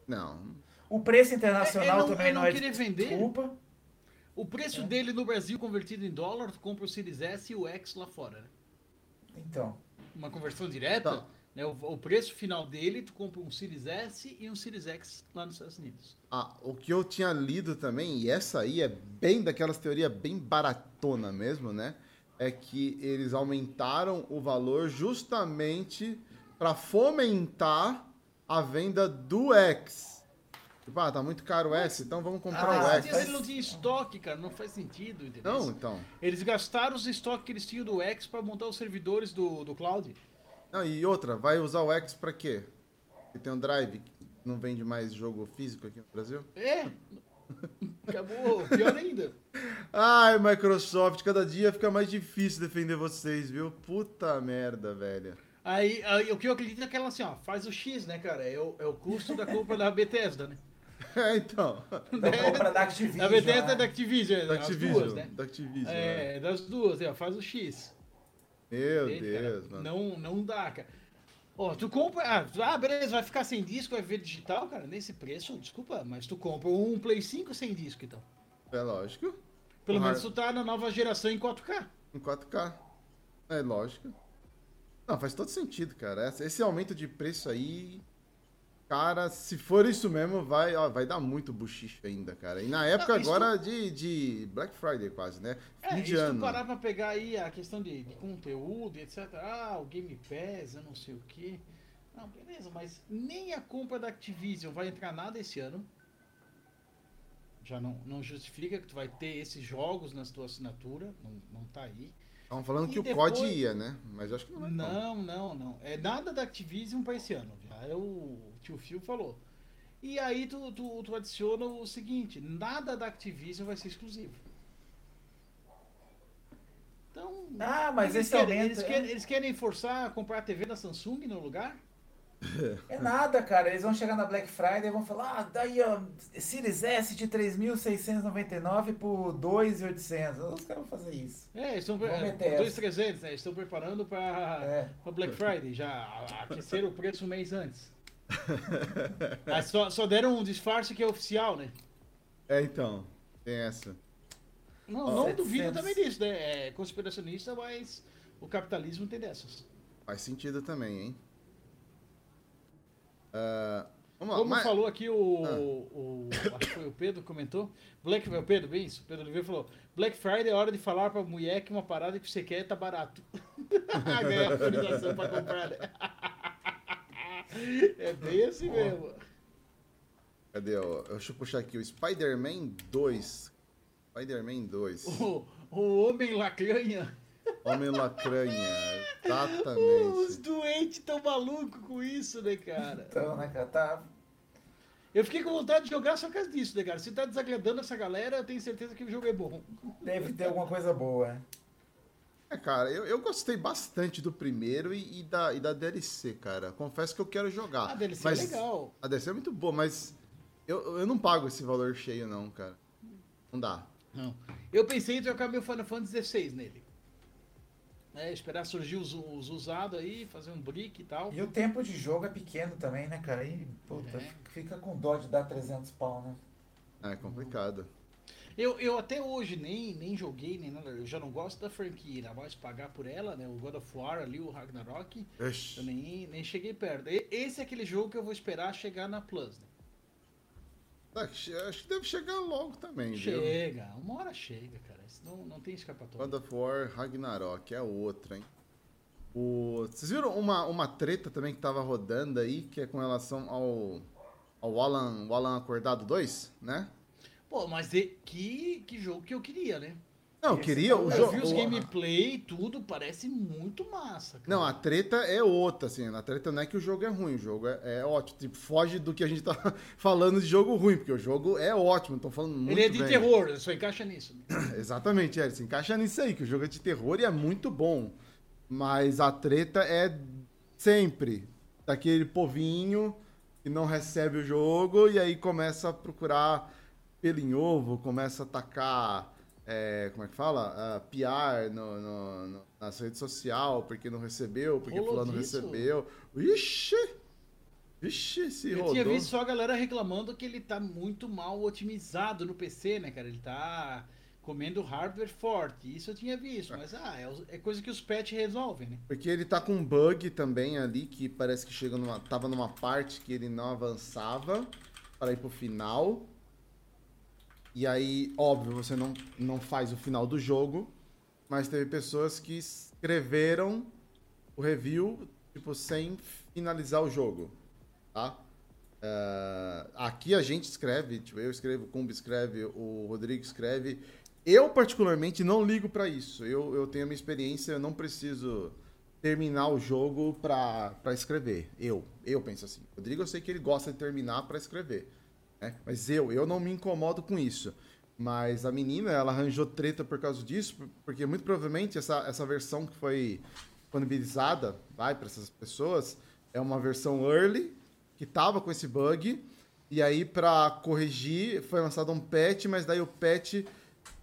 S2: Não.
S3: o preço
S4: É, é
S3: internacional
S4: não-
S3: também
S4: é
S3: não
S4: não
S3: é
S4: querer vender?
S3: desculpa.
S4: O preço dele no Brasil convertido em dólar, tu compra o Series S e o X lá fora, né?
S3: Então,
S4: Uma conversão direta,
S2: Tá.
S4: né? O, o preço final dele, tu compra um Series S e um Series X lá nos Estados Unidos.
S2: Ah, o que eu tinha lido também, e essa aí é bem daquelas teorias bem baratona mesmo, né? É que eles aumentaram o valor justamente para fomentar a venda do X. Tipo, ah, tá muito caro o S, então vamos comprar
S4: Ah, é
S2: o
S4: mas
S2: X.
S4: ele não tinha estoque, cara, não faz sentido, entendeu?
S2: Não, então.
S4: Eles gastaram os estoques que eles tinham do X pra montar os servidores do, do cloud.
S2: Não, e outra, vai usar o X pra quê? Porque tem um drive que não vende mais jogo físico aqui no Brasil?
S4: É! Acabou, pior ainda.
S2: Ai, Microsoft, cada dia fica mais difícil defender vocês, viu? Puta merda, velho.
S4: Aí, aí o que eu acredito é que ela assim, ó, faz o X, né, cara? É o, é o custo da compra da Bethesda, né?
S2: É, então.
S3: então compra da Activision.
S4: Da Bethesda
S3: né?
S4: e da Activision,
S2: Da
S4: as
S2: Activision.
S4: duas, né?
S2: Da Activision. né?
S4: É, das duas, é, ó, faz o X.
S2: Meu
S4: Eita,
S2: Deus,
S4: cara,
S2: mano.
S4: Não, não dá, cara. Ó, tu compra. Ah, tu- ah, beleza, vai ficar sem disco, vai ver digital, cara, nesse preço, desculpa, mas tu compra um Play 5 sem disco, então.
S2: É lógico.
S4: Pelo
S2: Um
S4: menos
S2: hard-
S4: tu tá na nova geração em 4K.
S2: Em 4K. É lógico. Não, faz todo sentido, cara. Essa- Esse aumento de preço aí. Cara, se for isso mesmo, vai, ó, vai dar muito buchicho ainda, cara. E na época
S4: isso-
S2: agora de, de Black Friday, quase, né?
S4: É,
S2: Fim
S4: e
S2: de
S4: se tu
S2: ano.
S4: parar pra pegar aí a questão de, de conteúdo, etc. Ah, o Game Pass, eu não sei o quê. Não, beleza, mas nem a compra da Activision vai entrar nada esse ano. Já não, não justifica que tu vai ter esses jogos na tua assinatura. Não, não tá aí.
S2: Estavam falando
S4: E
S2: que o
S4: depois-
S2: COD ia, né? Mas eu acho que não vai. não.
S4: Não, não, não. É nada da Activision pra esse ano. Já é o o tio Phil falou. E aí tu, tu, tu adiciona o seguinte, nada da Activision vai ser exclusivo. Então.
S3: Ah, mas
S4: eles
S3: esse
S4: querem,
S3: aumento
S4: Eles
S3: é-
S4: querem, eles querem forçar a comprar a TV da Samsung no lugar?
S3: É nada, cara. Eles vão chegar na Black Friday e vão falar, ah, daí, ó, Series S de 3.699 por 2.800. Os caras vão fazer isso.
S4: É, eles estão.
S3: Vamos
S4: é,
S3: meter
S4: dois,
S3: essa.
S4: 300, né? Eles estão preparando pra,
S3: É.
S4: pra Black Friday. Já aqueceram o preço um mês antes. Mas só, só deram um disfarce que é oficial, né?
S2: É, então. Tem essa.
S4: Não,
S3: Ó,
S4: não
S3: 700.
S4: duvido também disso, né? É conspiracionista, mas o capitalismo tem dessas.
S2: Faz sentido também, hein? Ah, vamos lá.
S4: Como
S2: mas-
S4: falou aqui o, o- Acho que foi o Pedro que comentou. Black o Pedro, bem isso. Pedro Oliveira falou: Black Friday é hora de falar pra mulher que uma parada que você quer tá barato. Ganhar autorização pra comprar, né? É bem assim mesmo.
S2: Cadê? ó? Deixa eu puxar aqui o Spider-Man 2. Spider-Man 2.
S4: O, o homem lacranha.
S2: Homem Lacranha.
S4: Os
S2: Exatamente.
S4: doentes tão malucos com isso, né, cara?
S3: Então, né, cara, tá...
S4: Eu fiquei com vontade de jogar só por causa disso, né, cara? Se tá desagradando essa galera, eu tenho certeza que o jogo é bom.
S3: deve ter alguma coisa boa.
S2: É, cara, eu, eu gostei bastante do primeiro e, e da, e da DLC, cara. Confesso que eu quero jogar.
S4: Ah, DLC
S2: mas-
S4: é legal.
S2: A DLC é muito boa, mas eu, eu não pago esse valor cheio, não, cara. Não dá.
S4: Não. Eu pensei em trocar meu Final Fantasy XVI nele. É, esperar surgir os, os usados aí, fazer um brick e tal.
S3: E o tempo de jogo é pequeno também, né, cara? E, puta,
S4: É.
S3: fica com dó de dar 300 pau, né?
S2: Ah, é complicado.
S4: Eu, eu até hoje nem, nem joguei, nem nada. Eu já não gosto da franquia, ainda mais pagar por ela, né? O God of War ali, o Ragnarok. Eu
S2: Ixi.
S4: nem, nem cheguei perto. E- Esse é aquele jogo que eu vou esperar chegar na Plus, né?
S2: Tá, che- acho que deve chegar logo também, viu?
S4: Chega, uma hora chega, cara. Isso não, não tem escapatória.
S2: God of War Ragnarok é outra, hein? O... Vocês viram uma, uma treta também que tava rodando aí, que é com relação ao, ao Alan, o Alan Acordado 2, né?
S4: Pô, mas e- que, que jogo que eu queria, né?
S2: Não, eu
S3: Esse
S2: queria o
S3: não,
S4: Eu
S2: jogo.
S4: vi os
S2: o-
S4: gameplay e tudo, parece muito massa. Cara.
S2: Não, a treta é outra, assim. A treta não é que o jogo é ruim, o jogo é, é ótimo. Tipo, foge do que a gente tá falando de jogo ruim, porque o jogo é ótimo, estão falando muito
S4: Ele é de
S2: bem.
S4: terror, só encaixa nisso. né?
S2: Exatamente, é, ele se encaixa nisso aí, que o jogo é de terror e é muito bom. Mas a treta é sempre daquele povinho que não recebe o jogo e aí começa a procurar pelo em ovo, começa a atacar, é, como é que fala? Ah, piar no, no- no- nas redes sociais, porque não recebeu, porque
S4: Rolou
S2: fulano
S4: disso?
S2: recebeu. Ixi! Ixi, se
S4: Eu
S2: rodou.
S4: tinha visto só a galera reclamando que ele tá muito mal otimizado no PC, né, cara? Ele tá comendo hardware forte. Isso eu tinha visto, mas ah, é, os- é coisa que os patch resolvem, né?
S2: Porque ele tá com um bug também ali, que parece que chega numa. Tava numa parte que ele não avançava para ir pro final. E aí, óbvio, você não, não faz o final do jogo, mas teve pessoas que escreveram o review, tipo, sem finalizar o jogo. Tá? Ah, aqui a gente escreve, tipo, eu escrevo, o Kumbi escreve, o Rodrigo escreve. Eu, particularmente, não ligo pra isso. Eu, eu tenho a minha experiência, eu não preciso terminar o jogo pra pra escrever. Eu, eu penso assim. O Rodrigo, eu sei que ele gosta de terminar pra escrever. né? Mas eu, eu não me incomodo com isso. Mas a menina, ela arranjou treta por causa disso, por- porque muito provavelmente essa, essa versão que foi disponibilizada, vai, para essas pessoas, é uma versão early, que tava com esse bug, e aí pra corrigir foi lançado um patch, mas daí o patch,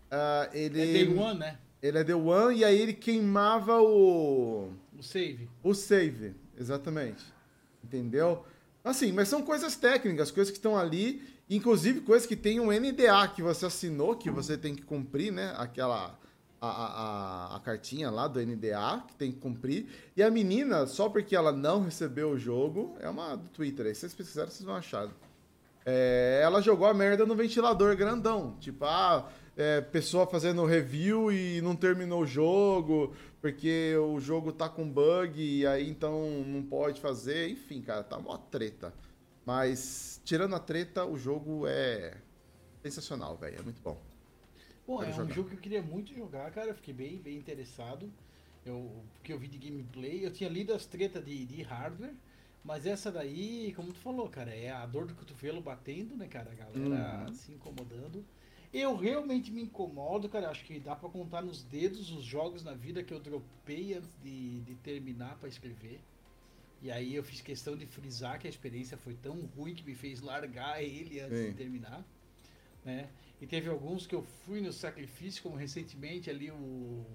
S2: ah, ele...
S4: É Day One, né?
S2: Ele é The One, e aí ele queimava o.
S4: O save.
S2: O save, exatamente. Entendeu? Assim, mas são coisas técnicas, coisas que estão ali, inclusive coisas que tem um NDA que você assinou, que você tem que cumprir, né? Aquela. A, a, a- a cartinha lá do NDA que tem que cumprir. E a menina, só porque ela não recebeu o jogo, é uma do Twitter aí. Se vocês pesquisarem, vocês vão achar. É, ela jogou a merda no ventilador grandão. Tipo, ah, é, pessoa fazendo review e não terminou o jogo, porque o jogo tá com bug e aí então não pode fazer. Enfim, cara, tá mó treta. Mas, tirando a treta, o jogo é sensacional, velho. É muito bom.
S4: Bom, é
S2: Quero
S4: um
S2: jogar.
S4: jogo que eu queria muito jogar, cara. Eu fiquei bem, bem interessado. Eu, porque eu vi de gameplay. Eu tinha lido as tretas de, de hardware. Mas essa daí, como tu falou, cara, é a dor do cotovelo batendo, né, cara? A galera
S2: Uhum.
S4: se incomodando. Eu realmente me incomodo, cara. Acho que dá pra contar nos dedos os jogos na vida que eu dropei antes de, de terminar pra escrever. E aí eu fiz questão de frisar que a experiência foi tão ruim que me fez largar ele antes
S2: Sim.
S4: de terminar. Né? E teve alguns que eu fui no sacrifício, como recentemente ali o,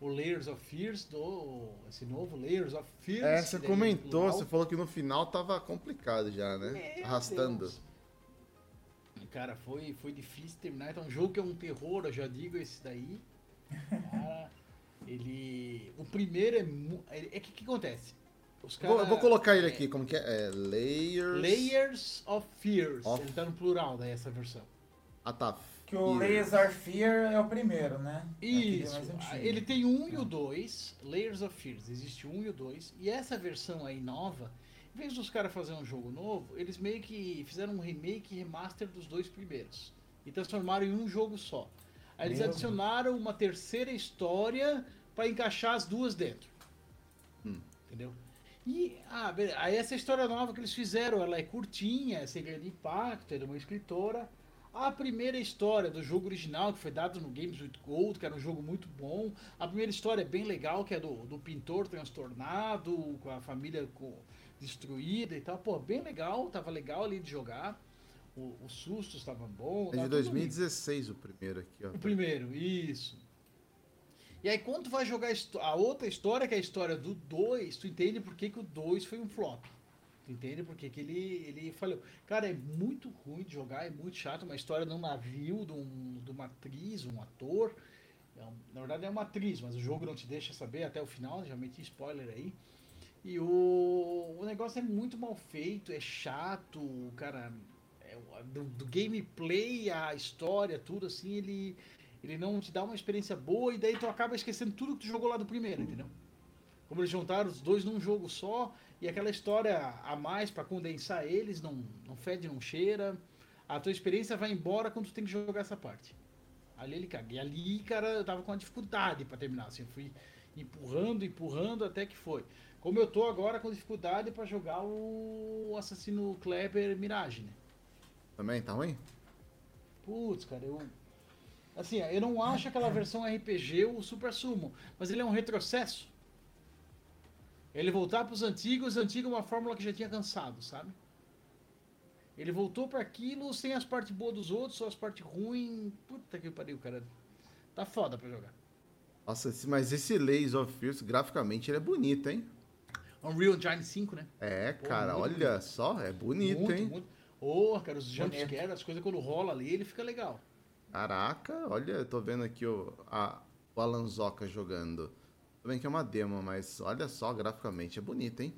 S4: o Layers of Fears, do, esse novo Layers of Fears.
S2: É,
S4: que
S2: você
S4: daí é
S2: comentou,
S4: plural.
S2: você falou que no final tava complicado já, né?
S4: Meu
S2: Arrastando.
S4: Deus. Cara, foi, foi difícil terminar. Então, um jogo que é um terror, eu já digo esse daí. Cara, ele. O primeiro é. mu- É é que que acontece? Os
S2: Vou-
S4: cara-
S2: eu vou colocar ele
S4: é,
S2: aqui, como que é? É, layers.
S4: Layers of Fears.
S2: Of-
S4: Ele tá no plural daí, essa versão.
S2: Ah, tá.
S3: Que o Layers are Fear é o primeiro, né? É aquele
S4: Isso.
S3: mais antigo.
S4: Ele tem um e o dois, Layers of Fears. Existe um e o dois. E essa versão aí nova, em vez dos caras fazerem um jogo novo, eles meio que fizeram um remake e remaster dos dois primeiros. E transformaram em um jogo só. Aí eles
S3: Meu Deus.
S4: adicionaram uma terceira história pra encaixar as duas dentro.
S3: Hum.
S4: Entendeu? E ah, beleza. aí essa história nova que eles fizeram, ela é curtinha, é sem grande impacto, é de uma escritora. A primeira história do jogo original, que foi dado no Games with Gold, que era um jogo muito bom. A primeira história é bem legal, que é do, do pintor transtornado, com a família co- destruída e tal. Pô, bem legal, tava legal ali de jogar. O- os sustos estavam bons.
S2: É
S4: tava
S2: de
S4: tudo ali.
S2: 2016 o primeiro aqui, ó.
S4: O primeiro, isso. E aí, quando tu vai jogar a histó- a outra história, que é a história do 2, tu entende por que, que o 2 foi um flop. Tu entende por que, que ele, ele falhou. Cara, é muito ruim de jogar, é muito chato. Uma história de um navio, de, um- de uma atriz, um ator. É um- na verdade, é uma atriz, mas o jogo não te deixa saber até o final. né? Já meti spoiler aí. E o, o negócio é muito mal feito, é chato, o cara. é o- do, do gameplay, a história, tudo assim, ele, ele não te dá uma experiência boa e daí tu acaba esquecendo tudo que tu jogou lá do primeiro, entendeu? Como eles juntaram os dois num jogo só e aquela história a mais pra condensar eles, não, não fede, não cheira. A tua experiência vai embora quando tu tem que jogar essa parte. Ali ele caga. E ali, cara, eu tava com uma dificuldade pra terminar, assim, eu fui empurrando, empurrando até que foi. Como eu tô agora com dificuldade pra jogar o assassino Kleber Mirage, né?
S2: Também, tá ruim?
S4: Putz, cara, eu. Assim, eu não acho aquela versão RPG o Super Sumo, mas ele é um retrocesso. Ele voltar pros antigos, antigo é uma fórmula que já tinha cansado, sabe? Ele voltou pra aquilo sem as partes boas dos outros, só as partes ruins. Puta que pariu, cara. Tá foda pra jogar.
S2: Nossa, esse- mas esse Lays of Fears, graficamente, ele é bonito, hein?
S4: Unreal Engine 5, né?
S2: É,
S4: Pô,
S2: cara,
S4: muito
S2: olha só, é bonito, hein?
S4: Oh, cara, os
S3: Bonito.
S4: jumpscares, as coisas quando rola ali, ele fica legal.
S2: Caraca, olha, eu tô vendo aqui o, a, o Alanzoca jogando. Tudo bem que é uma demo, mas olha só, graficamente, é bonito, hein?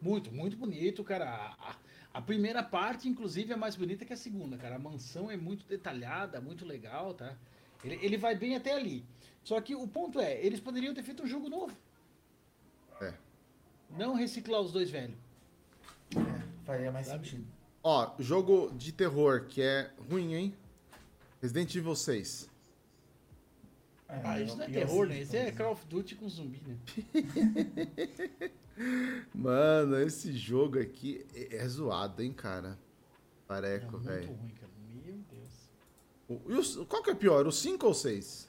S4: Muito, muito bonito, cara. A, a primeira parte, inclusive, é mais bonita que a segunda, cara. A mansão é muito detalhada, muito legal, tá? Ele, ele vai bem até ali. Só que o ponto é, eles poderiam ter feito um jogo novo.
S2: É.
S4: Não reciclar os dois velhos.
S3: É, faria mais
S4: Sabe?
S3: sentido.
S2: Ó, jogo de terror que é ruim, hein? Resident Evil 6.
S3: É,
S4: Ah, isso não é
S3: piorzinho,
S4: terror, né? Isso é
S3: talvez.
S4: Call of Duty com zumbi, né?
S2: Mano, esse jogo aqui é, é zoado, hein, cara?
S4: É
S2: Pareco,
S4: muito
S2: velho.
S4: ruim, cara. Meu Deus.
S2: O- e os- Qual que é pior, o 5 ou o 6?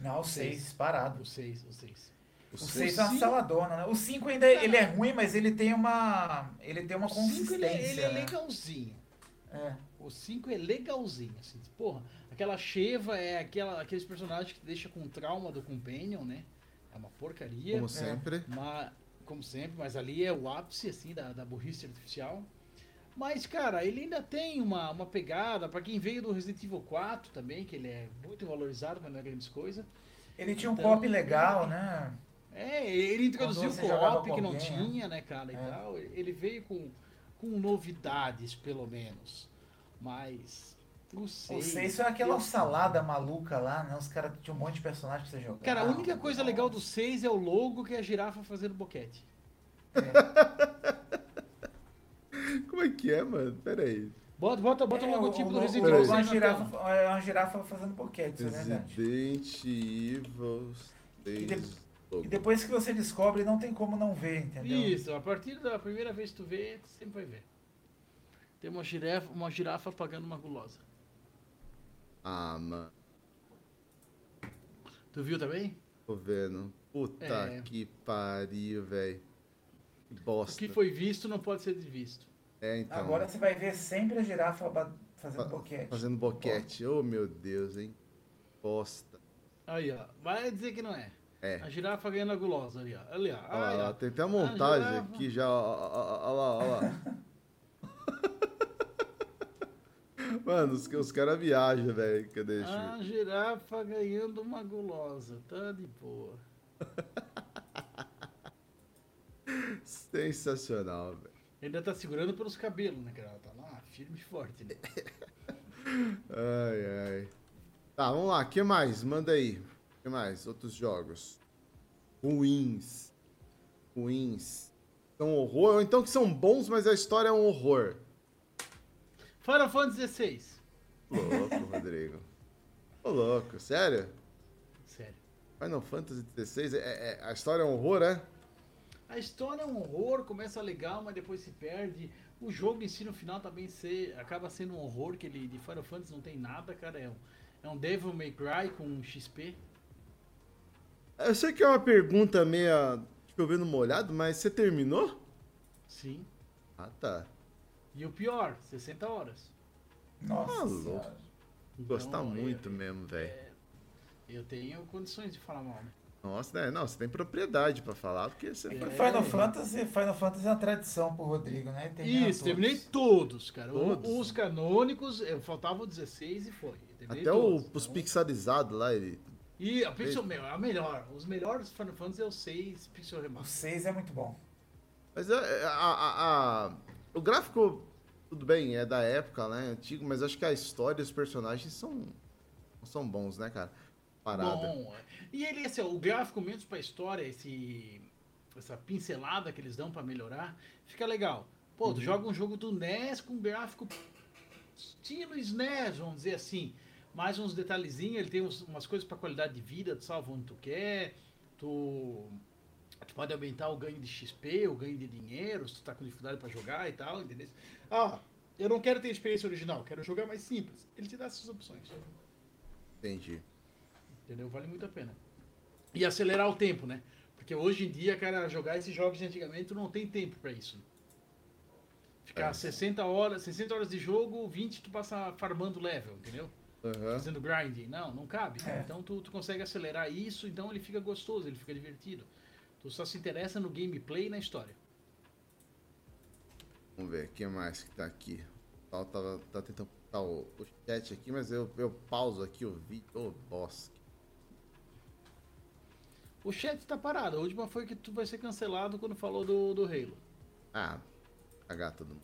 S3: Não, o 6, parado.
S4: Os seis, os seis.
S2: O
S3: O
S2: seis-
S3: 6 é uma
S4: cinco-
S3: saladona, né? O 5 ainda é- ele é ruim, mas ele tem uma. Ele tem uma
S4: O cinco, ele,
S3: consistência.
S4: é- ele é
S3: né?
S4: legalzinho.
S3: É.
S4: O 5 é legalzinho, assim. Porra, aquela Sheva é aquela, aqueles personagens que deixa com trauma do Companion, né? É uma porcaria.
S2: Como
S4: Como,
S2: sempre.
S4: mas, como sempre, mas ali é o ápice, assim, da, da burrice artificial. Mas, cara, ele ainda tem uma, uma pegada, pra quem veio do Resident Evil 4 também, que ele é muito valorizado, mas não é grande coisa.
S3: Ele tinha um
S4: Então-
S3: pop legal, né?
S4: É, ele introduziu
S3: Quando
S4: o
S3: você jogava
S4: co-op
S3: com
S4: que não
S3: alguém, né?
S4: tinha, né, cara, e
S3: É.
S4: tal. Ele veio com, com novidades, pelo menos. Mas, não sei.
S3: O 6 foi aquela
S4: eu-
S3: salada maluca lá, né? Os caras tinham um monte de personagem pra você jogar.
S4: Cara, a única coisa legal do 6 é o logo que é a girafa fazendo boquete.
S2: Como é que é, mano? Pera aí.
S4: Bota, bota, bota
S3: É,
S4: o logotipo
S3: o-
S4: do
S3: o-
S4: Resident
S3: o-
S4: Evil
S2: Evil
S3: uma
S4: 6 na tela.
S3: girafa, é uma girafa fazendo boquete, isso é verdade.
S2: Resident Evil 6.
S3: E depois que você descobre, não tem como não ver, entendeu?
S4: Isso, a partir da primeira vez que tu vê, tu sempre vai ver. Tem uma girafa, uma girafa pagando uma gulosa.
S2: Ah, mano.
S4: Tu viu também?
S2: Tô vendo. Puta
S4: É.
S2: que pariu, velho. Que bosta.
S4: O que foi visto não pode ser desvisto.
S2: É, então.
S3: Agora você vai ver sempre a girafa ba- fazendo
S2: Fa-
S3: boquete.
S2: Fazendo boquete. Oh, meu Deus, hein? Bosta.
S4: Aí, ó. Vai dizer que não é.
S2: É.
S4: A girafa ganhando a gulosa ali, ó. Ali, ó.
S2: Olha lá,
S4: Aí, ó.
S2: lá, tem até a montagem
S4: girava.
S2: aqui já. Olha lá, olha lá. Mano, os, os caras viajam, velho. Cadê? Deixa eu ver.
S4: A girafa ganhando uma gulosa. Tá de boa. Ah.
S2: Sensacional, velho.
S4: Ainda tá segurando pelos cabelos, né, cara? Ela Tá lá, firme e forte, né?
S2: Ai, ai. Tá, vamos lá. O que mais? Manda aí. O que mais? Outros jogos. Ruins. Ruins. São horror. Ou então que são bons, mas a história é um horror.
S4: Final Fantasy XVI.
S2: Ô, Louco, Rodrigo. Ô, louco. Sério?
S4: Sério.
S2: Final Fantasy XVI? É, é- a história é um horror, é?
S4: A história é um horror, começa legal, mas depois se perde. O jogo em si no final também se, acaba sendo um horror, que ele de Final Fantasy não tem nada, cara. É um, é um Devil May Cry com um XP.
S2: Eu sei que é uma pergunta meio chovendo molhado, mas você terminou?
S4: Sim.
S2: Ah, tá.
S4: E o pior, 60 horas.
S2: Ah,
S3: Nossa
S2: louco.
S3: senhora.
S4: Então,
S2: Gostar
S4: eu-
S2: muito mesmo, velho.
S4: Eu tenho condições de falar mal, né?
S2: Nossa, né? Não, você tem propriedade pra falar, porque você...
S4: É.
S3: Final Fantasy, Final Fantasy é uma tradição pro Rodrigo, né? Ele termina todos.
S4: Isso, terminei todos, cara. O-
S2: Todos?
S4: Os canônicos, eu faltava o 16 e foi. Eu terminei
S2: Até o,
S4: todos.
S2: os
S4: Então,
S2: pixelizados lá, ele.
S4: E a Pixel, meu, é a melhor. Os melhores Final Fantasy é o 6 Pixel
S3: O
S4: Remaster.
S3: 6 é muito bom.
S2: Mas é- é- a, a- a- o gráfico, tudo bem, é da época, né? Antigo, mas acho que a história e os personagens são, são bons, né, cara? Parada.
S4: Bom, e ele, assim, ó, o gráfico menos pra história, esse, essa pincelada que eles dão pra melhorar, fica legal. Pô, tu joga um jogo do NES com gráfico estilo SNES, vamos dizer assim. Mais uns detalhezinhos, ele tem uns- umas coisas pra qualidade de vida, tu salva onde tu quer, tu, tu pode aumentar o ganho de XP, o ganho de dinheiro, se tu tá com dificuldade pra jogar e tal, entendeu? Ah, eu não quero ter experiência original, quero jogar mais simples. Ele te dá essas opções.
S2: Entendi.
S4: Entendeu? Vale muito a pena. E acelerar o tempo, né? Porque hoje em dia, cara, jogar esses jogos de antigamente tu não tem tempo pra isso. né? Ficar
S2: É.
S4: 60 horas, 60 horas de jogo, 20 tu passa farmando level, entendeu?
S2: É. Aham.
S4: Fazendo grinding. Não, não cabe. Então tu, tu consegue acelerar isso, então ele fica gostoso, ele fica divertido. Tu só se interessa no gameplay e na história.
S2: Vamos ver, o que mais que tá aqui? O tal tava, tá tentando puxar o, o chat aqui, mas eu, eu pauso aqui o vídeo. Ô, bosta.
S4: O chat tá parado. A última foi que tu vai ser cancelado quando falou do, do Halo.
S2: Ah, cagar todo mundo.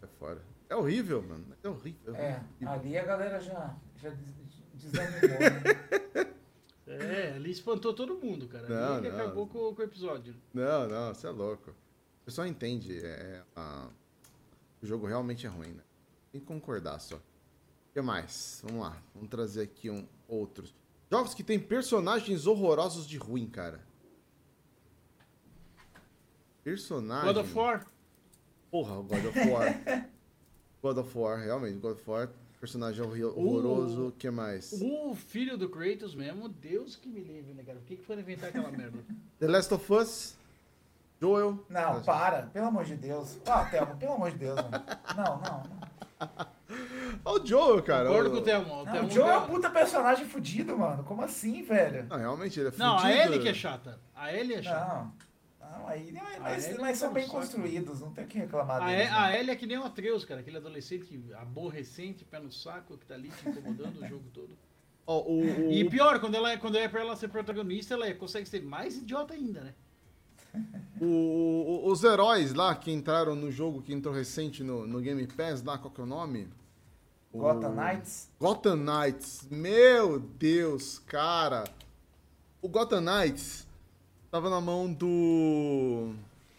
S2: É fora. É horrível, mano. É horrível.
S3: É,
S2: horrível.
S3: ali a galera já, já des- desanimou. né?
S4: É, ali espantou todo mundo, cara.
S2: Não,
S4: Ali ele
S2: não.
S4: acabou com, com o episódio.
S2: Não, não, você é louco. O pessoal entende. É, é, ah, o jogo realmente é ruim, né? Tem que concordar só. O que mais? Vamos lá. Vamos trazer aqui um, outros. Jogos que tem personagens horrorosos de ruim, cara. Personagem.
S4: God of War.
S2: Porra, God of War. God of War, realmente. God of War, personagem horri-
S4: Uh.
S2: horroroso. O que mais?
S4: O filho do Kratos mesmo, Deus que me livre, né, cara? Por que, que foram inventar aquela merda?
S2: The Last of Us. Joel.
S3: Não, para, pelo amor de Deus. Ah, Thelma, pelo amor de Deus. mano. Não, não. não.
S2: Olha o Joel, cara.
S4: Concordo
S2: o-
S4: com o Thelma. o tá-
S3: Não,
S4: Thelma-
S3: o Joe é um puta personagem fudido, mano. Como assim, velho?
S2: Não, realmente, ele é fudido.
S4: Não, a Ellie que é chata. A Ellie é chata.
S3: Não. Não, aí. Mas,
S4: Ah,
S3: mas,
S4: ele
S3: mas
S4: é
S3: são
S4: um
S3: bem
S4: saco.
S3: construídos, não tem o que reclamar
S4: A,
S3: deles.
S4: E-
S3: não.
S4: a Ellie é que nem o Atreus, cara. Aquele adolescente aborrecente, pé no saco, que tá ali te incomodando o jogo todo.
S2: Ó, o, o-
S4: E pior, quando, ela, é- quando é pra ela ser protagonista, ela é- consegue ser mais idiota ainda, né?
S2: o- o- os heróis lá que entraram no jogo, que entrou recente no, no Game Pass lá, qual que é o nome? O-
S3: Gotham Knights.
S2: Gotham Knights. Meu Deus, cara. O Gotham Knights tava na mão do...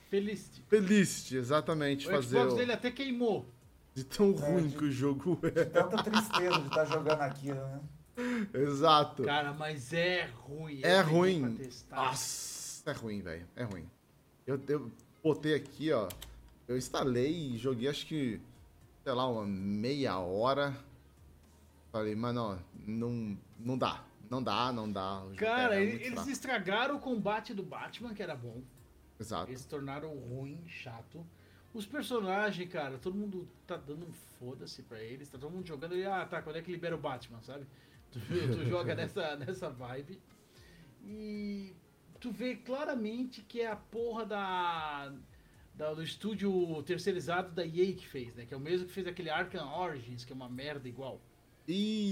S4: Feliz.
S2: Felicity, exatamente,
S4: O
S2: fazer
S4: Xbox
S2: o-
S4: dele é até queimou.
S2: de tão
S3: É,
S2: ruim que o jogo é.
S3: Tanta tristeza de estar jogando aquilo, né?
S2: Exato.
S4: Cara, mas é ruim.
S2: É
S4: Eu peguei
S2: ruim.
S4: pra testar.
S2: Nossa, é ruim, velho. É ruim. Eu, eu botei aqui, ó. Eu instalei e joguei acho que, sei lá, uma meia hora. Falei, mano, ó, não, não dá. Não dá, não dá. O jogo
S4: Cara,
S2: é
S4: ele-
S2: muito
S4: eles
S2: fraco.
S4: estragaram o combate do Batman, que era bom.
S2: Exato.
S4: Eles se tornaram ruim, chato. Os personagens, cara, todo mundo tá dando um foda-se pra eles. Tá todo mundo jogando e, ah, tá, quando é que libera o Batman, sabe? Tu, tu joga nessa, nessa vibe. E tu vê claramente que é a porra da, da- do estúdio terceirizado da EA que fez, né? Que é o mesmo que fez aquele Arkham Origins, que é uma merda igual.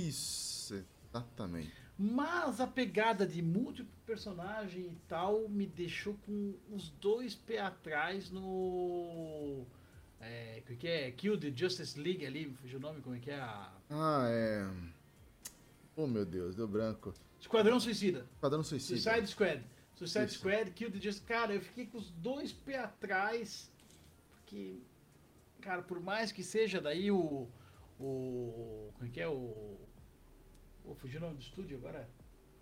S2: Isso, exatamente.
S4: Mas a pegada de múltiplo personagem e tal me deixou com os dois pés atrás no. É, que que é? Kill the Justice League ali, me fugiu o nome, como é que é? A...
S2: Ah, é. Oh, meu Deus, deu branco.
S4: Esquadrão Suicida.
S2: Esquadrão Suicida.
S4: Suicide Squad. Suicide
S2: Isso.
S4: Squad, Kill the Justice. Cara, eu fiquei com os dois pés atrás. Porque. Cara, por mais que seja daí o. O. Como é que é? O. Oh, fugiu o nome do estúdio agora?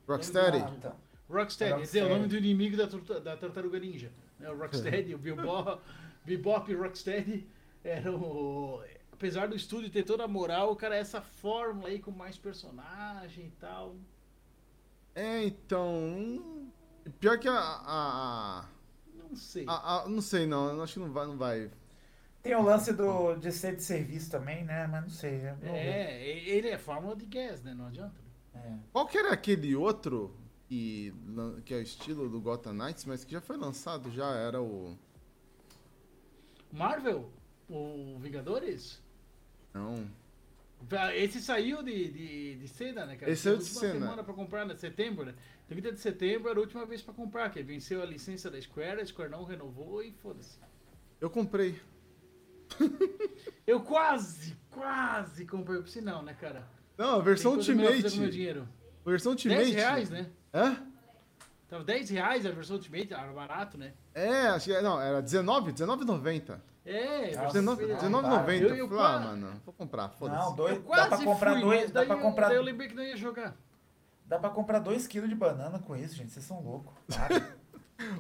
S2: Rocksteady.
S3: Ah, tá.
S4: Rocksteady,
S3: Rocksteady.
S4: esse é o nome do inimigo da, tortu- da Tartaruga Ninja. né? O Rocksteady, o Bebop, Bebop e Rocksteady eram. o- Apesar do estúdio ter toda a moral, cara, essa fórmula aí com mais personagem e tal.
S2: É, então. hum, Pior que a- a- a...
S4: Não sei.
S2: Ah, ah, não sei não, eu acho que não vai, não vai.
S3: Tem o lance do, de ser de serviço também, né? Mas não sei. eu não-
S4: é, e- ele é fórmula de gas, né? Não adianta.
S3: É.
S2: Qual que era aquele outro que, lan- que é o estilo do Gotham Knights, mas que já foi lançado, já era o.
S4: Marvel, o Vingadores,
S2: Não.
S4: va- esse saiu de, de, de cena, né, cara?
S2: Esse saiu
S4: Tinha
S2: de
S4: a
S2: cena.
S4: última semana pra comprar, né? Setembro, né? 30 de setembro era a última vez pra comprar, que venceu a licença da Square, a Square não renovou e foda-se.
S2: Eu comprei.
S4: Eu quase, quase comprei o Psi, não, né, cara?
S2: Não, a versão
S4: Tem coisa melhor pra fazer com meu
S2: Ultimate.
S4: dinheiro.
S2: Versão
S4: 10
S2: Ultimate.
S4: reais, né?
S2: Hã?
S4: Tava 10 reais a versão Ultimate, era barato, né?
S2: É, acho que. Não, era R$19,90. 19,90.
S4: É,
S3: Nossa,
S4: versão-
S3: não,
S2: 19,90.
S4: eu-
S2: Eu
S4: eu
S2: falei, ah,
S4: quase-
S2: mano, vou comprar,
S3: Não,
S2: foda-se.
S3: dois,
S4: eu
S3: dá
S4: quase
S3: pra comprar
S4: fui,
S3: dois.
S4: mas
S3: Dá
S4: daí
S3: pra
S4: eu-
S3: comprar,
S4: daí eu lembrei que não ia jogar.
S3: dá pra comprar dois quilos de banana com isso, gente. Vocês são loucos. Para.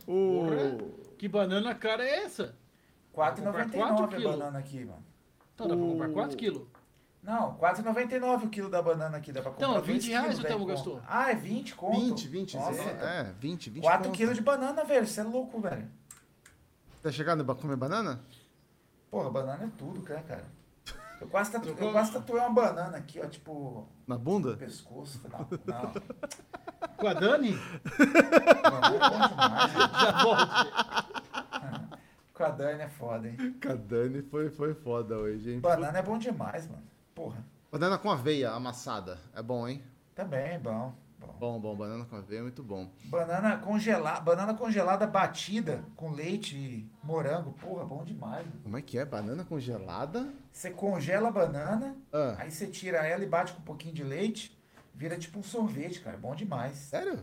S2: O.
S4: Que banana cara é essa? Comprar quatro
S3: 4,99 a
S4: quilos.
S3: banana aqui, mano.
S4: Então dá pra
S2: O-
S4: comprar 4 quilos.
S3: Não, 4,99 o quilo da banana aqui, dá pra comprar.
S4: Não,
S3: dois
S4: 20 Então, reais
S3: quilos,
S4: o
S3: velho,
S4: Tamo
S3: com-
S4: gastou.
S3: Ah, é 20 conto?
S2: 20, 20,
S3: Nossa,
S2: é, 20, 20.
S3: 4
S2: conto.
S3: quilos de banana, velho. Você é louco, velho.
S2: Tá chegando pra comer banana?
S3: Porra, banana é tudo, né, cara? Eu quase, tatu...
S4: Trocou?
S3: eu quase tatuei uma banana aqui, ó, tipo,
S2: Na
S3: no
S2: bunda?
S3: pescoço. Não, não.
S4: Com a Dani?
S3: Banana é bom demais, né?
S4: Já volto.
S3: Com a Dani é foda, hein?
S2: Com a Dani foi, foi foda hoje, hein?
S3: Banana é bom demais, mano. Porra,
S2: Banana com aveia amassada. É bom, hein?
S3: também é bom. bom.
S2: Bom, bom. Banana com aveia é muito bom.
S3: Banana congelada, banana congelada batida com leite e morango. Porra, bom demais. mano.
S2: Como é que é? Banana congelada?
S3: Você congela a banana,
S2: Ah.
S3: aí você tira ela e bate com um pouquinho de leite, vira tipo um sorvete, cara. Bom demais.
S2: Sério?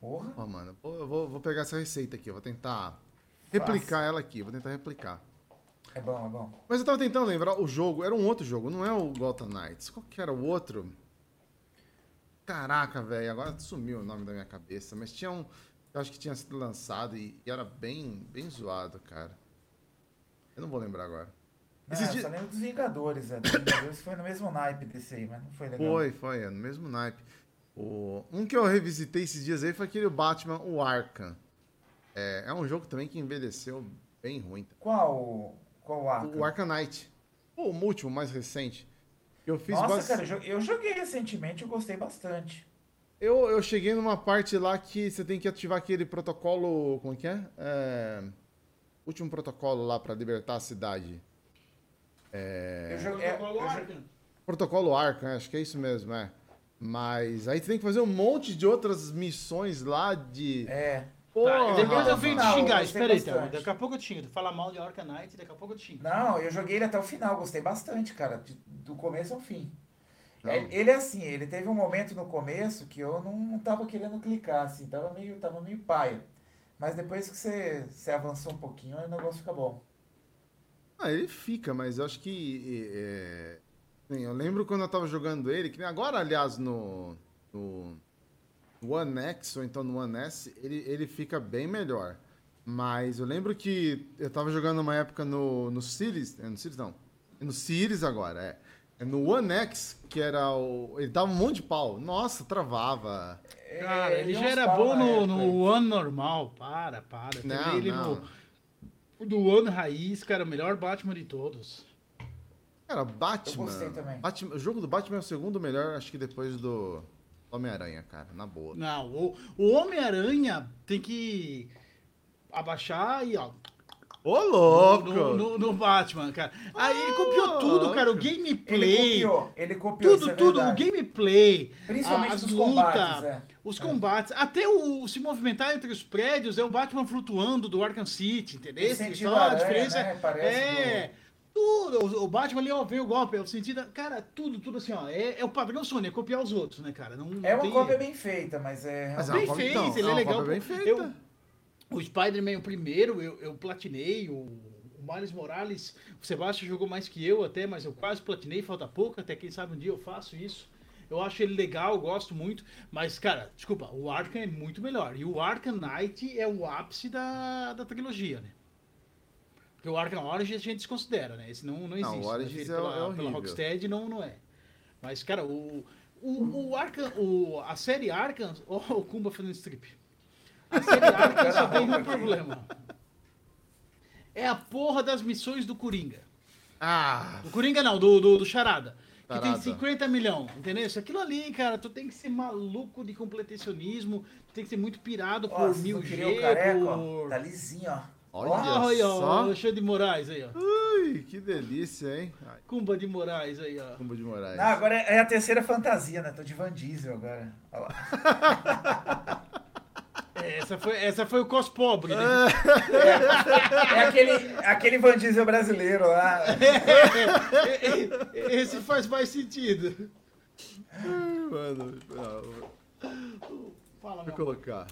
S3: Porra.
S2: Ó, mano, pô, eu vou, vou pegar essa receita aqui. Eu vou tentar replicar ela aqui. Vou tentar replicar.
S3: É bom, é bom.
S2: Mas eu tava tentando lembrar o jogo. Era um outro jogo, não é o Gotham Knights. Qual que era o outro? Caraca, velho. Agora sumiu o nome da minha cabeça. Mas tinha um. Eu acho que tinha sido lançado e, e era bem, bem zoado, cara. Eu não vou lembrar agora.
S3: Não,
S2: Esses
S3: Ah, eu
S2: dias-
S3: só lembro dos Vingadores, né? Dos Vingadores foi no mesmo naipe desse aí, mas não foi legal.
S2: Foi, foi, é, no mesmo naipe. O... Um que eu revisitei esses dias aí foi aquele Batman, o Arkham. É, é um jogo também que envelheceu bem ruim.
S3: Qual? Qual arco?
S2: O Arkham Knight. Pô, o último, mais recente. Eu fiz
S3: Nossa,
S2: base-
S3: cara, eu jo- eu joguei recentemente, eu gostei bastante.
S2: Eu, eu cheguei numa parte lá que você tem que ativar aquele protocolo. Como é que é? É, Último protocolo lá pra libertar a cidade.
S3: Eu joguei. é,
S4: Protocolo
S3: eu jo-
S4: Arkham.
S2: Protocolo Arkham, acho que é isso mesmo, é. Mas aí você tem que fazer um monte de outras missões lá de.
S3: É.
S4: Tá, e depois eu venho te
S3: Não,
S4: xingar,
S3: eu gostei
S4: espera aí,
S3: bastante.
S4: Théo. Daqui a pouco eu te xingo. Tu fala mal de Orca Knight, daqui a pouco eu te xingo.
S3: Não, eu joguei ele até o final, gostei bastante, cara, de- do começo ao fim.
S2: Não.
S3: É, Ele é assim, ele teve um momento no começo que eu não, não tava querendo clicar, assim, tava meio, tava meio paia. Mas depois que você, você avançou um pouquinho, aí o negócio fica bom.
S2: Ah, ele fica, mas eu acho que. é, é, bem, Eu lembro quando eu tava jogando ele, que nem agora, aliás, no. no One X, ou então no One S, ele, ele fica bem melhor. Mas eu lembro que eu tava jogando uma época no, no Series. é, No Series não. É no Series agora, é. É no One X, que era o. Ele dava um monte de pau. Nossa, travava.
S4: Cara,
S3: É,
S4: ele
S3: deu
S4: já
S3: uns
S4: era
S3: pau
S4: bom
S3: na
S4: no,
S3: época,
S4: no
S3: ele.
S4: One normal. Para, para. Também
S2: Não,
S4: ele
S2: não.
S4: no. Do One Raiz, cara, o melhor Batman de todos.
S2: Cara, Batman.
S3: Eu gostei também.
S2: Batman- o jogo do Batman é o segundo melhor, acho que depois do Homem-Aranha, cara, na boa.
S4: Não, o, o Homem-Aranha tem que abaixar e, ó.
S2: Ô, louco!
S4: No, no- no Batman, cara. Aí ele copiou tudo, cara. O
S3: Ah, Ele
S4: gameplay.
S3: copiou, ele copiou,
S4: Tudo,
S3: isso é
S4: tudo. O
S3: verdade.
S4: gameplay.
S3: Principalmente
S4: as
S3: dos
S4: lutas.
S3: combates, é.
S4: Os combates, até o, o se movimentar entre os prédios, é o Batman flutuando do Arkham City, entendeu?
S3: Esse sentido
S4: Então,
S3: aranha, né? Parece
S4: é tudo. O, o Batman ali, ó, veio o golpe, é o sentido. Cara, tudo, tudo assim, ó. É, é o padrão Sony, é copiar os outros, né, cara? Não, não
S3: É uma
S4: tem-
S3: cópia bem feita, mas é...
S2: Mas é uma
S4: Bem
S2: cópia-
S4: feito,
S2: então,
S4: ele
S2: é
S4: é
S2: uma
S4: legal.
S2: cópia bem feita.
S4: Eu- o Spider-Man, o primeiro, eu, eu platinei, o, o Miles Morales, o Sebastião jogou mais que eu até, mas eu quase platinei, falta pouco, até quem sabe um dia eu faço isso. Eu acho ele legal, eu gosto muito, mas, cara, desculpa, o Arkham é muito melhor. E o Arkham Knight é o ápice da, da trilogia, né? Porque o Arkham Origins a gente desconsidera, né? Esse não, não existe.
S2: o
S4: né?
S2: Origins
S4: Feito
S2: é-
S4: pela,
S2: é
S4: pela
S2: horrível.
S4: Rocksteady não, não é. Mas, cara, o, o, o Arkham, o, a série Arkham, ó, o Kumba fazendo strip. A série Arkham só tem um problema. É a porra das missões do Coringa.
S2: Ah,
S4: Do Coringa não, do, do, do Charada. Que
S2: Charada.
S4: tem 50 milhão, entendeu? Isso, aquilo ali, cara, tu tem que ser maluco de completacionismo, tu tem que ser muito
S2: um
S4: pirado
S3: Ó,
S4: por
S3: se
S4: mil
S3: um- não
S4: G,
S3: queria o careca, ó,
S4: por...
S3: tá lisinho, ó.
S2: olha
S4: Ah, aí, ó,
S2: só.
S4: o Alexandre de Moraes aí, ó.
S2: Ui, que delícia, hein? Ai,
S4: Cumba de Moraes aí, ó.
S2: Combo de Moraes.
S4: Ah,
S3: Não, agora é é a terceira fantasia, né? Tô de Van Diesel agora. Olha lá.
S4: Essa foi, essa foi o cos pobre, né?
S3: É aquele, aquele Van Diesel brasileiro lá.
S4: Esse faz mais sentido.
S2: Ai, Mano, ah, vou-
S4: Fala,
S2: vou
S4: meu.
S2: colocar.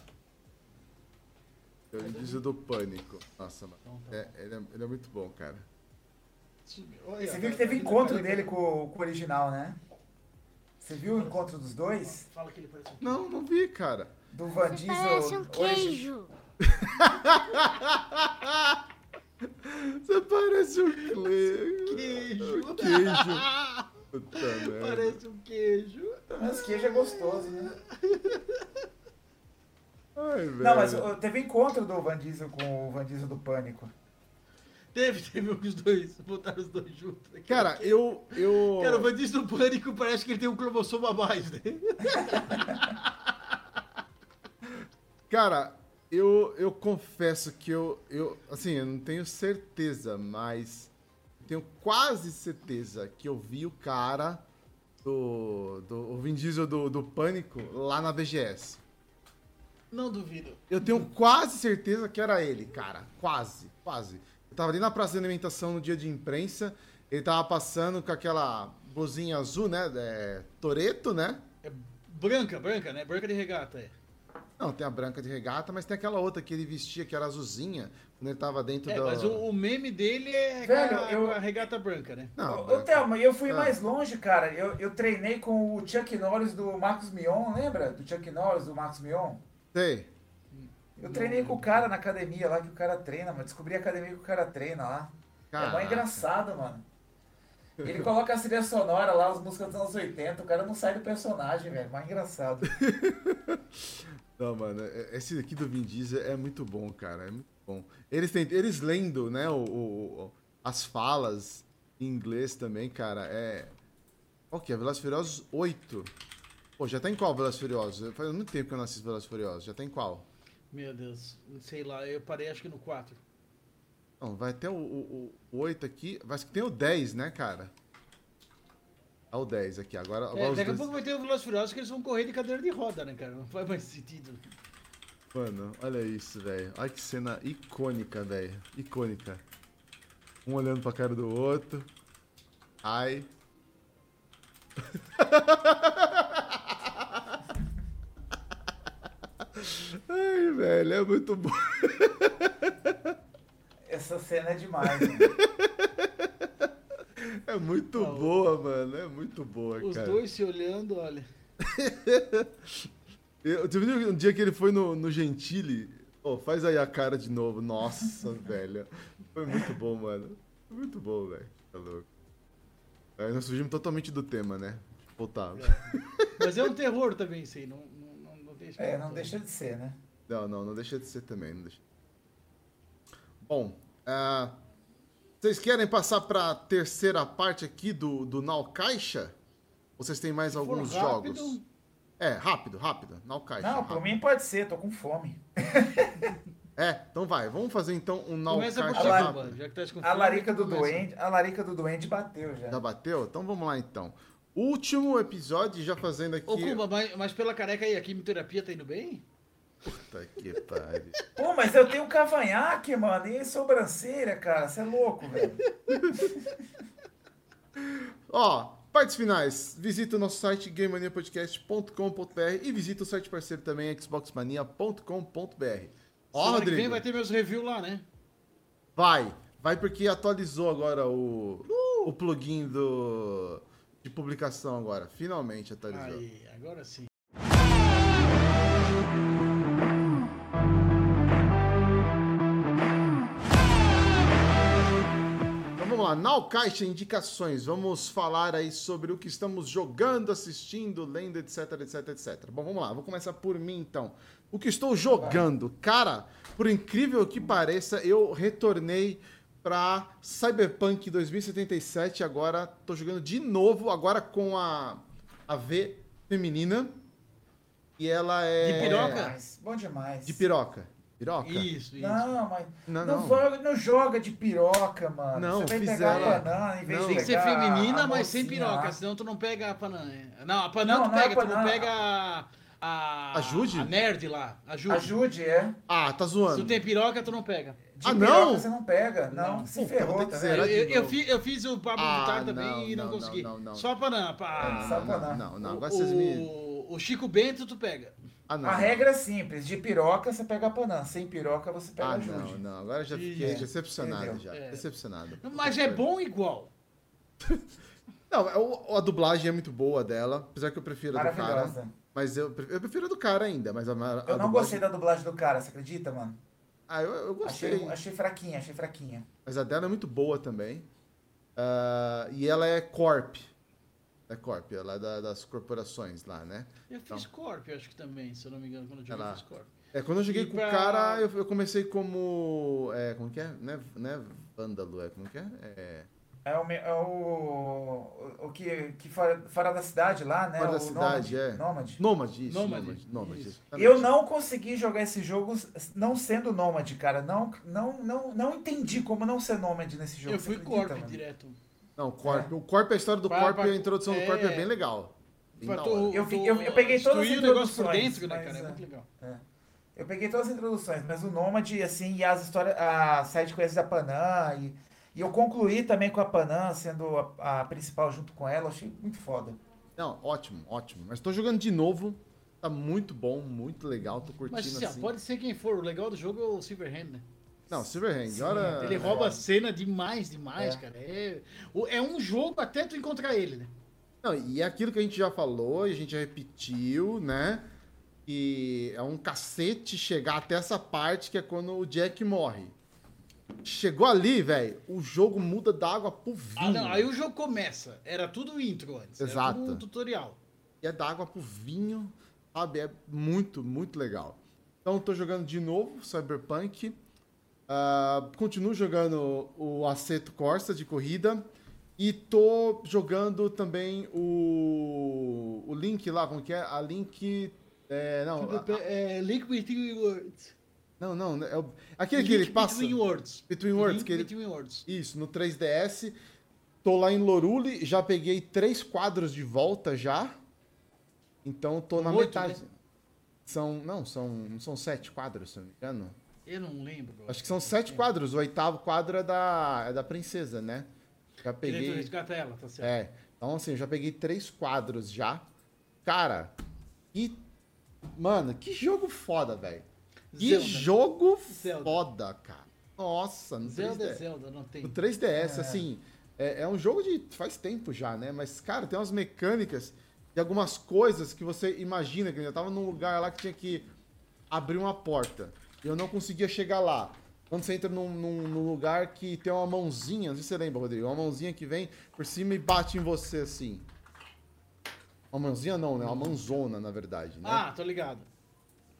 S2: Eu indício do pânico. Nossa,
S4: Então
S2: mano.
S4: tá
S2: É, ele, é, ele é muito bom, cara.
S3: Você viu que teve encontro dele com, com o original, né? Você viu o encontro dos dois?
S4: Fala que ele parece um
S2: Não, não vi, cara.
S3: Do Van Diesel.
S6: Parece um
S3: origi-
S6: queijo.
S2: Você parece um queijo.
S4: queijo.
S2: Queijo. Puta merda.
S4: Parece um queijo.
S3: Mas queijo é gostoso, né?
S2: Ai, velho.
S3: Não, mas ó, teve encontro do Van Diesel com o Van Diesel do Pânico.
S4: Teve, teve um que os dois, botaram os dois juntos.
S2: Cara, eu. eu...
S4: Cara, o Vandes do Pânico parece que ele tem um cromossomo a mais, né?
S2: Cara, eu, eu confesso que eu, eu. Assim, eu não tenho certeza, mas. Tenho quase certeza que eu vi o cara do. do o Vin Diesel do, do Pânico lá na BGS.
S4: Não duvido.
S2: Eu tenho quase certeza que era ele, cara. Quase, quase. Eu tava ali na praça de alimentação no dia de imprensa. Ele tava passando com aquela blusinha azul, né? É, Toreto, né?
S4: É branca, branca, né? Branca de regata, é.
S2: Não, tem a branca de regata, mas tem aquela outra que ele vestia, que era azulzinha, quando ele tava dentro
S4: É,
S2: da.
S4: mas o, o meme dele é
S3: Velho,
S4: com a-
S3: eu-
S4: com a regata branca, né?
S2: Não,
S3: Ô, Thelma, e eu fui
S2: Ah.
S3: mais longe, cara. Eu, eu treinei com o Chuck Norris do Marcos Mion, lembra? Do Chuck Norris, do Marcos Mion. é
S2: sei.
S3: Eu treinei com o cara na academia lá que o cara treina, mano. Descobri a academia que o cara treina lá. É mó
S2: Caraca.
S3: engraçado, mano. Ele coloca a trilha sonora lá, as músicas dos anos 80, o cara não sai do personagem, velho. Mó engraçado.
S2: Não, mano, é- esse aqui do Vin Diesel é muito bom, cara. É muito bom. Eles, tem, eles lendo, né, o, o- o- as falas em inglês também, cara, é. Qual que é? Velozes e Furiosos 8. Pô, já tá em qual Velozes e Furiosos? Faz muito tempo que eu não assisto Velozes e Furiosos. Já tá em qual?
S4: Meu Deus, sei lá, eu parei acho que no 4.
S2: Não, vai até o, o, o 8 aqui. Mas que tem o 10, né, cara? É o 10 aqui. Agora, agora
S4: É,
S2: os
S4: daqui a
S2: dois...
S4: pouco vai ter o Velozes e Furiosos que eles vão correr de cadeira de roda, né, cara? Não faz mais sentido.
S2: Mano, olha isso, velho. Olha que cena icônica, velho. Icônica. Um olhando pra cara do outro. Ai. Ai, velho, é muito bom.
S3: Essa cena é demais, mano.
S2: É muito
S4: Ah, o-
S2: boa, mano. É muito boa,
S4: Os
S2: cara.
S4: dois se olhando, olha.
S2: Eu, teve um dia que ele foi no, no Gentili. Pô, faz aí a cara de novo. Nossa, velho. Foi muito bom, mano. Foi muito bom, velho. Tá louco. Aí nós fugimos totalmente do tema, né? Voltar.
S4: Mas é um terror também, sei, não, não, não, não deixa.
S3: É, não deixa de ser, né?
S2: Não, não, não deixa de ser também. Não deixa. Bom, ah, vocês querem passar pra terceira parte aqui do, do Nau Caixa? Ou vocês têm mais
S4: Se for
S2: alguns
S4: rápido,
S2: jogos? É, rápido, rápido. Nau Caixa.
S3: Não,
S2: rápido.
S3: por mim pode ser, tô com fome.
S2: É, então vai. Vamos fazer então um Nau
S4: Começa por
S2: Caixa
S4: ti,
S3: Alarico.
S2: rápido.
S4: mano, já que tá
S3: A larica do
S4: doente.
S3: duende, a larica do duende bateu já.
S2: Já bateu? Então vamos lá então. Último episódio, já fazendo aqui.
S4: Ô, Cuba, mas, mas pela careca aí, a quimioterapia tá indo bem?
S2: Puta que pariu.
S3: Pô, mas eu tenho cavanhaque, mano, e sobrancelha, cara. Você é louco, velho.
S2: Ó, partes finais. Visita o nosso site gamemaniapodcast.com.br e visita o site parceiro também, xboxmania.com.br. Ó,
S4: Semana que vem
S2: Rodrigo,
S4: vai ter meus reviews lá, né?
S2: vai. Vai porque atualizou agora o, o plugin do, de publicação agora. Finalmente atualizou.
S4: Aí, agora sim.
S2: Então vamos lá, Now Caixa Indicações. Vamos falar aí sobre o que estamos jogando, assistindo, lendo, etc, etc, etc. Bom, vamos lá, vou começar por mim então. O que estou jogando? Cara, por incrível que pareça, eu retornei pra Cyberpunk 2077. Agora tô jogando de novo, agora com a, a V feminina. E ela é.
S4: De piroca?
S3: Demais, bom demais.
S2: De piroca. Piroca?
S4: Isso, isso.
S3: Não, mas.
S2: Não,
S3: Não,
S2: não.
S3: Joga, não joga de piroca, mano.
S2: Não,
S3: Você vai pegar
S2: fizeram.
S3: a banana em vez
S2: Não.
S3: de
S4: Tem que ser
S3: pegar a-
S4: feminina,
S3: a
S4: mas sem
S3: mocinha
S4: piroca,
S3: lá.
S4: senão tu não pega a Panã. né? Não, a Panã
S3: Não,
S4: tu
S3: não é
S4: pega, tu não
S3: Panã.
S4: pega a. A,
S2: A Jude?
S4: a nerd lá, a Jude.
S3: Ajude, é.
S2: Ah, tá
S4: Se
S2: zoando.
S4: tu tem piroca, tu não pega.
S3: De
S2: Ah,
S3: piroca
S2: não?
S3: Você não pega. Não, se
S2: Puta,
S3: ferrou,
S2: vou ter que
S3: tá
S4: Eu,
S2: zerar
S3: vendo?
S2: de
S4: eu, eu
S2: novo.
S4: fi- eu fiz o Pablo
S2: Ah,
S4: Vittar também e não,
S2: não, não,
S4: consegui.
S2: não, não.
S4: Só a Panã.
S3: É,
S4: Pá.
S3: só-
S2: Não, não, não, não. Agora vocês
S4: né? o,
S2: me.
S4: o Chico Bento tu pega.
S2: Ah, não.
S3: A regra é simples: de piroca você pega a panã, sem piroca você pega
S2: Ah,
S3: a
S2: não,
S3: ajude.
S2: não. Agora eu já
S4: Ih,
S2: fiquei
S4: é.
S2: decepcionado
S3: Entendeu?
S2: já.
S4: É.
S2: Decepcionado.
S4: Mas é bom igual.
S2: Não, o- a dublagem é muito boa dela, apesar que eu prefiro a do cara.
S3: Maravilhosa.
S2: Mas eu, prefiro- eu prefiro a do cara ainda, mas a, a
S3: Eu não gostei da dublagem do cara, você acredita, mano?
S2: Ah, eu, eu gostei.
S3: Achei, achei fraquinha, achei fraquinha.
S2: Mas a dela é muito boa também. Ah, e ela é Corp. É Corp, ela é da- das corporações lá, né? Então.
S4: Eu fiz Corp, eu acho que também, se eu não me engano, quando eu joguei
S2: Ela-
S4: eu fiz Corp.
S2: É, quando eu joguei
S4: E
S2: com o
S4: pra-
S2: cara, eu, eu comecei como. É, como que é? Não é, não é vândalo, é como que é? É,
S3: É o, me- é o, o- o que, que fora, fora da cidade lá, né?
S2: Fora da
S3: o
S2: cidade,
S3: Nômade,
S2: é.
S3: Nômade.
S2: Nômade, isso.
S4: Nômade,
S2: Nômade. nômade,
S4: isso.
S2: exatamente.
S3: Eu não consegui jogar esse jogo não sendo nômade, cara. Não, não, não, não entendi como não ser nômade nesse jogo.
S4: Eu
S3: Você
S4: fui
S3: acredita,
S4: Corp
S3: mano?
S4: direto.
S2: Não, Corp. O Corp, a história do
S4: Pra-
S2: Corp
S4: pra-
S2: e a introdução do Corp é
S4: é.
S2: bem legal. Bem
S4: Pra
S2: da
S4: tu-
S2: hora.
S3: Eu
S4: tu
S3: vi- eu- eu peguei todas as
S4: destruir o negócio por
S3: introduções,
S4: dentro, né,
S3: mas,
S4: cara? É
S3: é.
S4: muito legal.
S3: Eu peguei todas as introduções, mas o Nômade, assim, e as histórias, a side quest da Panam, e, e eu concluí também com a Panam, sendo a, a principal junto com ela, eu achei muito foda.
S2: Não, ótimo, ótimo. Mas tô jogando de novo. Tá muito bom, muito legal. Tô curtindo
S4: Mas assim, ó,
S2: assim.
S4: pode ser quem for. O legal do jogo é o Silverhand, né?
S2: Não, Silverhand, olha.
S4: Ele
S2: é,
S4: rouba a cena demais, demais,
S3: É.
S4: cara. É, o- é um jogo até tu encontrar ele, né?
S2: Não, e é aquilo que a gente já falou, e a gente já repetiu, né? Que é um cacete chegar até essa parte que é quando o Jack morre. Chegou ali, velho, o jogo muda da água pro vinho.
S4: Ah, não, aí o jogo começa. Era tudo intro antes. Era
S2: Exato.
S4: tudo um tutorial.
S2: E é da água pro vinho, sabe? É muito, muito legal. Então tô jogando de novo Cyberpunk. Ah, continuo jogando o Aceto Corsa de corrida. E tô jogando também o, o Link lá, como que é? A Link. É, não, a- a-
S4: É, Link Between Worlds.
S2: não, não. É o- aquele que ele
S4: Link
S2: passa.
S4: Between Worlds.
S2: Between Worlds,
S4: Link
S2: que ele-
S4: Between Worlds.
S2: Isso, no 3DS. Tô lá em Lorule, já peguei três quadros de volta já. Então tô na
S4: Oito,
S2: metade.
S4: né?
S2: São. Não, são. São sete quadros, se eu não me engano.
S4: Eu não lembro. É.
S2: Acho que são sete quadros. O oitavo quadro é da, é da princesa, né? Já
S4: Peguei...
S2: peguei.
S4: resgata ela, tá certo.
S2: É. Então, assim, eu já peguei três quadros já. Cara, que. Mano, que jogo foda, velho. É. Que
S4: Zelda.
S2: jogo
S4: Zelda.
S2: foda, cara. Nossa, no
S4: Zelda é
S2: 3DS.
S4: Zelda, não tem.
S2: né? O 3DS, assim, é, é um jogo de faz tempo já, né? Mas, cara, tem umas mecânicas e algumas coisas que você imagina, que eu tava num lugar lá que tinha que abrir uma porta. E eu não conseguia chegar lá. Quando você entra num, num- num lugar que tem uma mãozinha, não sei se você lembra, Rodrigo, uma mãozinha que vem por cima e bate em você, assim. Uma mãozinha não, né? Uma mãozona, na verdade, né?
S4: Ah, tô ligado.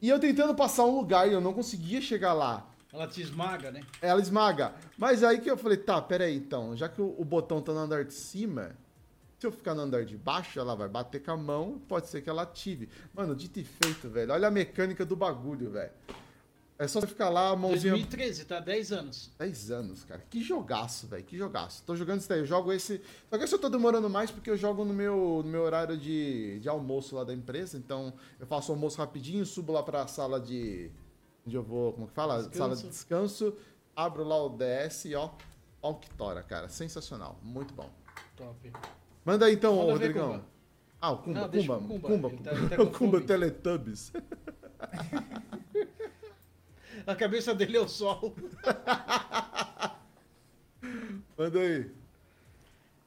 S2: E eu tentando passar um lugar e eu não conseguia chegar lá.
S4: Ela te esmaga, né?
S2: Ela esmaga. Mas aí que eu falei, tá, peraí então, já que o, o botão tá no andar de cima, se eu ficar no andar de baixo, ela vai bater com a mão, pode ser que ela ative. Mano, dito e feito, velho. Olha a mecânica do bagulho, velho. É só você ficar lá, a mãozinha.
S4: 2013, tá? 10 anos.
S2: 10 anos, cara. Que jogaço, velho. Que jogaço. Tô jogando isso daí. Eu jogo esse. Só que esse eu tô demorando mais porque eu jogo no meu, no meu horário de, de almoço lá da empresa. Então eu faço o almoço rapidinho, subo lá pra sala de. Onde eu vou. Como que fala?
S4: Descanso.
S2: Sala de descanso. Abro lá o DS e ó. Ó o que tora, cara. Sensacional. Muito bom.
S4: Top.
S2: Manda aí então,
S4: Manda ver,
S2: Rodrigão.
S4: Kumba.
S2: Ah, o Kumba,
S4: Não, deixa
S2: Kumba,
S4: o
S2: Kumba,
S4: Kumba.
S2: Kumba,
S4: Ele tá- ele tá com
S2: O Kumba
S4: fome.
S2: Teletubbies.
S4: A cabeça dele é o sol.
S2: Manda aí.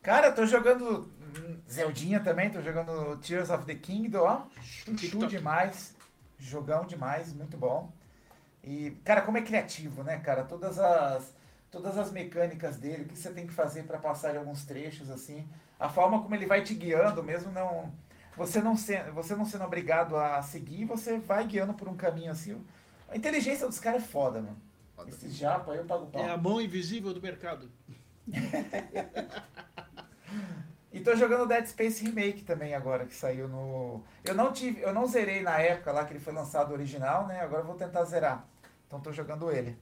S3: Cara, tô jogando hum, Zeldinha também, tô jogando Tears of the Kingdom, ó. Chuchu
S4: TikTok.
S3: demais, jogão demais, muito bom. E, cara, como é criativo, né, cara? Todas as, todas as mecânicas dele, o que você tem que fazer pra passar de alguns trechos, assim. A forma como ele vai te guiando, mesmo não. Você não, sendo, você não sendo obrigado a seguir, você vai guiando por um caminho assim. A inteligência dos caras é foda, mano.
S2: Foda.
S3: Esse japa aí eu pago pau.
S4: É a mão invisível do mercado.
S3: E tô jogando Dead Space Remake também agora, que saiu no. Eu não tive, eu não zerei na época lá que ele foi lançado original, né? Agora eu vou tentar zerar. Então tô jogando ele.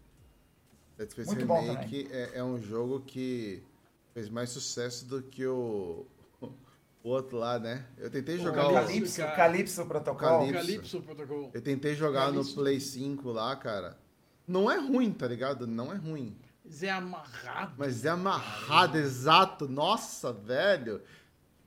S2: Dead Space
S3: Muito bom
S2: Remake é, é um jogo que fez mais sucesso do que o, o outro lá, né? Eu tentei jogar o.
S4: Calypso.
S3: Calypso,
S4: cara.
S3: Calypso Protocol.
S2: Calypso.
S4: Calypso Protocol.
S2: Eu tentei jogar no
S4: Calypso.
S2: Play 5 lá, cara. Não é ruim, tá ligado? Não é ruim.
S4: Zé amarrado.
S2: Mas é amarrado, exato. Nossa, velho.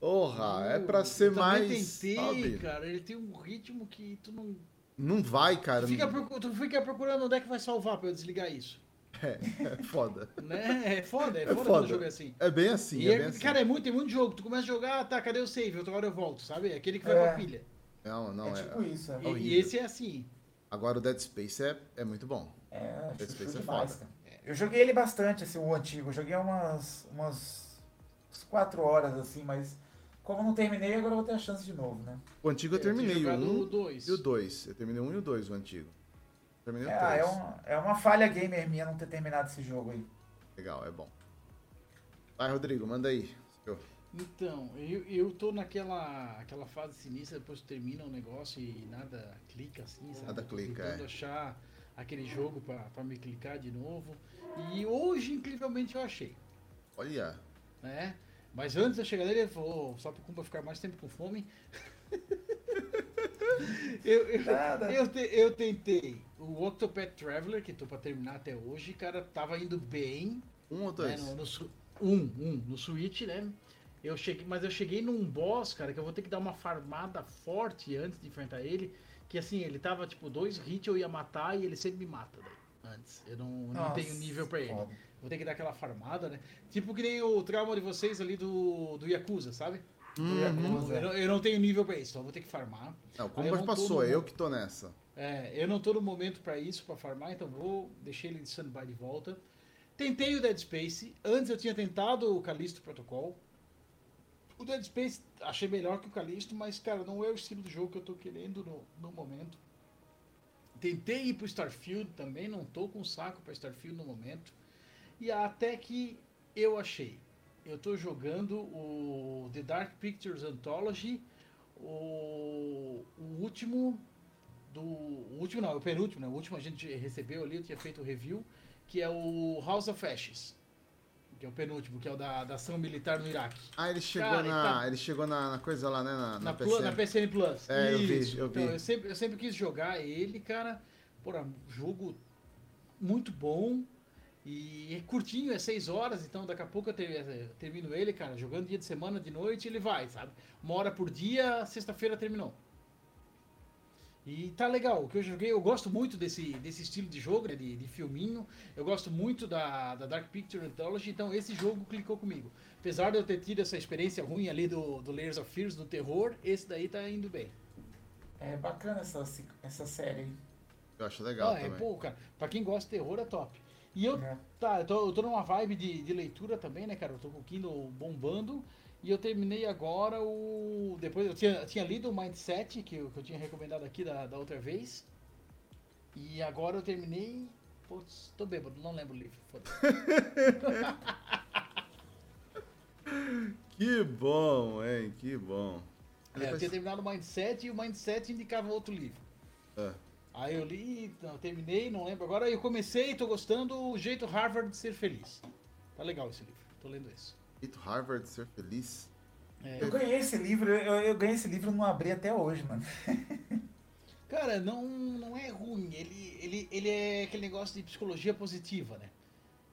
S2: Porra, é pra ser
S4: Eu também
S2: mais.
S4: tentei,
S2: sabe?
S4: cara. Ele tem um ritmo que tu não.
S2: Não vai, cara.
S4: Tu fica,
S2: não-
S4: procu- tu fica procurando onde é que vai salvar pra eu desligar isso.
S2: É foda.
S4: Né? É foda, é
S2: É
S4: foda,
S2: foda.
S4: quando o jogo é assim.
S2: É bem assim,
S4: e
S2: é,
S4: é-
S2: bem assim.
S4: cara, é muito, tem muito jogo. Tu começa a jogar, tá, cadê o save? Outra hora eu volto, sabe? É aquele que vai
S3: É.
S4: pra pilha.
S2: Não, não,
S3: é
S2: é.
S3: tipo isso, é.
S4: E- E,
S2: horrível.
S4: esse é assim.
S2: Agora o Dead Space é, é muito bom.
S3: É,
S2: Dead
S3: chuchu
S2: Space é
S3: demais,
S2: foda.
S3: cara. Eu joguei ele bastante, assim, o antigo. Eu joguei umas. umas. umas quatro horas, assim, mas. Como eu não terminei, agora eu vou ter a chance de novo, né?
S2: O antigo eu
S4: É, tinha
S2: terminei. O
S4: jogado
S2: um
S4: o dois.
S2: E o 2. Eu terminei o 1 e o 2, o antigo. Terminei o
S3: É, ah, é,
S2: três.
S3: um- é uma falha gamer minha não ter terminado esse jogo aí.
S2: Legal, é bom. Vai, Rodrigo, manda aí. Eu-
S4: Então, eu, eu tô naquela aquela fase sinistra, depois que termina o negócio e nada clica assim, sabe?
S2: Nada
S4: Tô
S2: clica,
S4: Tentando
S2: é.
S4: achar aquele jogo pra, pra me clicar de novo. E hoje, incrivelmente, eu achei,
S2: Olha,
S4: né? Mas antes de eu chegar nele, eu vou, só pro Kumba ficar mais tempo com fome. eu, eu,
S3: Nada.
S4: eu, te- eu tentei o Octopath Traveler, que tô pra terminar até hoje, cara, tava indo bem,
S2: um ou
S4: né,
S2: dois?
S4: no, no su- um, um, no Switch, né? Eu cheguei, mas eu cheguei num boss, cara, que eu vou ter que dar uma farmada forte antes de enfrentar ele. Que assim, ele tava tipo dois hits, eu ia matar e ele sempre me mata daí, antes. Eu não, não tenho nível pra ele.
S3: Foda.
S4: Vou ter que dar aquela farmada, né? Tipo que nem o trauma de vocês ali do, do Yakuza, sabe?
S2: Uhum.
S3: Yakuza.
S4: Eu, não- eu não tenho nível pra isso, então eu vou ter que farmar.
S2: Não,
S4: Aí
S2: como
S4: eu
S2: mas
S4: não tô
S2: passou,
S4: no-
S2: eu que tô nessa.
S4: É, eu não tô no momento pra isso, pra farmar, então vou deixei ele de standby de volta. Tentei o Dead Space. Antes eu tinha tentado o Callisto Protocol. O Dead Space achei melhor que o Callisto, mas, cara, não é o estilo do jogo que eu tô querendo no, no momento. Tentei ir pro Starfield também, não tô com saco pra Starfield no momento. E até que eu achei. Eu tô jogando o The Dark Pictures Anthology, o, o último do. O último não, é o penúltimo, né? O último a gente recebeu ali, eu tinha feito o review, que é o House of Ashes. Que é o penúltimo, que é o da, da ação militar no Iraque.
S2: Ah, ele chegou
S4: Cara,
S2: na.
S4: ele tá-
S2: Ele chegou na, na coisa lá, né? Na, na
S4: Na,
S2: PCM.
S4: Plu- na PCN Plus.
S2: É, eu vi, eu
S4: Então,
S2: vi.
S4: eu, sempre, eu sempre quis jogar ele, cara. Porra, jogo muito bom. E é curtinho, é 6 horas, então daqui a pouco eu ter- eu termino ele, cara. Jogando dia de semana, de noite, ele vai, sabe? Uma hora por dia, sexta-feira terminou. E tá legal, o que eu joguei, eu gosto muito desse, desse estilo de jogo, né, de, de filminho. Eu gosto muito da, da Dark Picture Anthology, então esse jogo clicou comigo. Apesar de eu ter tido essa experiência ruim ali do, do Layers of Fears, do terror, esse daí tá indo bem.
S3: É bacana essa, essa série aí.
S2: Eu acho legal
S4: Ah, é,
S2: também.
S4: pô, cara, pra quem gosta de terror é top. E eu,
S3: né?
S4: tá, eu tô, eu tô numa vibe de, de leitura também, né, cara? Eu tô com o Kindle bombando. E eu terminei agora o. Depois eu tinha, eu tinha lido o Mindset, que eu, que eu tinha recomendado aqui da, da outra vez. E agora eu terminei. Putz, tô bêbado, não lembro o livro.
S2: É,
S4: foda-se.
S2: Que bom, hein? Que bom.
S4: É, eu tinha terminado o Mindset e o Mindset indicava outro livro.
S2: É.
S4: Aí eu li, não, terminei, não lembro agora. Eu comecei, tô gostando, o jeito Harvard de ser feliz. Tá legal esse livro, tô lendo esse.
S2: Eito Harvard ser feliz.
S4: É,
S3: Eu ganhei esse livro, eu, eu ganhei esse livro e não abri até hoje, mano.
S4: cara, não, não é ruim. Ele, ele, ele é aquele negócio de psicologia positiva, né?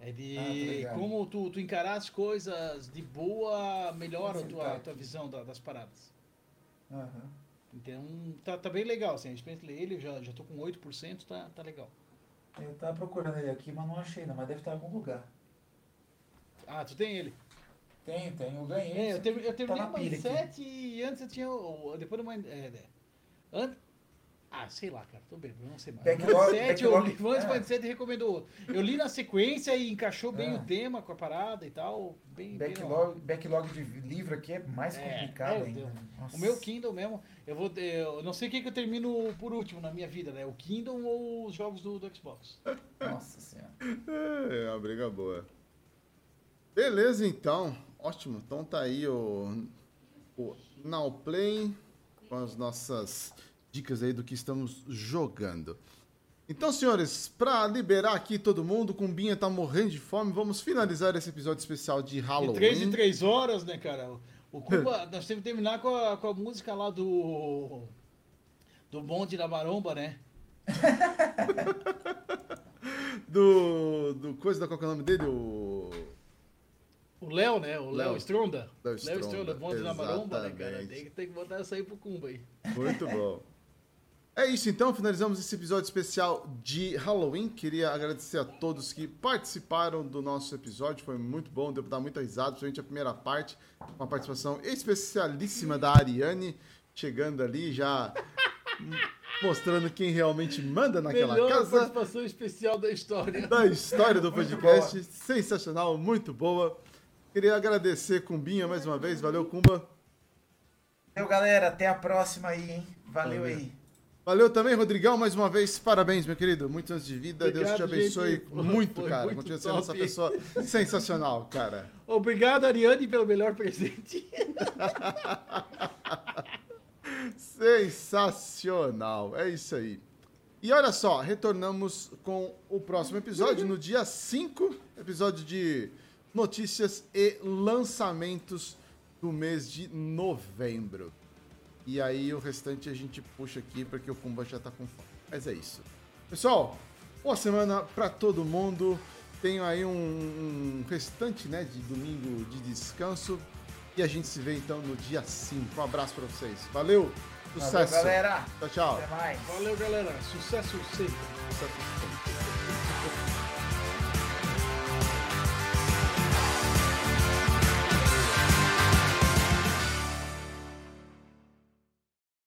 S4: É de
S3: Ah, tá ligado.
S4: como tu, tu encarar as coisas de boa, melhora a
S3: Esse
S4: tua,
S3: tá.
S4: tua visão da- das paradas.
S3: Aham.
S4: Então, tá, tá bem legal, assim. A experiência de ler ele, eu já, já tô com 8%, tá, tá legal.
S3: Eu tava procurando ele aqui, mas não achei, não. Mas deve estar em algum lugar.
S4: Ah, tu tem ele?
S3: Tem, tem. Eu ganhei.
S4: É, eu,
S3: tenho.
S4: ter, eu terminei
S3: Tá na
S4: o
S3: pilha
S4: Mindset e antes eu tinha. o- o- Depois do Mindset. É, é. An- Ah, sei lá, cara, tô bem, não sei mais.
S3: Backlog-
S4: mindset, eu
S3: backlog-
S4: li antes,
S3: é.
S4: Mindset recomendou outro. Eu li na sequência e encaixou bem
S3: É.
S4: o tema com a parada e tal. Bem, bem na hora.
S3: Backlog, backlog de livro aqui é mais
S4: É,
S3: complicado
S4: meu
S3: ainda.
S4: Deus.
S3: Nossa.
S4: O meu Kindle mesmo, eu vou. ter- Eu não sei o que, que eu termino por último na minha vida, né? O Kindle ou os jogos do, do Xbox.
S3: Nossa senhora.
S2: É, é uma briga boa. Beleza, então. Ótimo. Então tá aí o, o Now Play com as nossas dicas aí do que estamos jogando. Então, senhores, pra liberar aqui todo mundo, o Cumbinha tá morrendo de fome, vamos finalizar esse episódio especial de
S4: De
S2: Halloween.
S4: 3 em 3 horas, né, cara? O- O Cuba, nós temos que terminar com a, com a música lá do. Do bonde da maromba, né?
S2: Do, do coisa da qual que é o nome dele? O
S4: O Léo, né? O Léo
S2: Léo.
S4: Stronda.
S2: Léo
S4: Léo Stronda,
S2: Stronda,
S4: bonde da maromba, né, cara?
S2: exatamente.
S4: Tem, que- tem que botar essa aí pro Cumba aí.
S2: Muito bom. É isso então, finalizamos esse episódio especial de Halloween. Queria agradecer a todos que participaram do nosso episódio, foi muito bom, deu pra dar muita risada, principalmente a primeira parte, uma participação especialíssima da Ariane, chegando ali já mostrando quem realmente manda naquela
S4: Melhor
S2: casa
S4: participação especial da história.
S2: da história do podcast, sensacional, muito boa. Queria agradecer Cumbinha mais uma vez, valeu Cumba.
S3: Valeu, galera. Até a próxima aí, hein? Valeu aí.
S2: Valeu também, Rodrigão, mais uma vez. Parabéns, meu querido. Muitos anos de vida. Deus te
S4: Obrigado,
S2: abençoe
S4: gente.
S2: muito,
S4: Foi
S2: cara.
S4: muito
S2: Continua sendo essa
S4: top.
S2: pessoa sensacional, cara.
S4: Obrigado, Ariane, pelo melhor presente.
S2: Sensacional. É isso aí. E olha só, retornamos com o próximo episódio no dia 5, episódio de notícias e lançamentos do mês de novembro. E aí o restante a gente puxa aqui porque o Pumba já tá com fome. Mas é isso. Pessoal, boa semana pra todo mundo. Tenho aí um, um restante, né, de domingo de descanso. E a gente se vê então no dia 5. Um abraço pra vocês. Valeu! Sucesso!
S3: Valeu, galera.
S2: Tchau, tchau!
S3: Até mais.
S4: Valeu, galera. Sucesso sempre.
S2: Sucesso.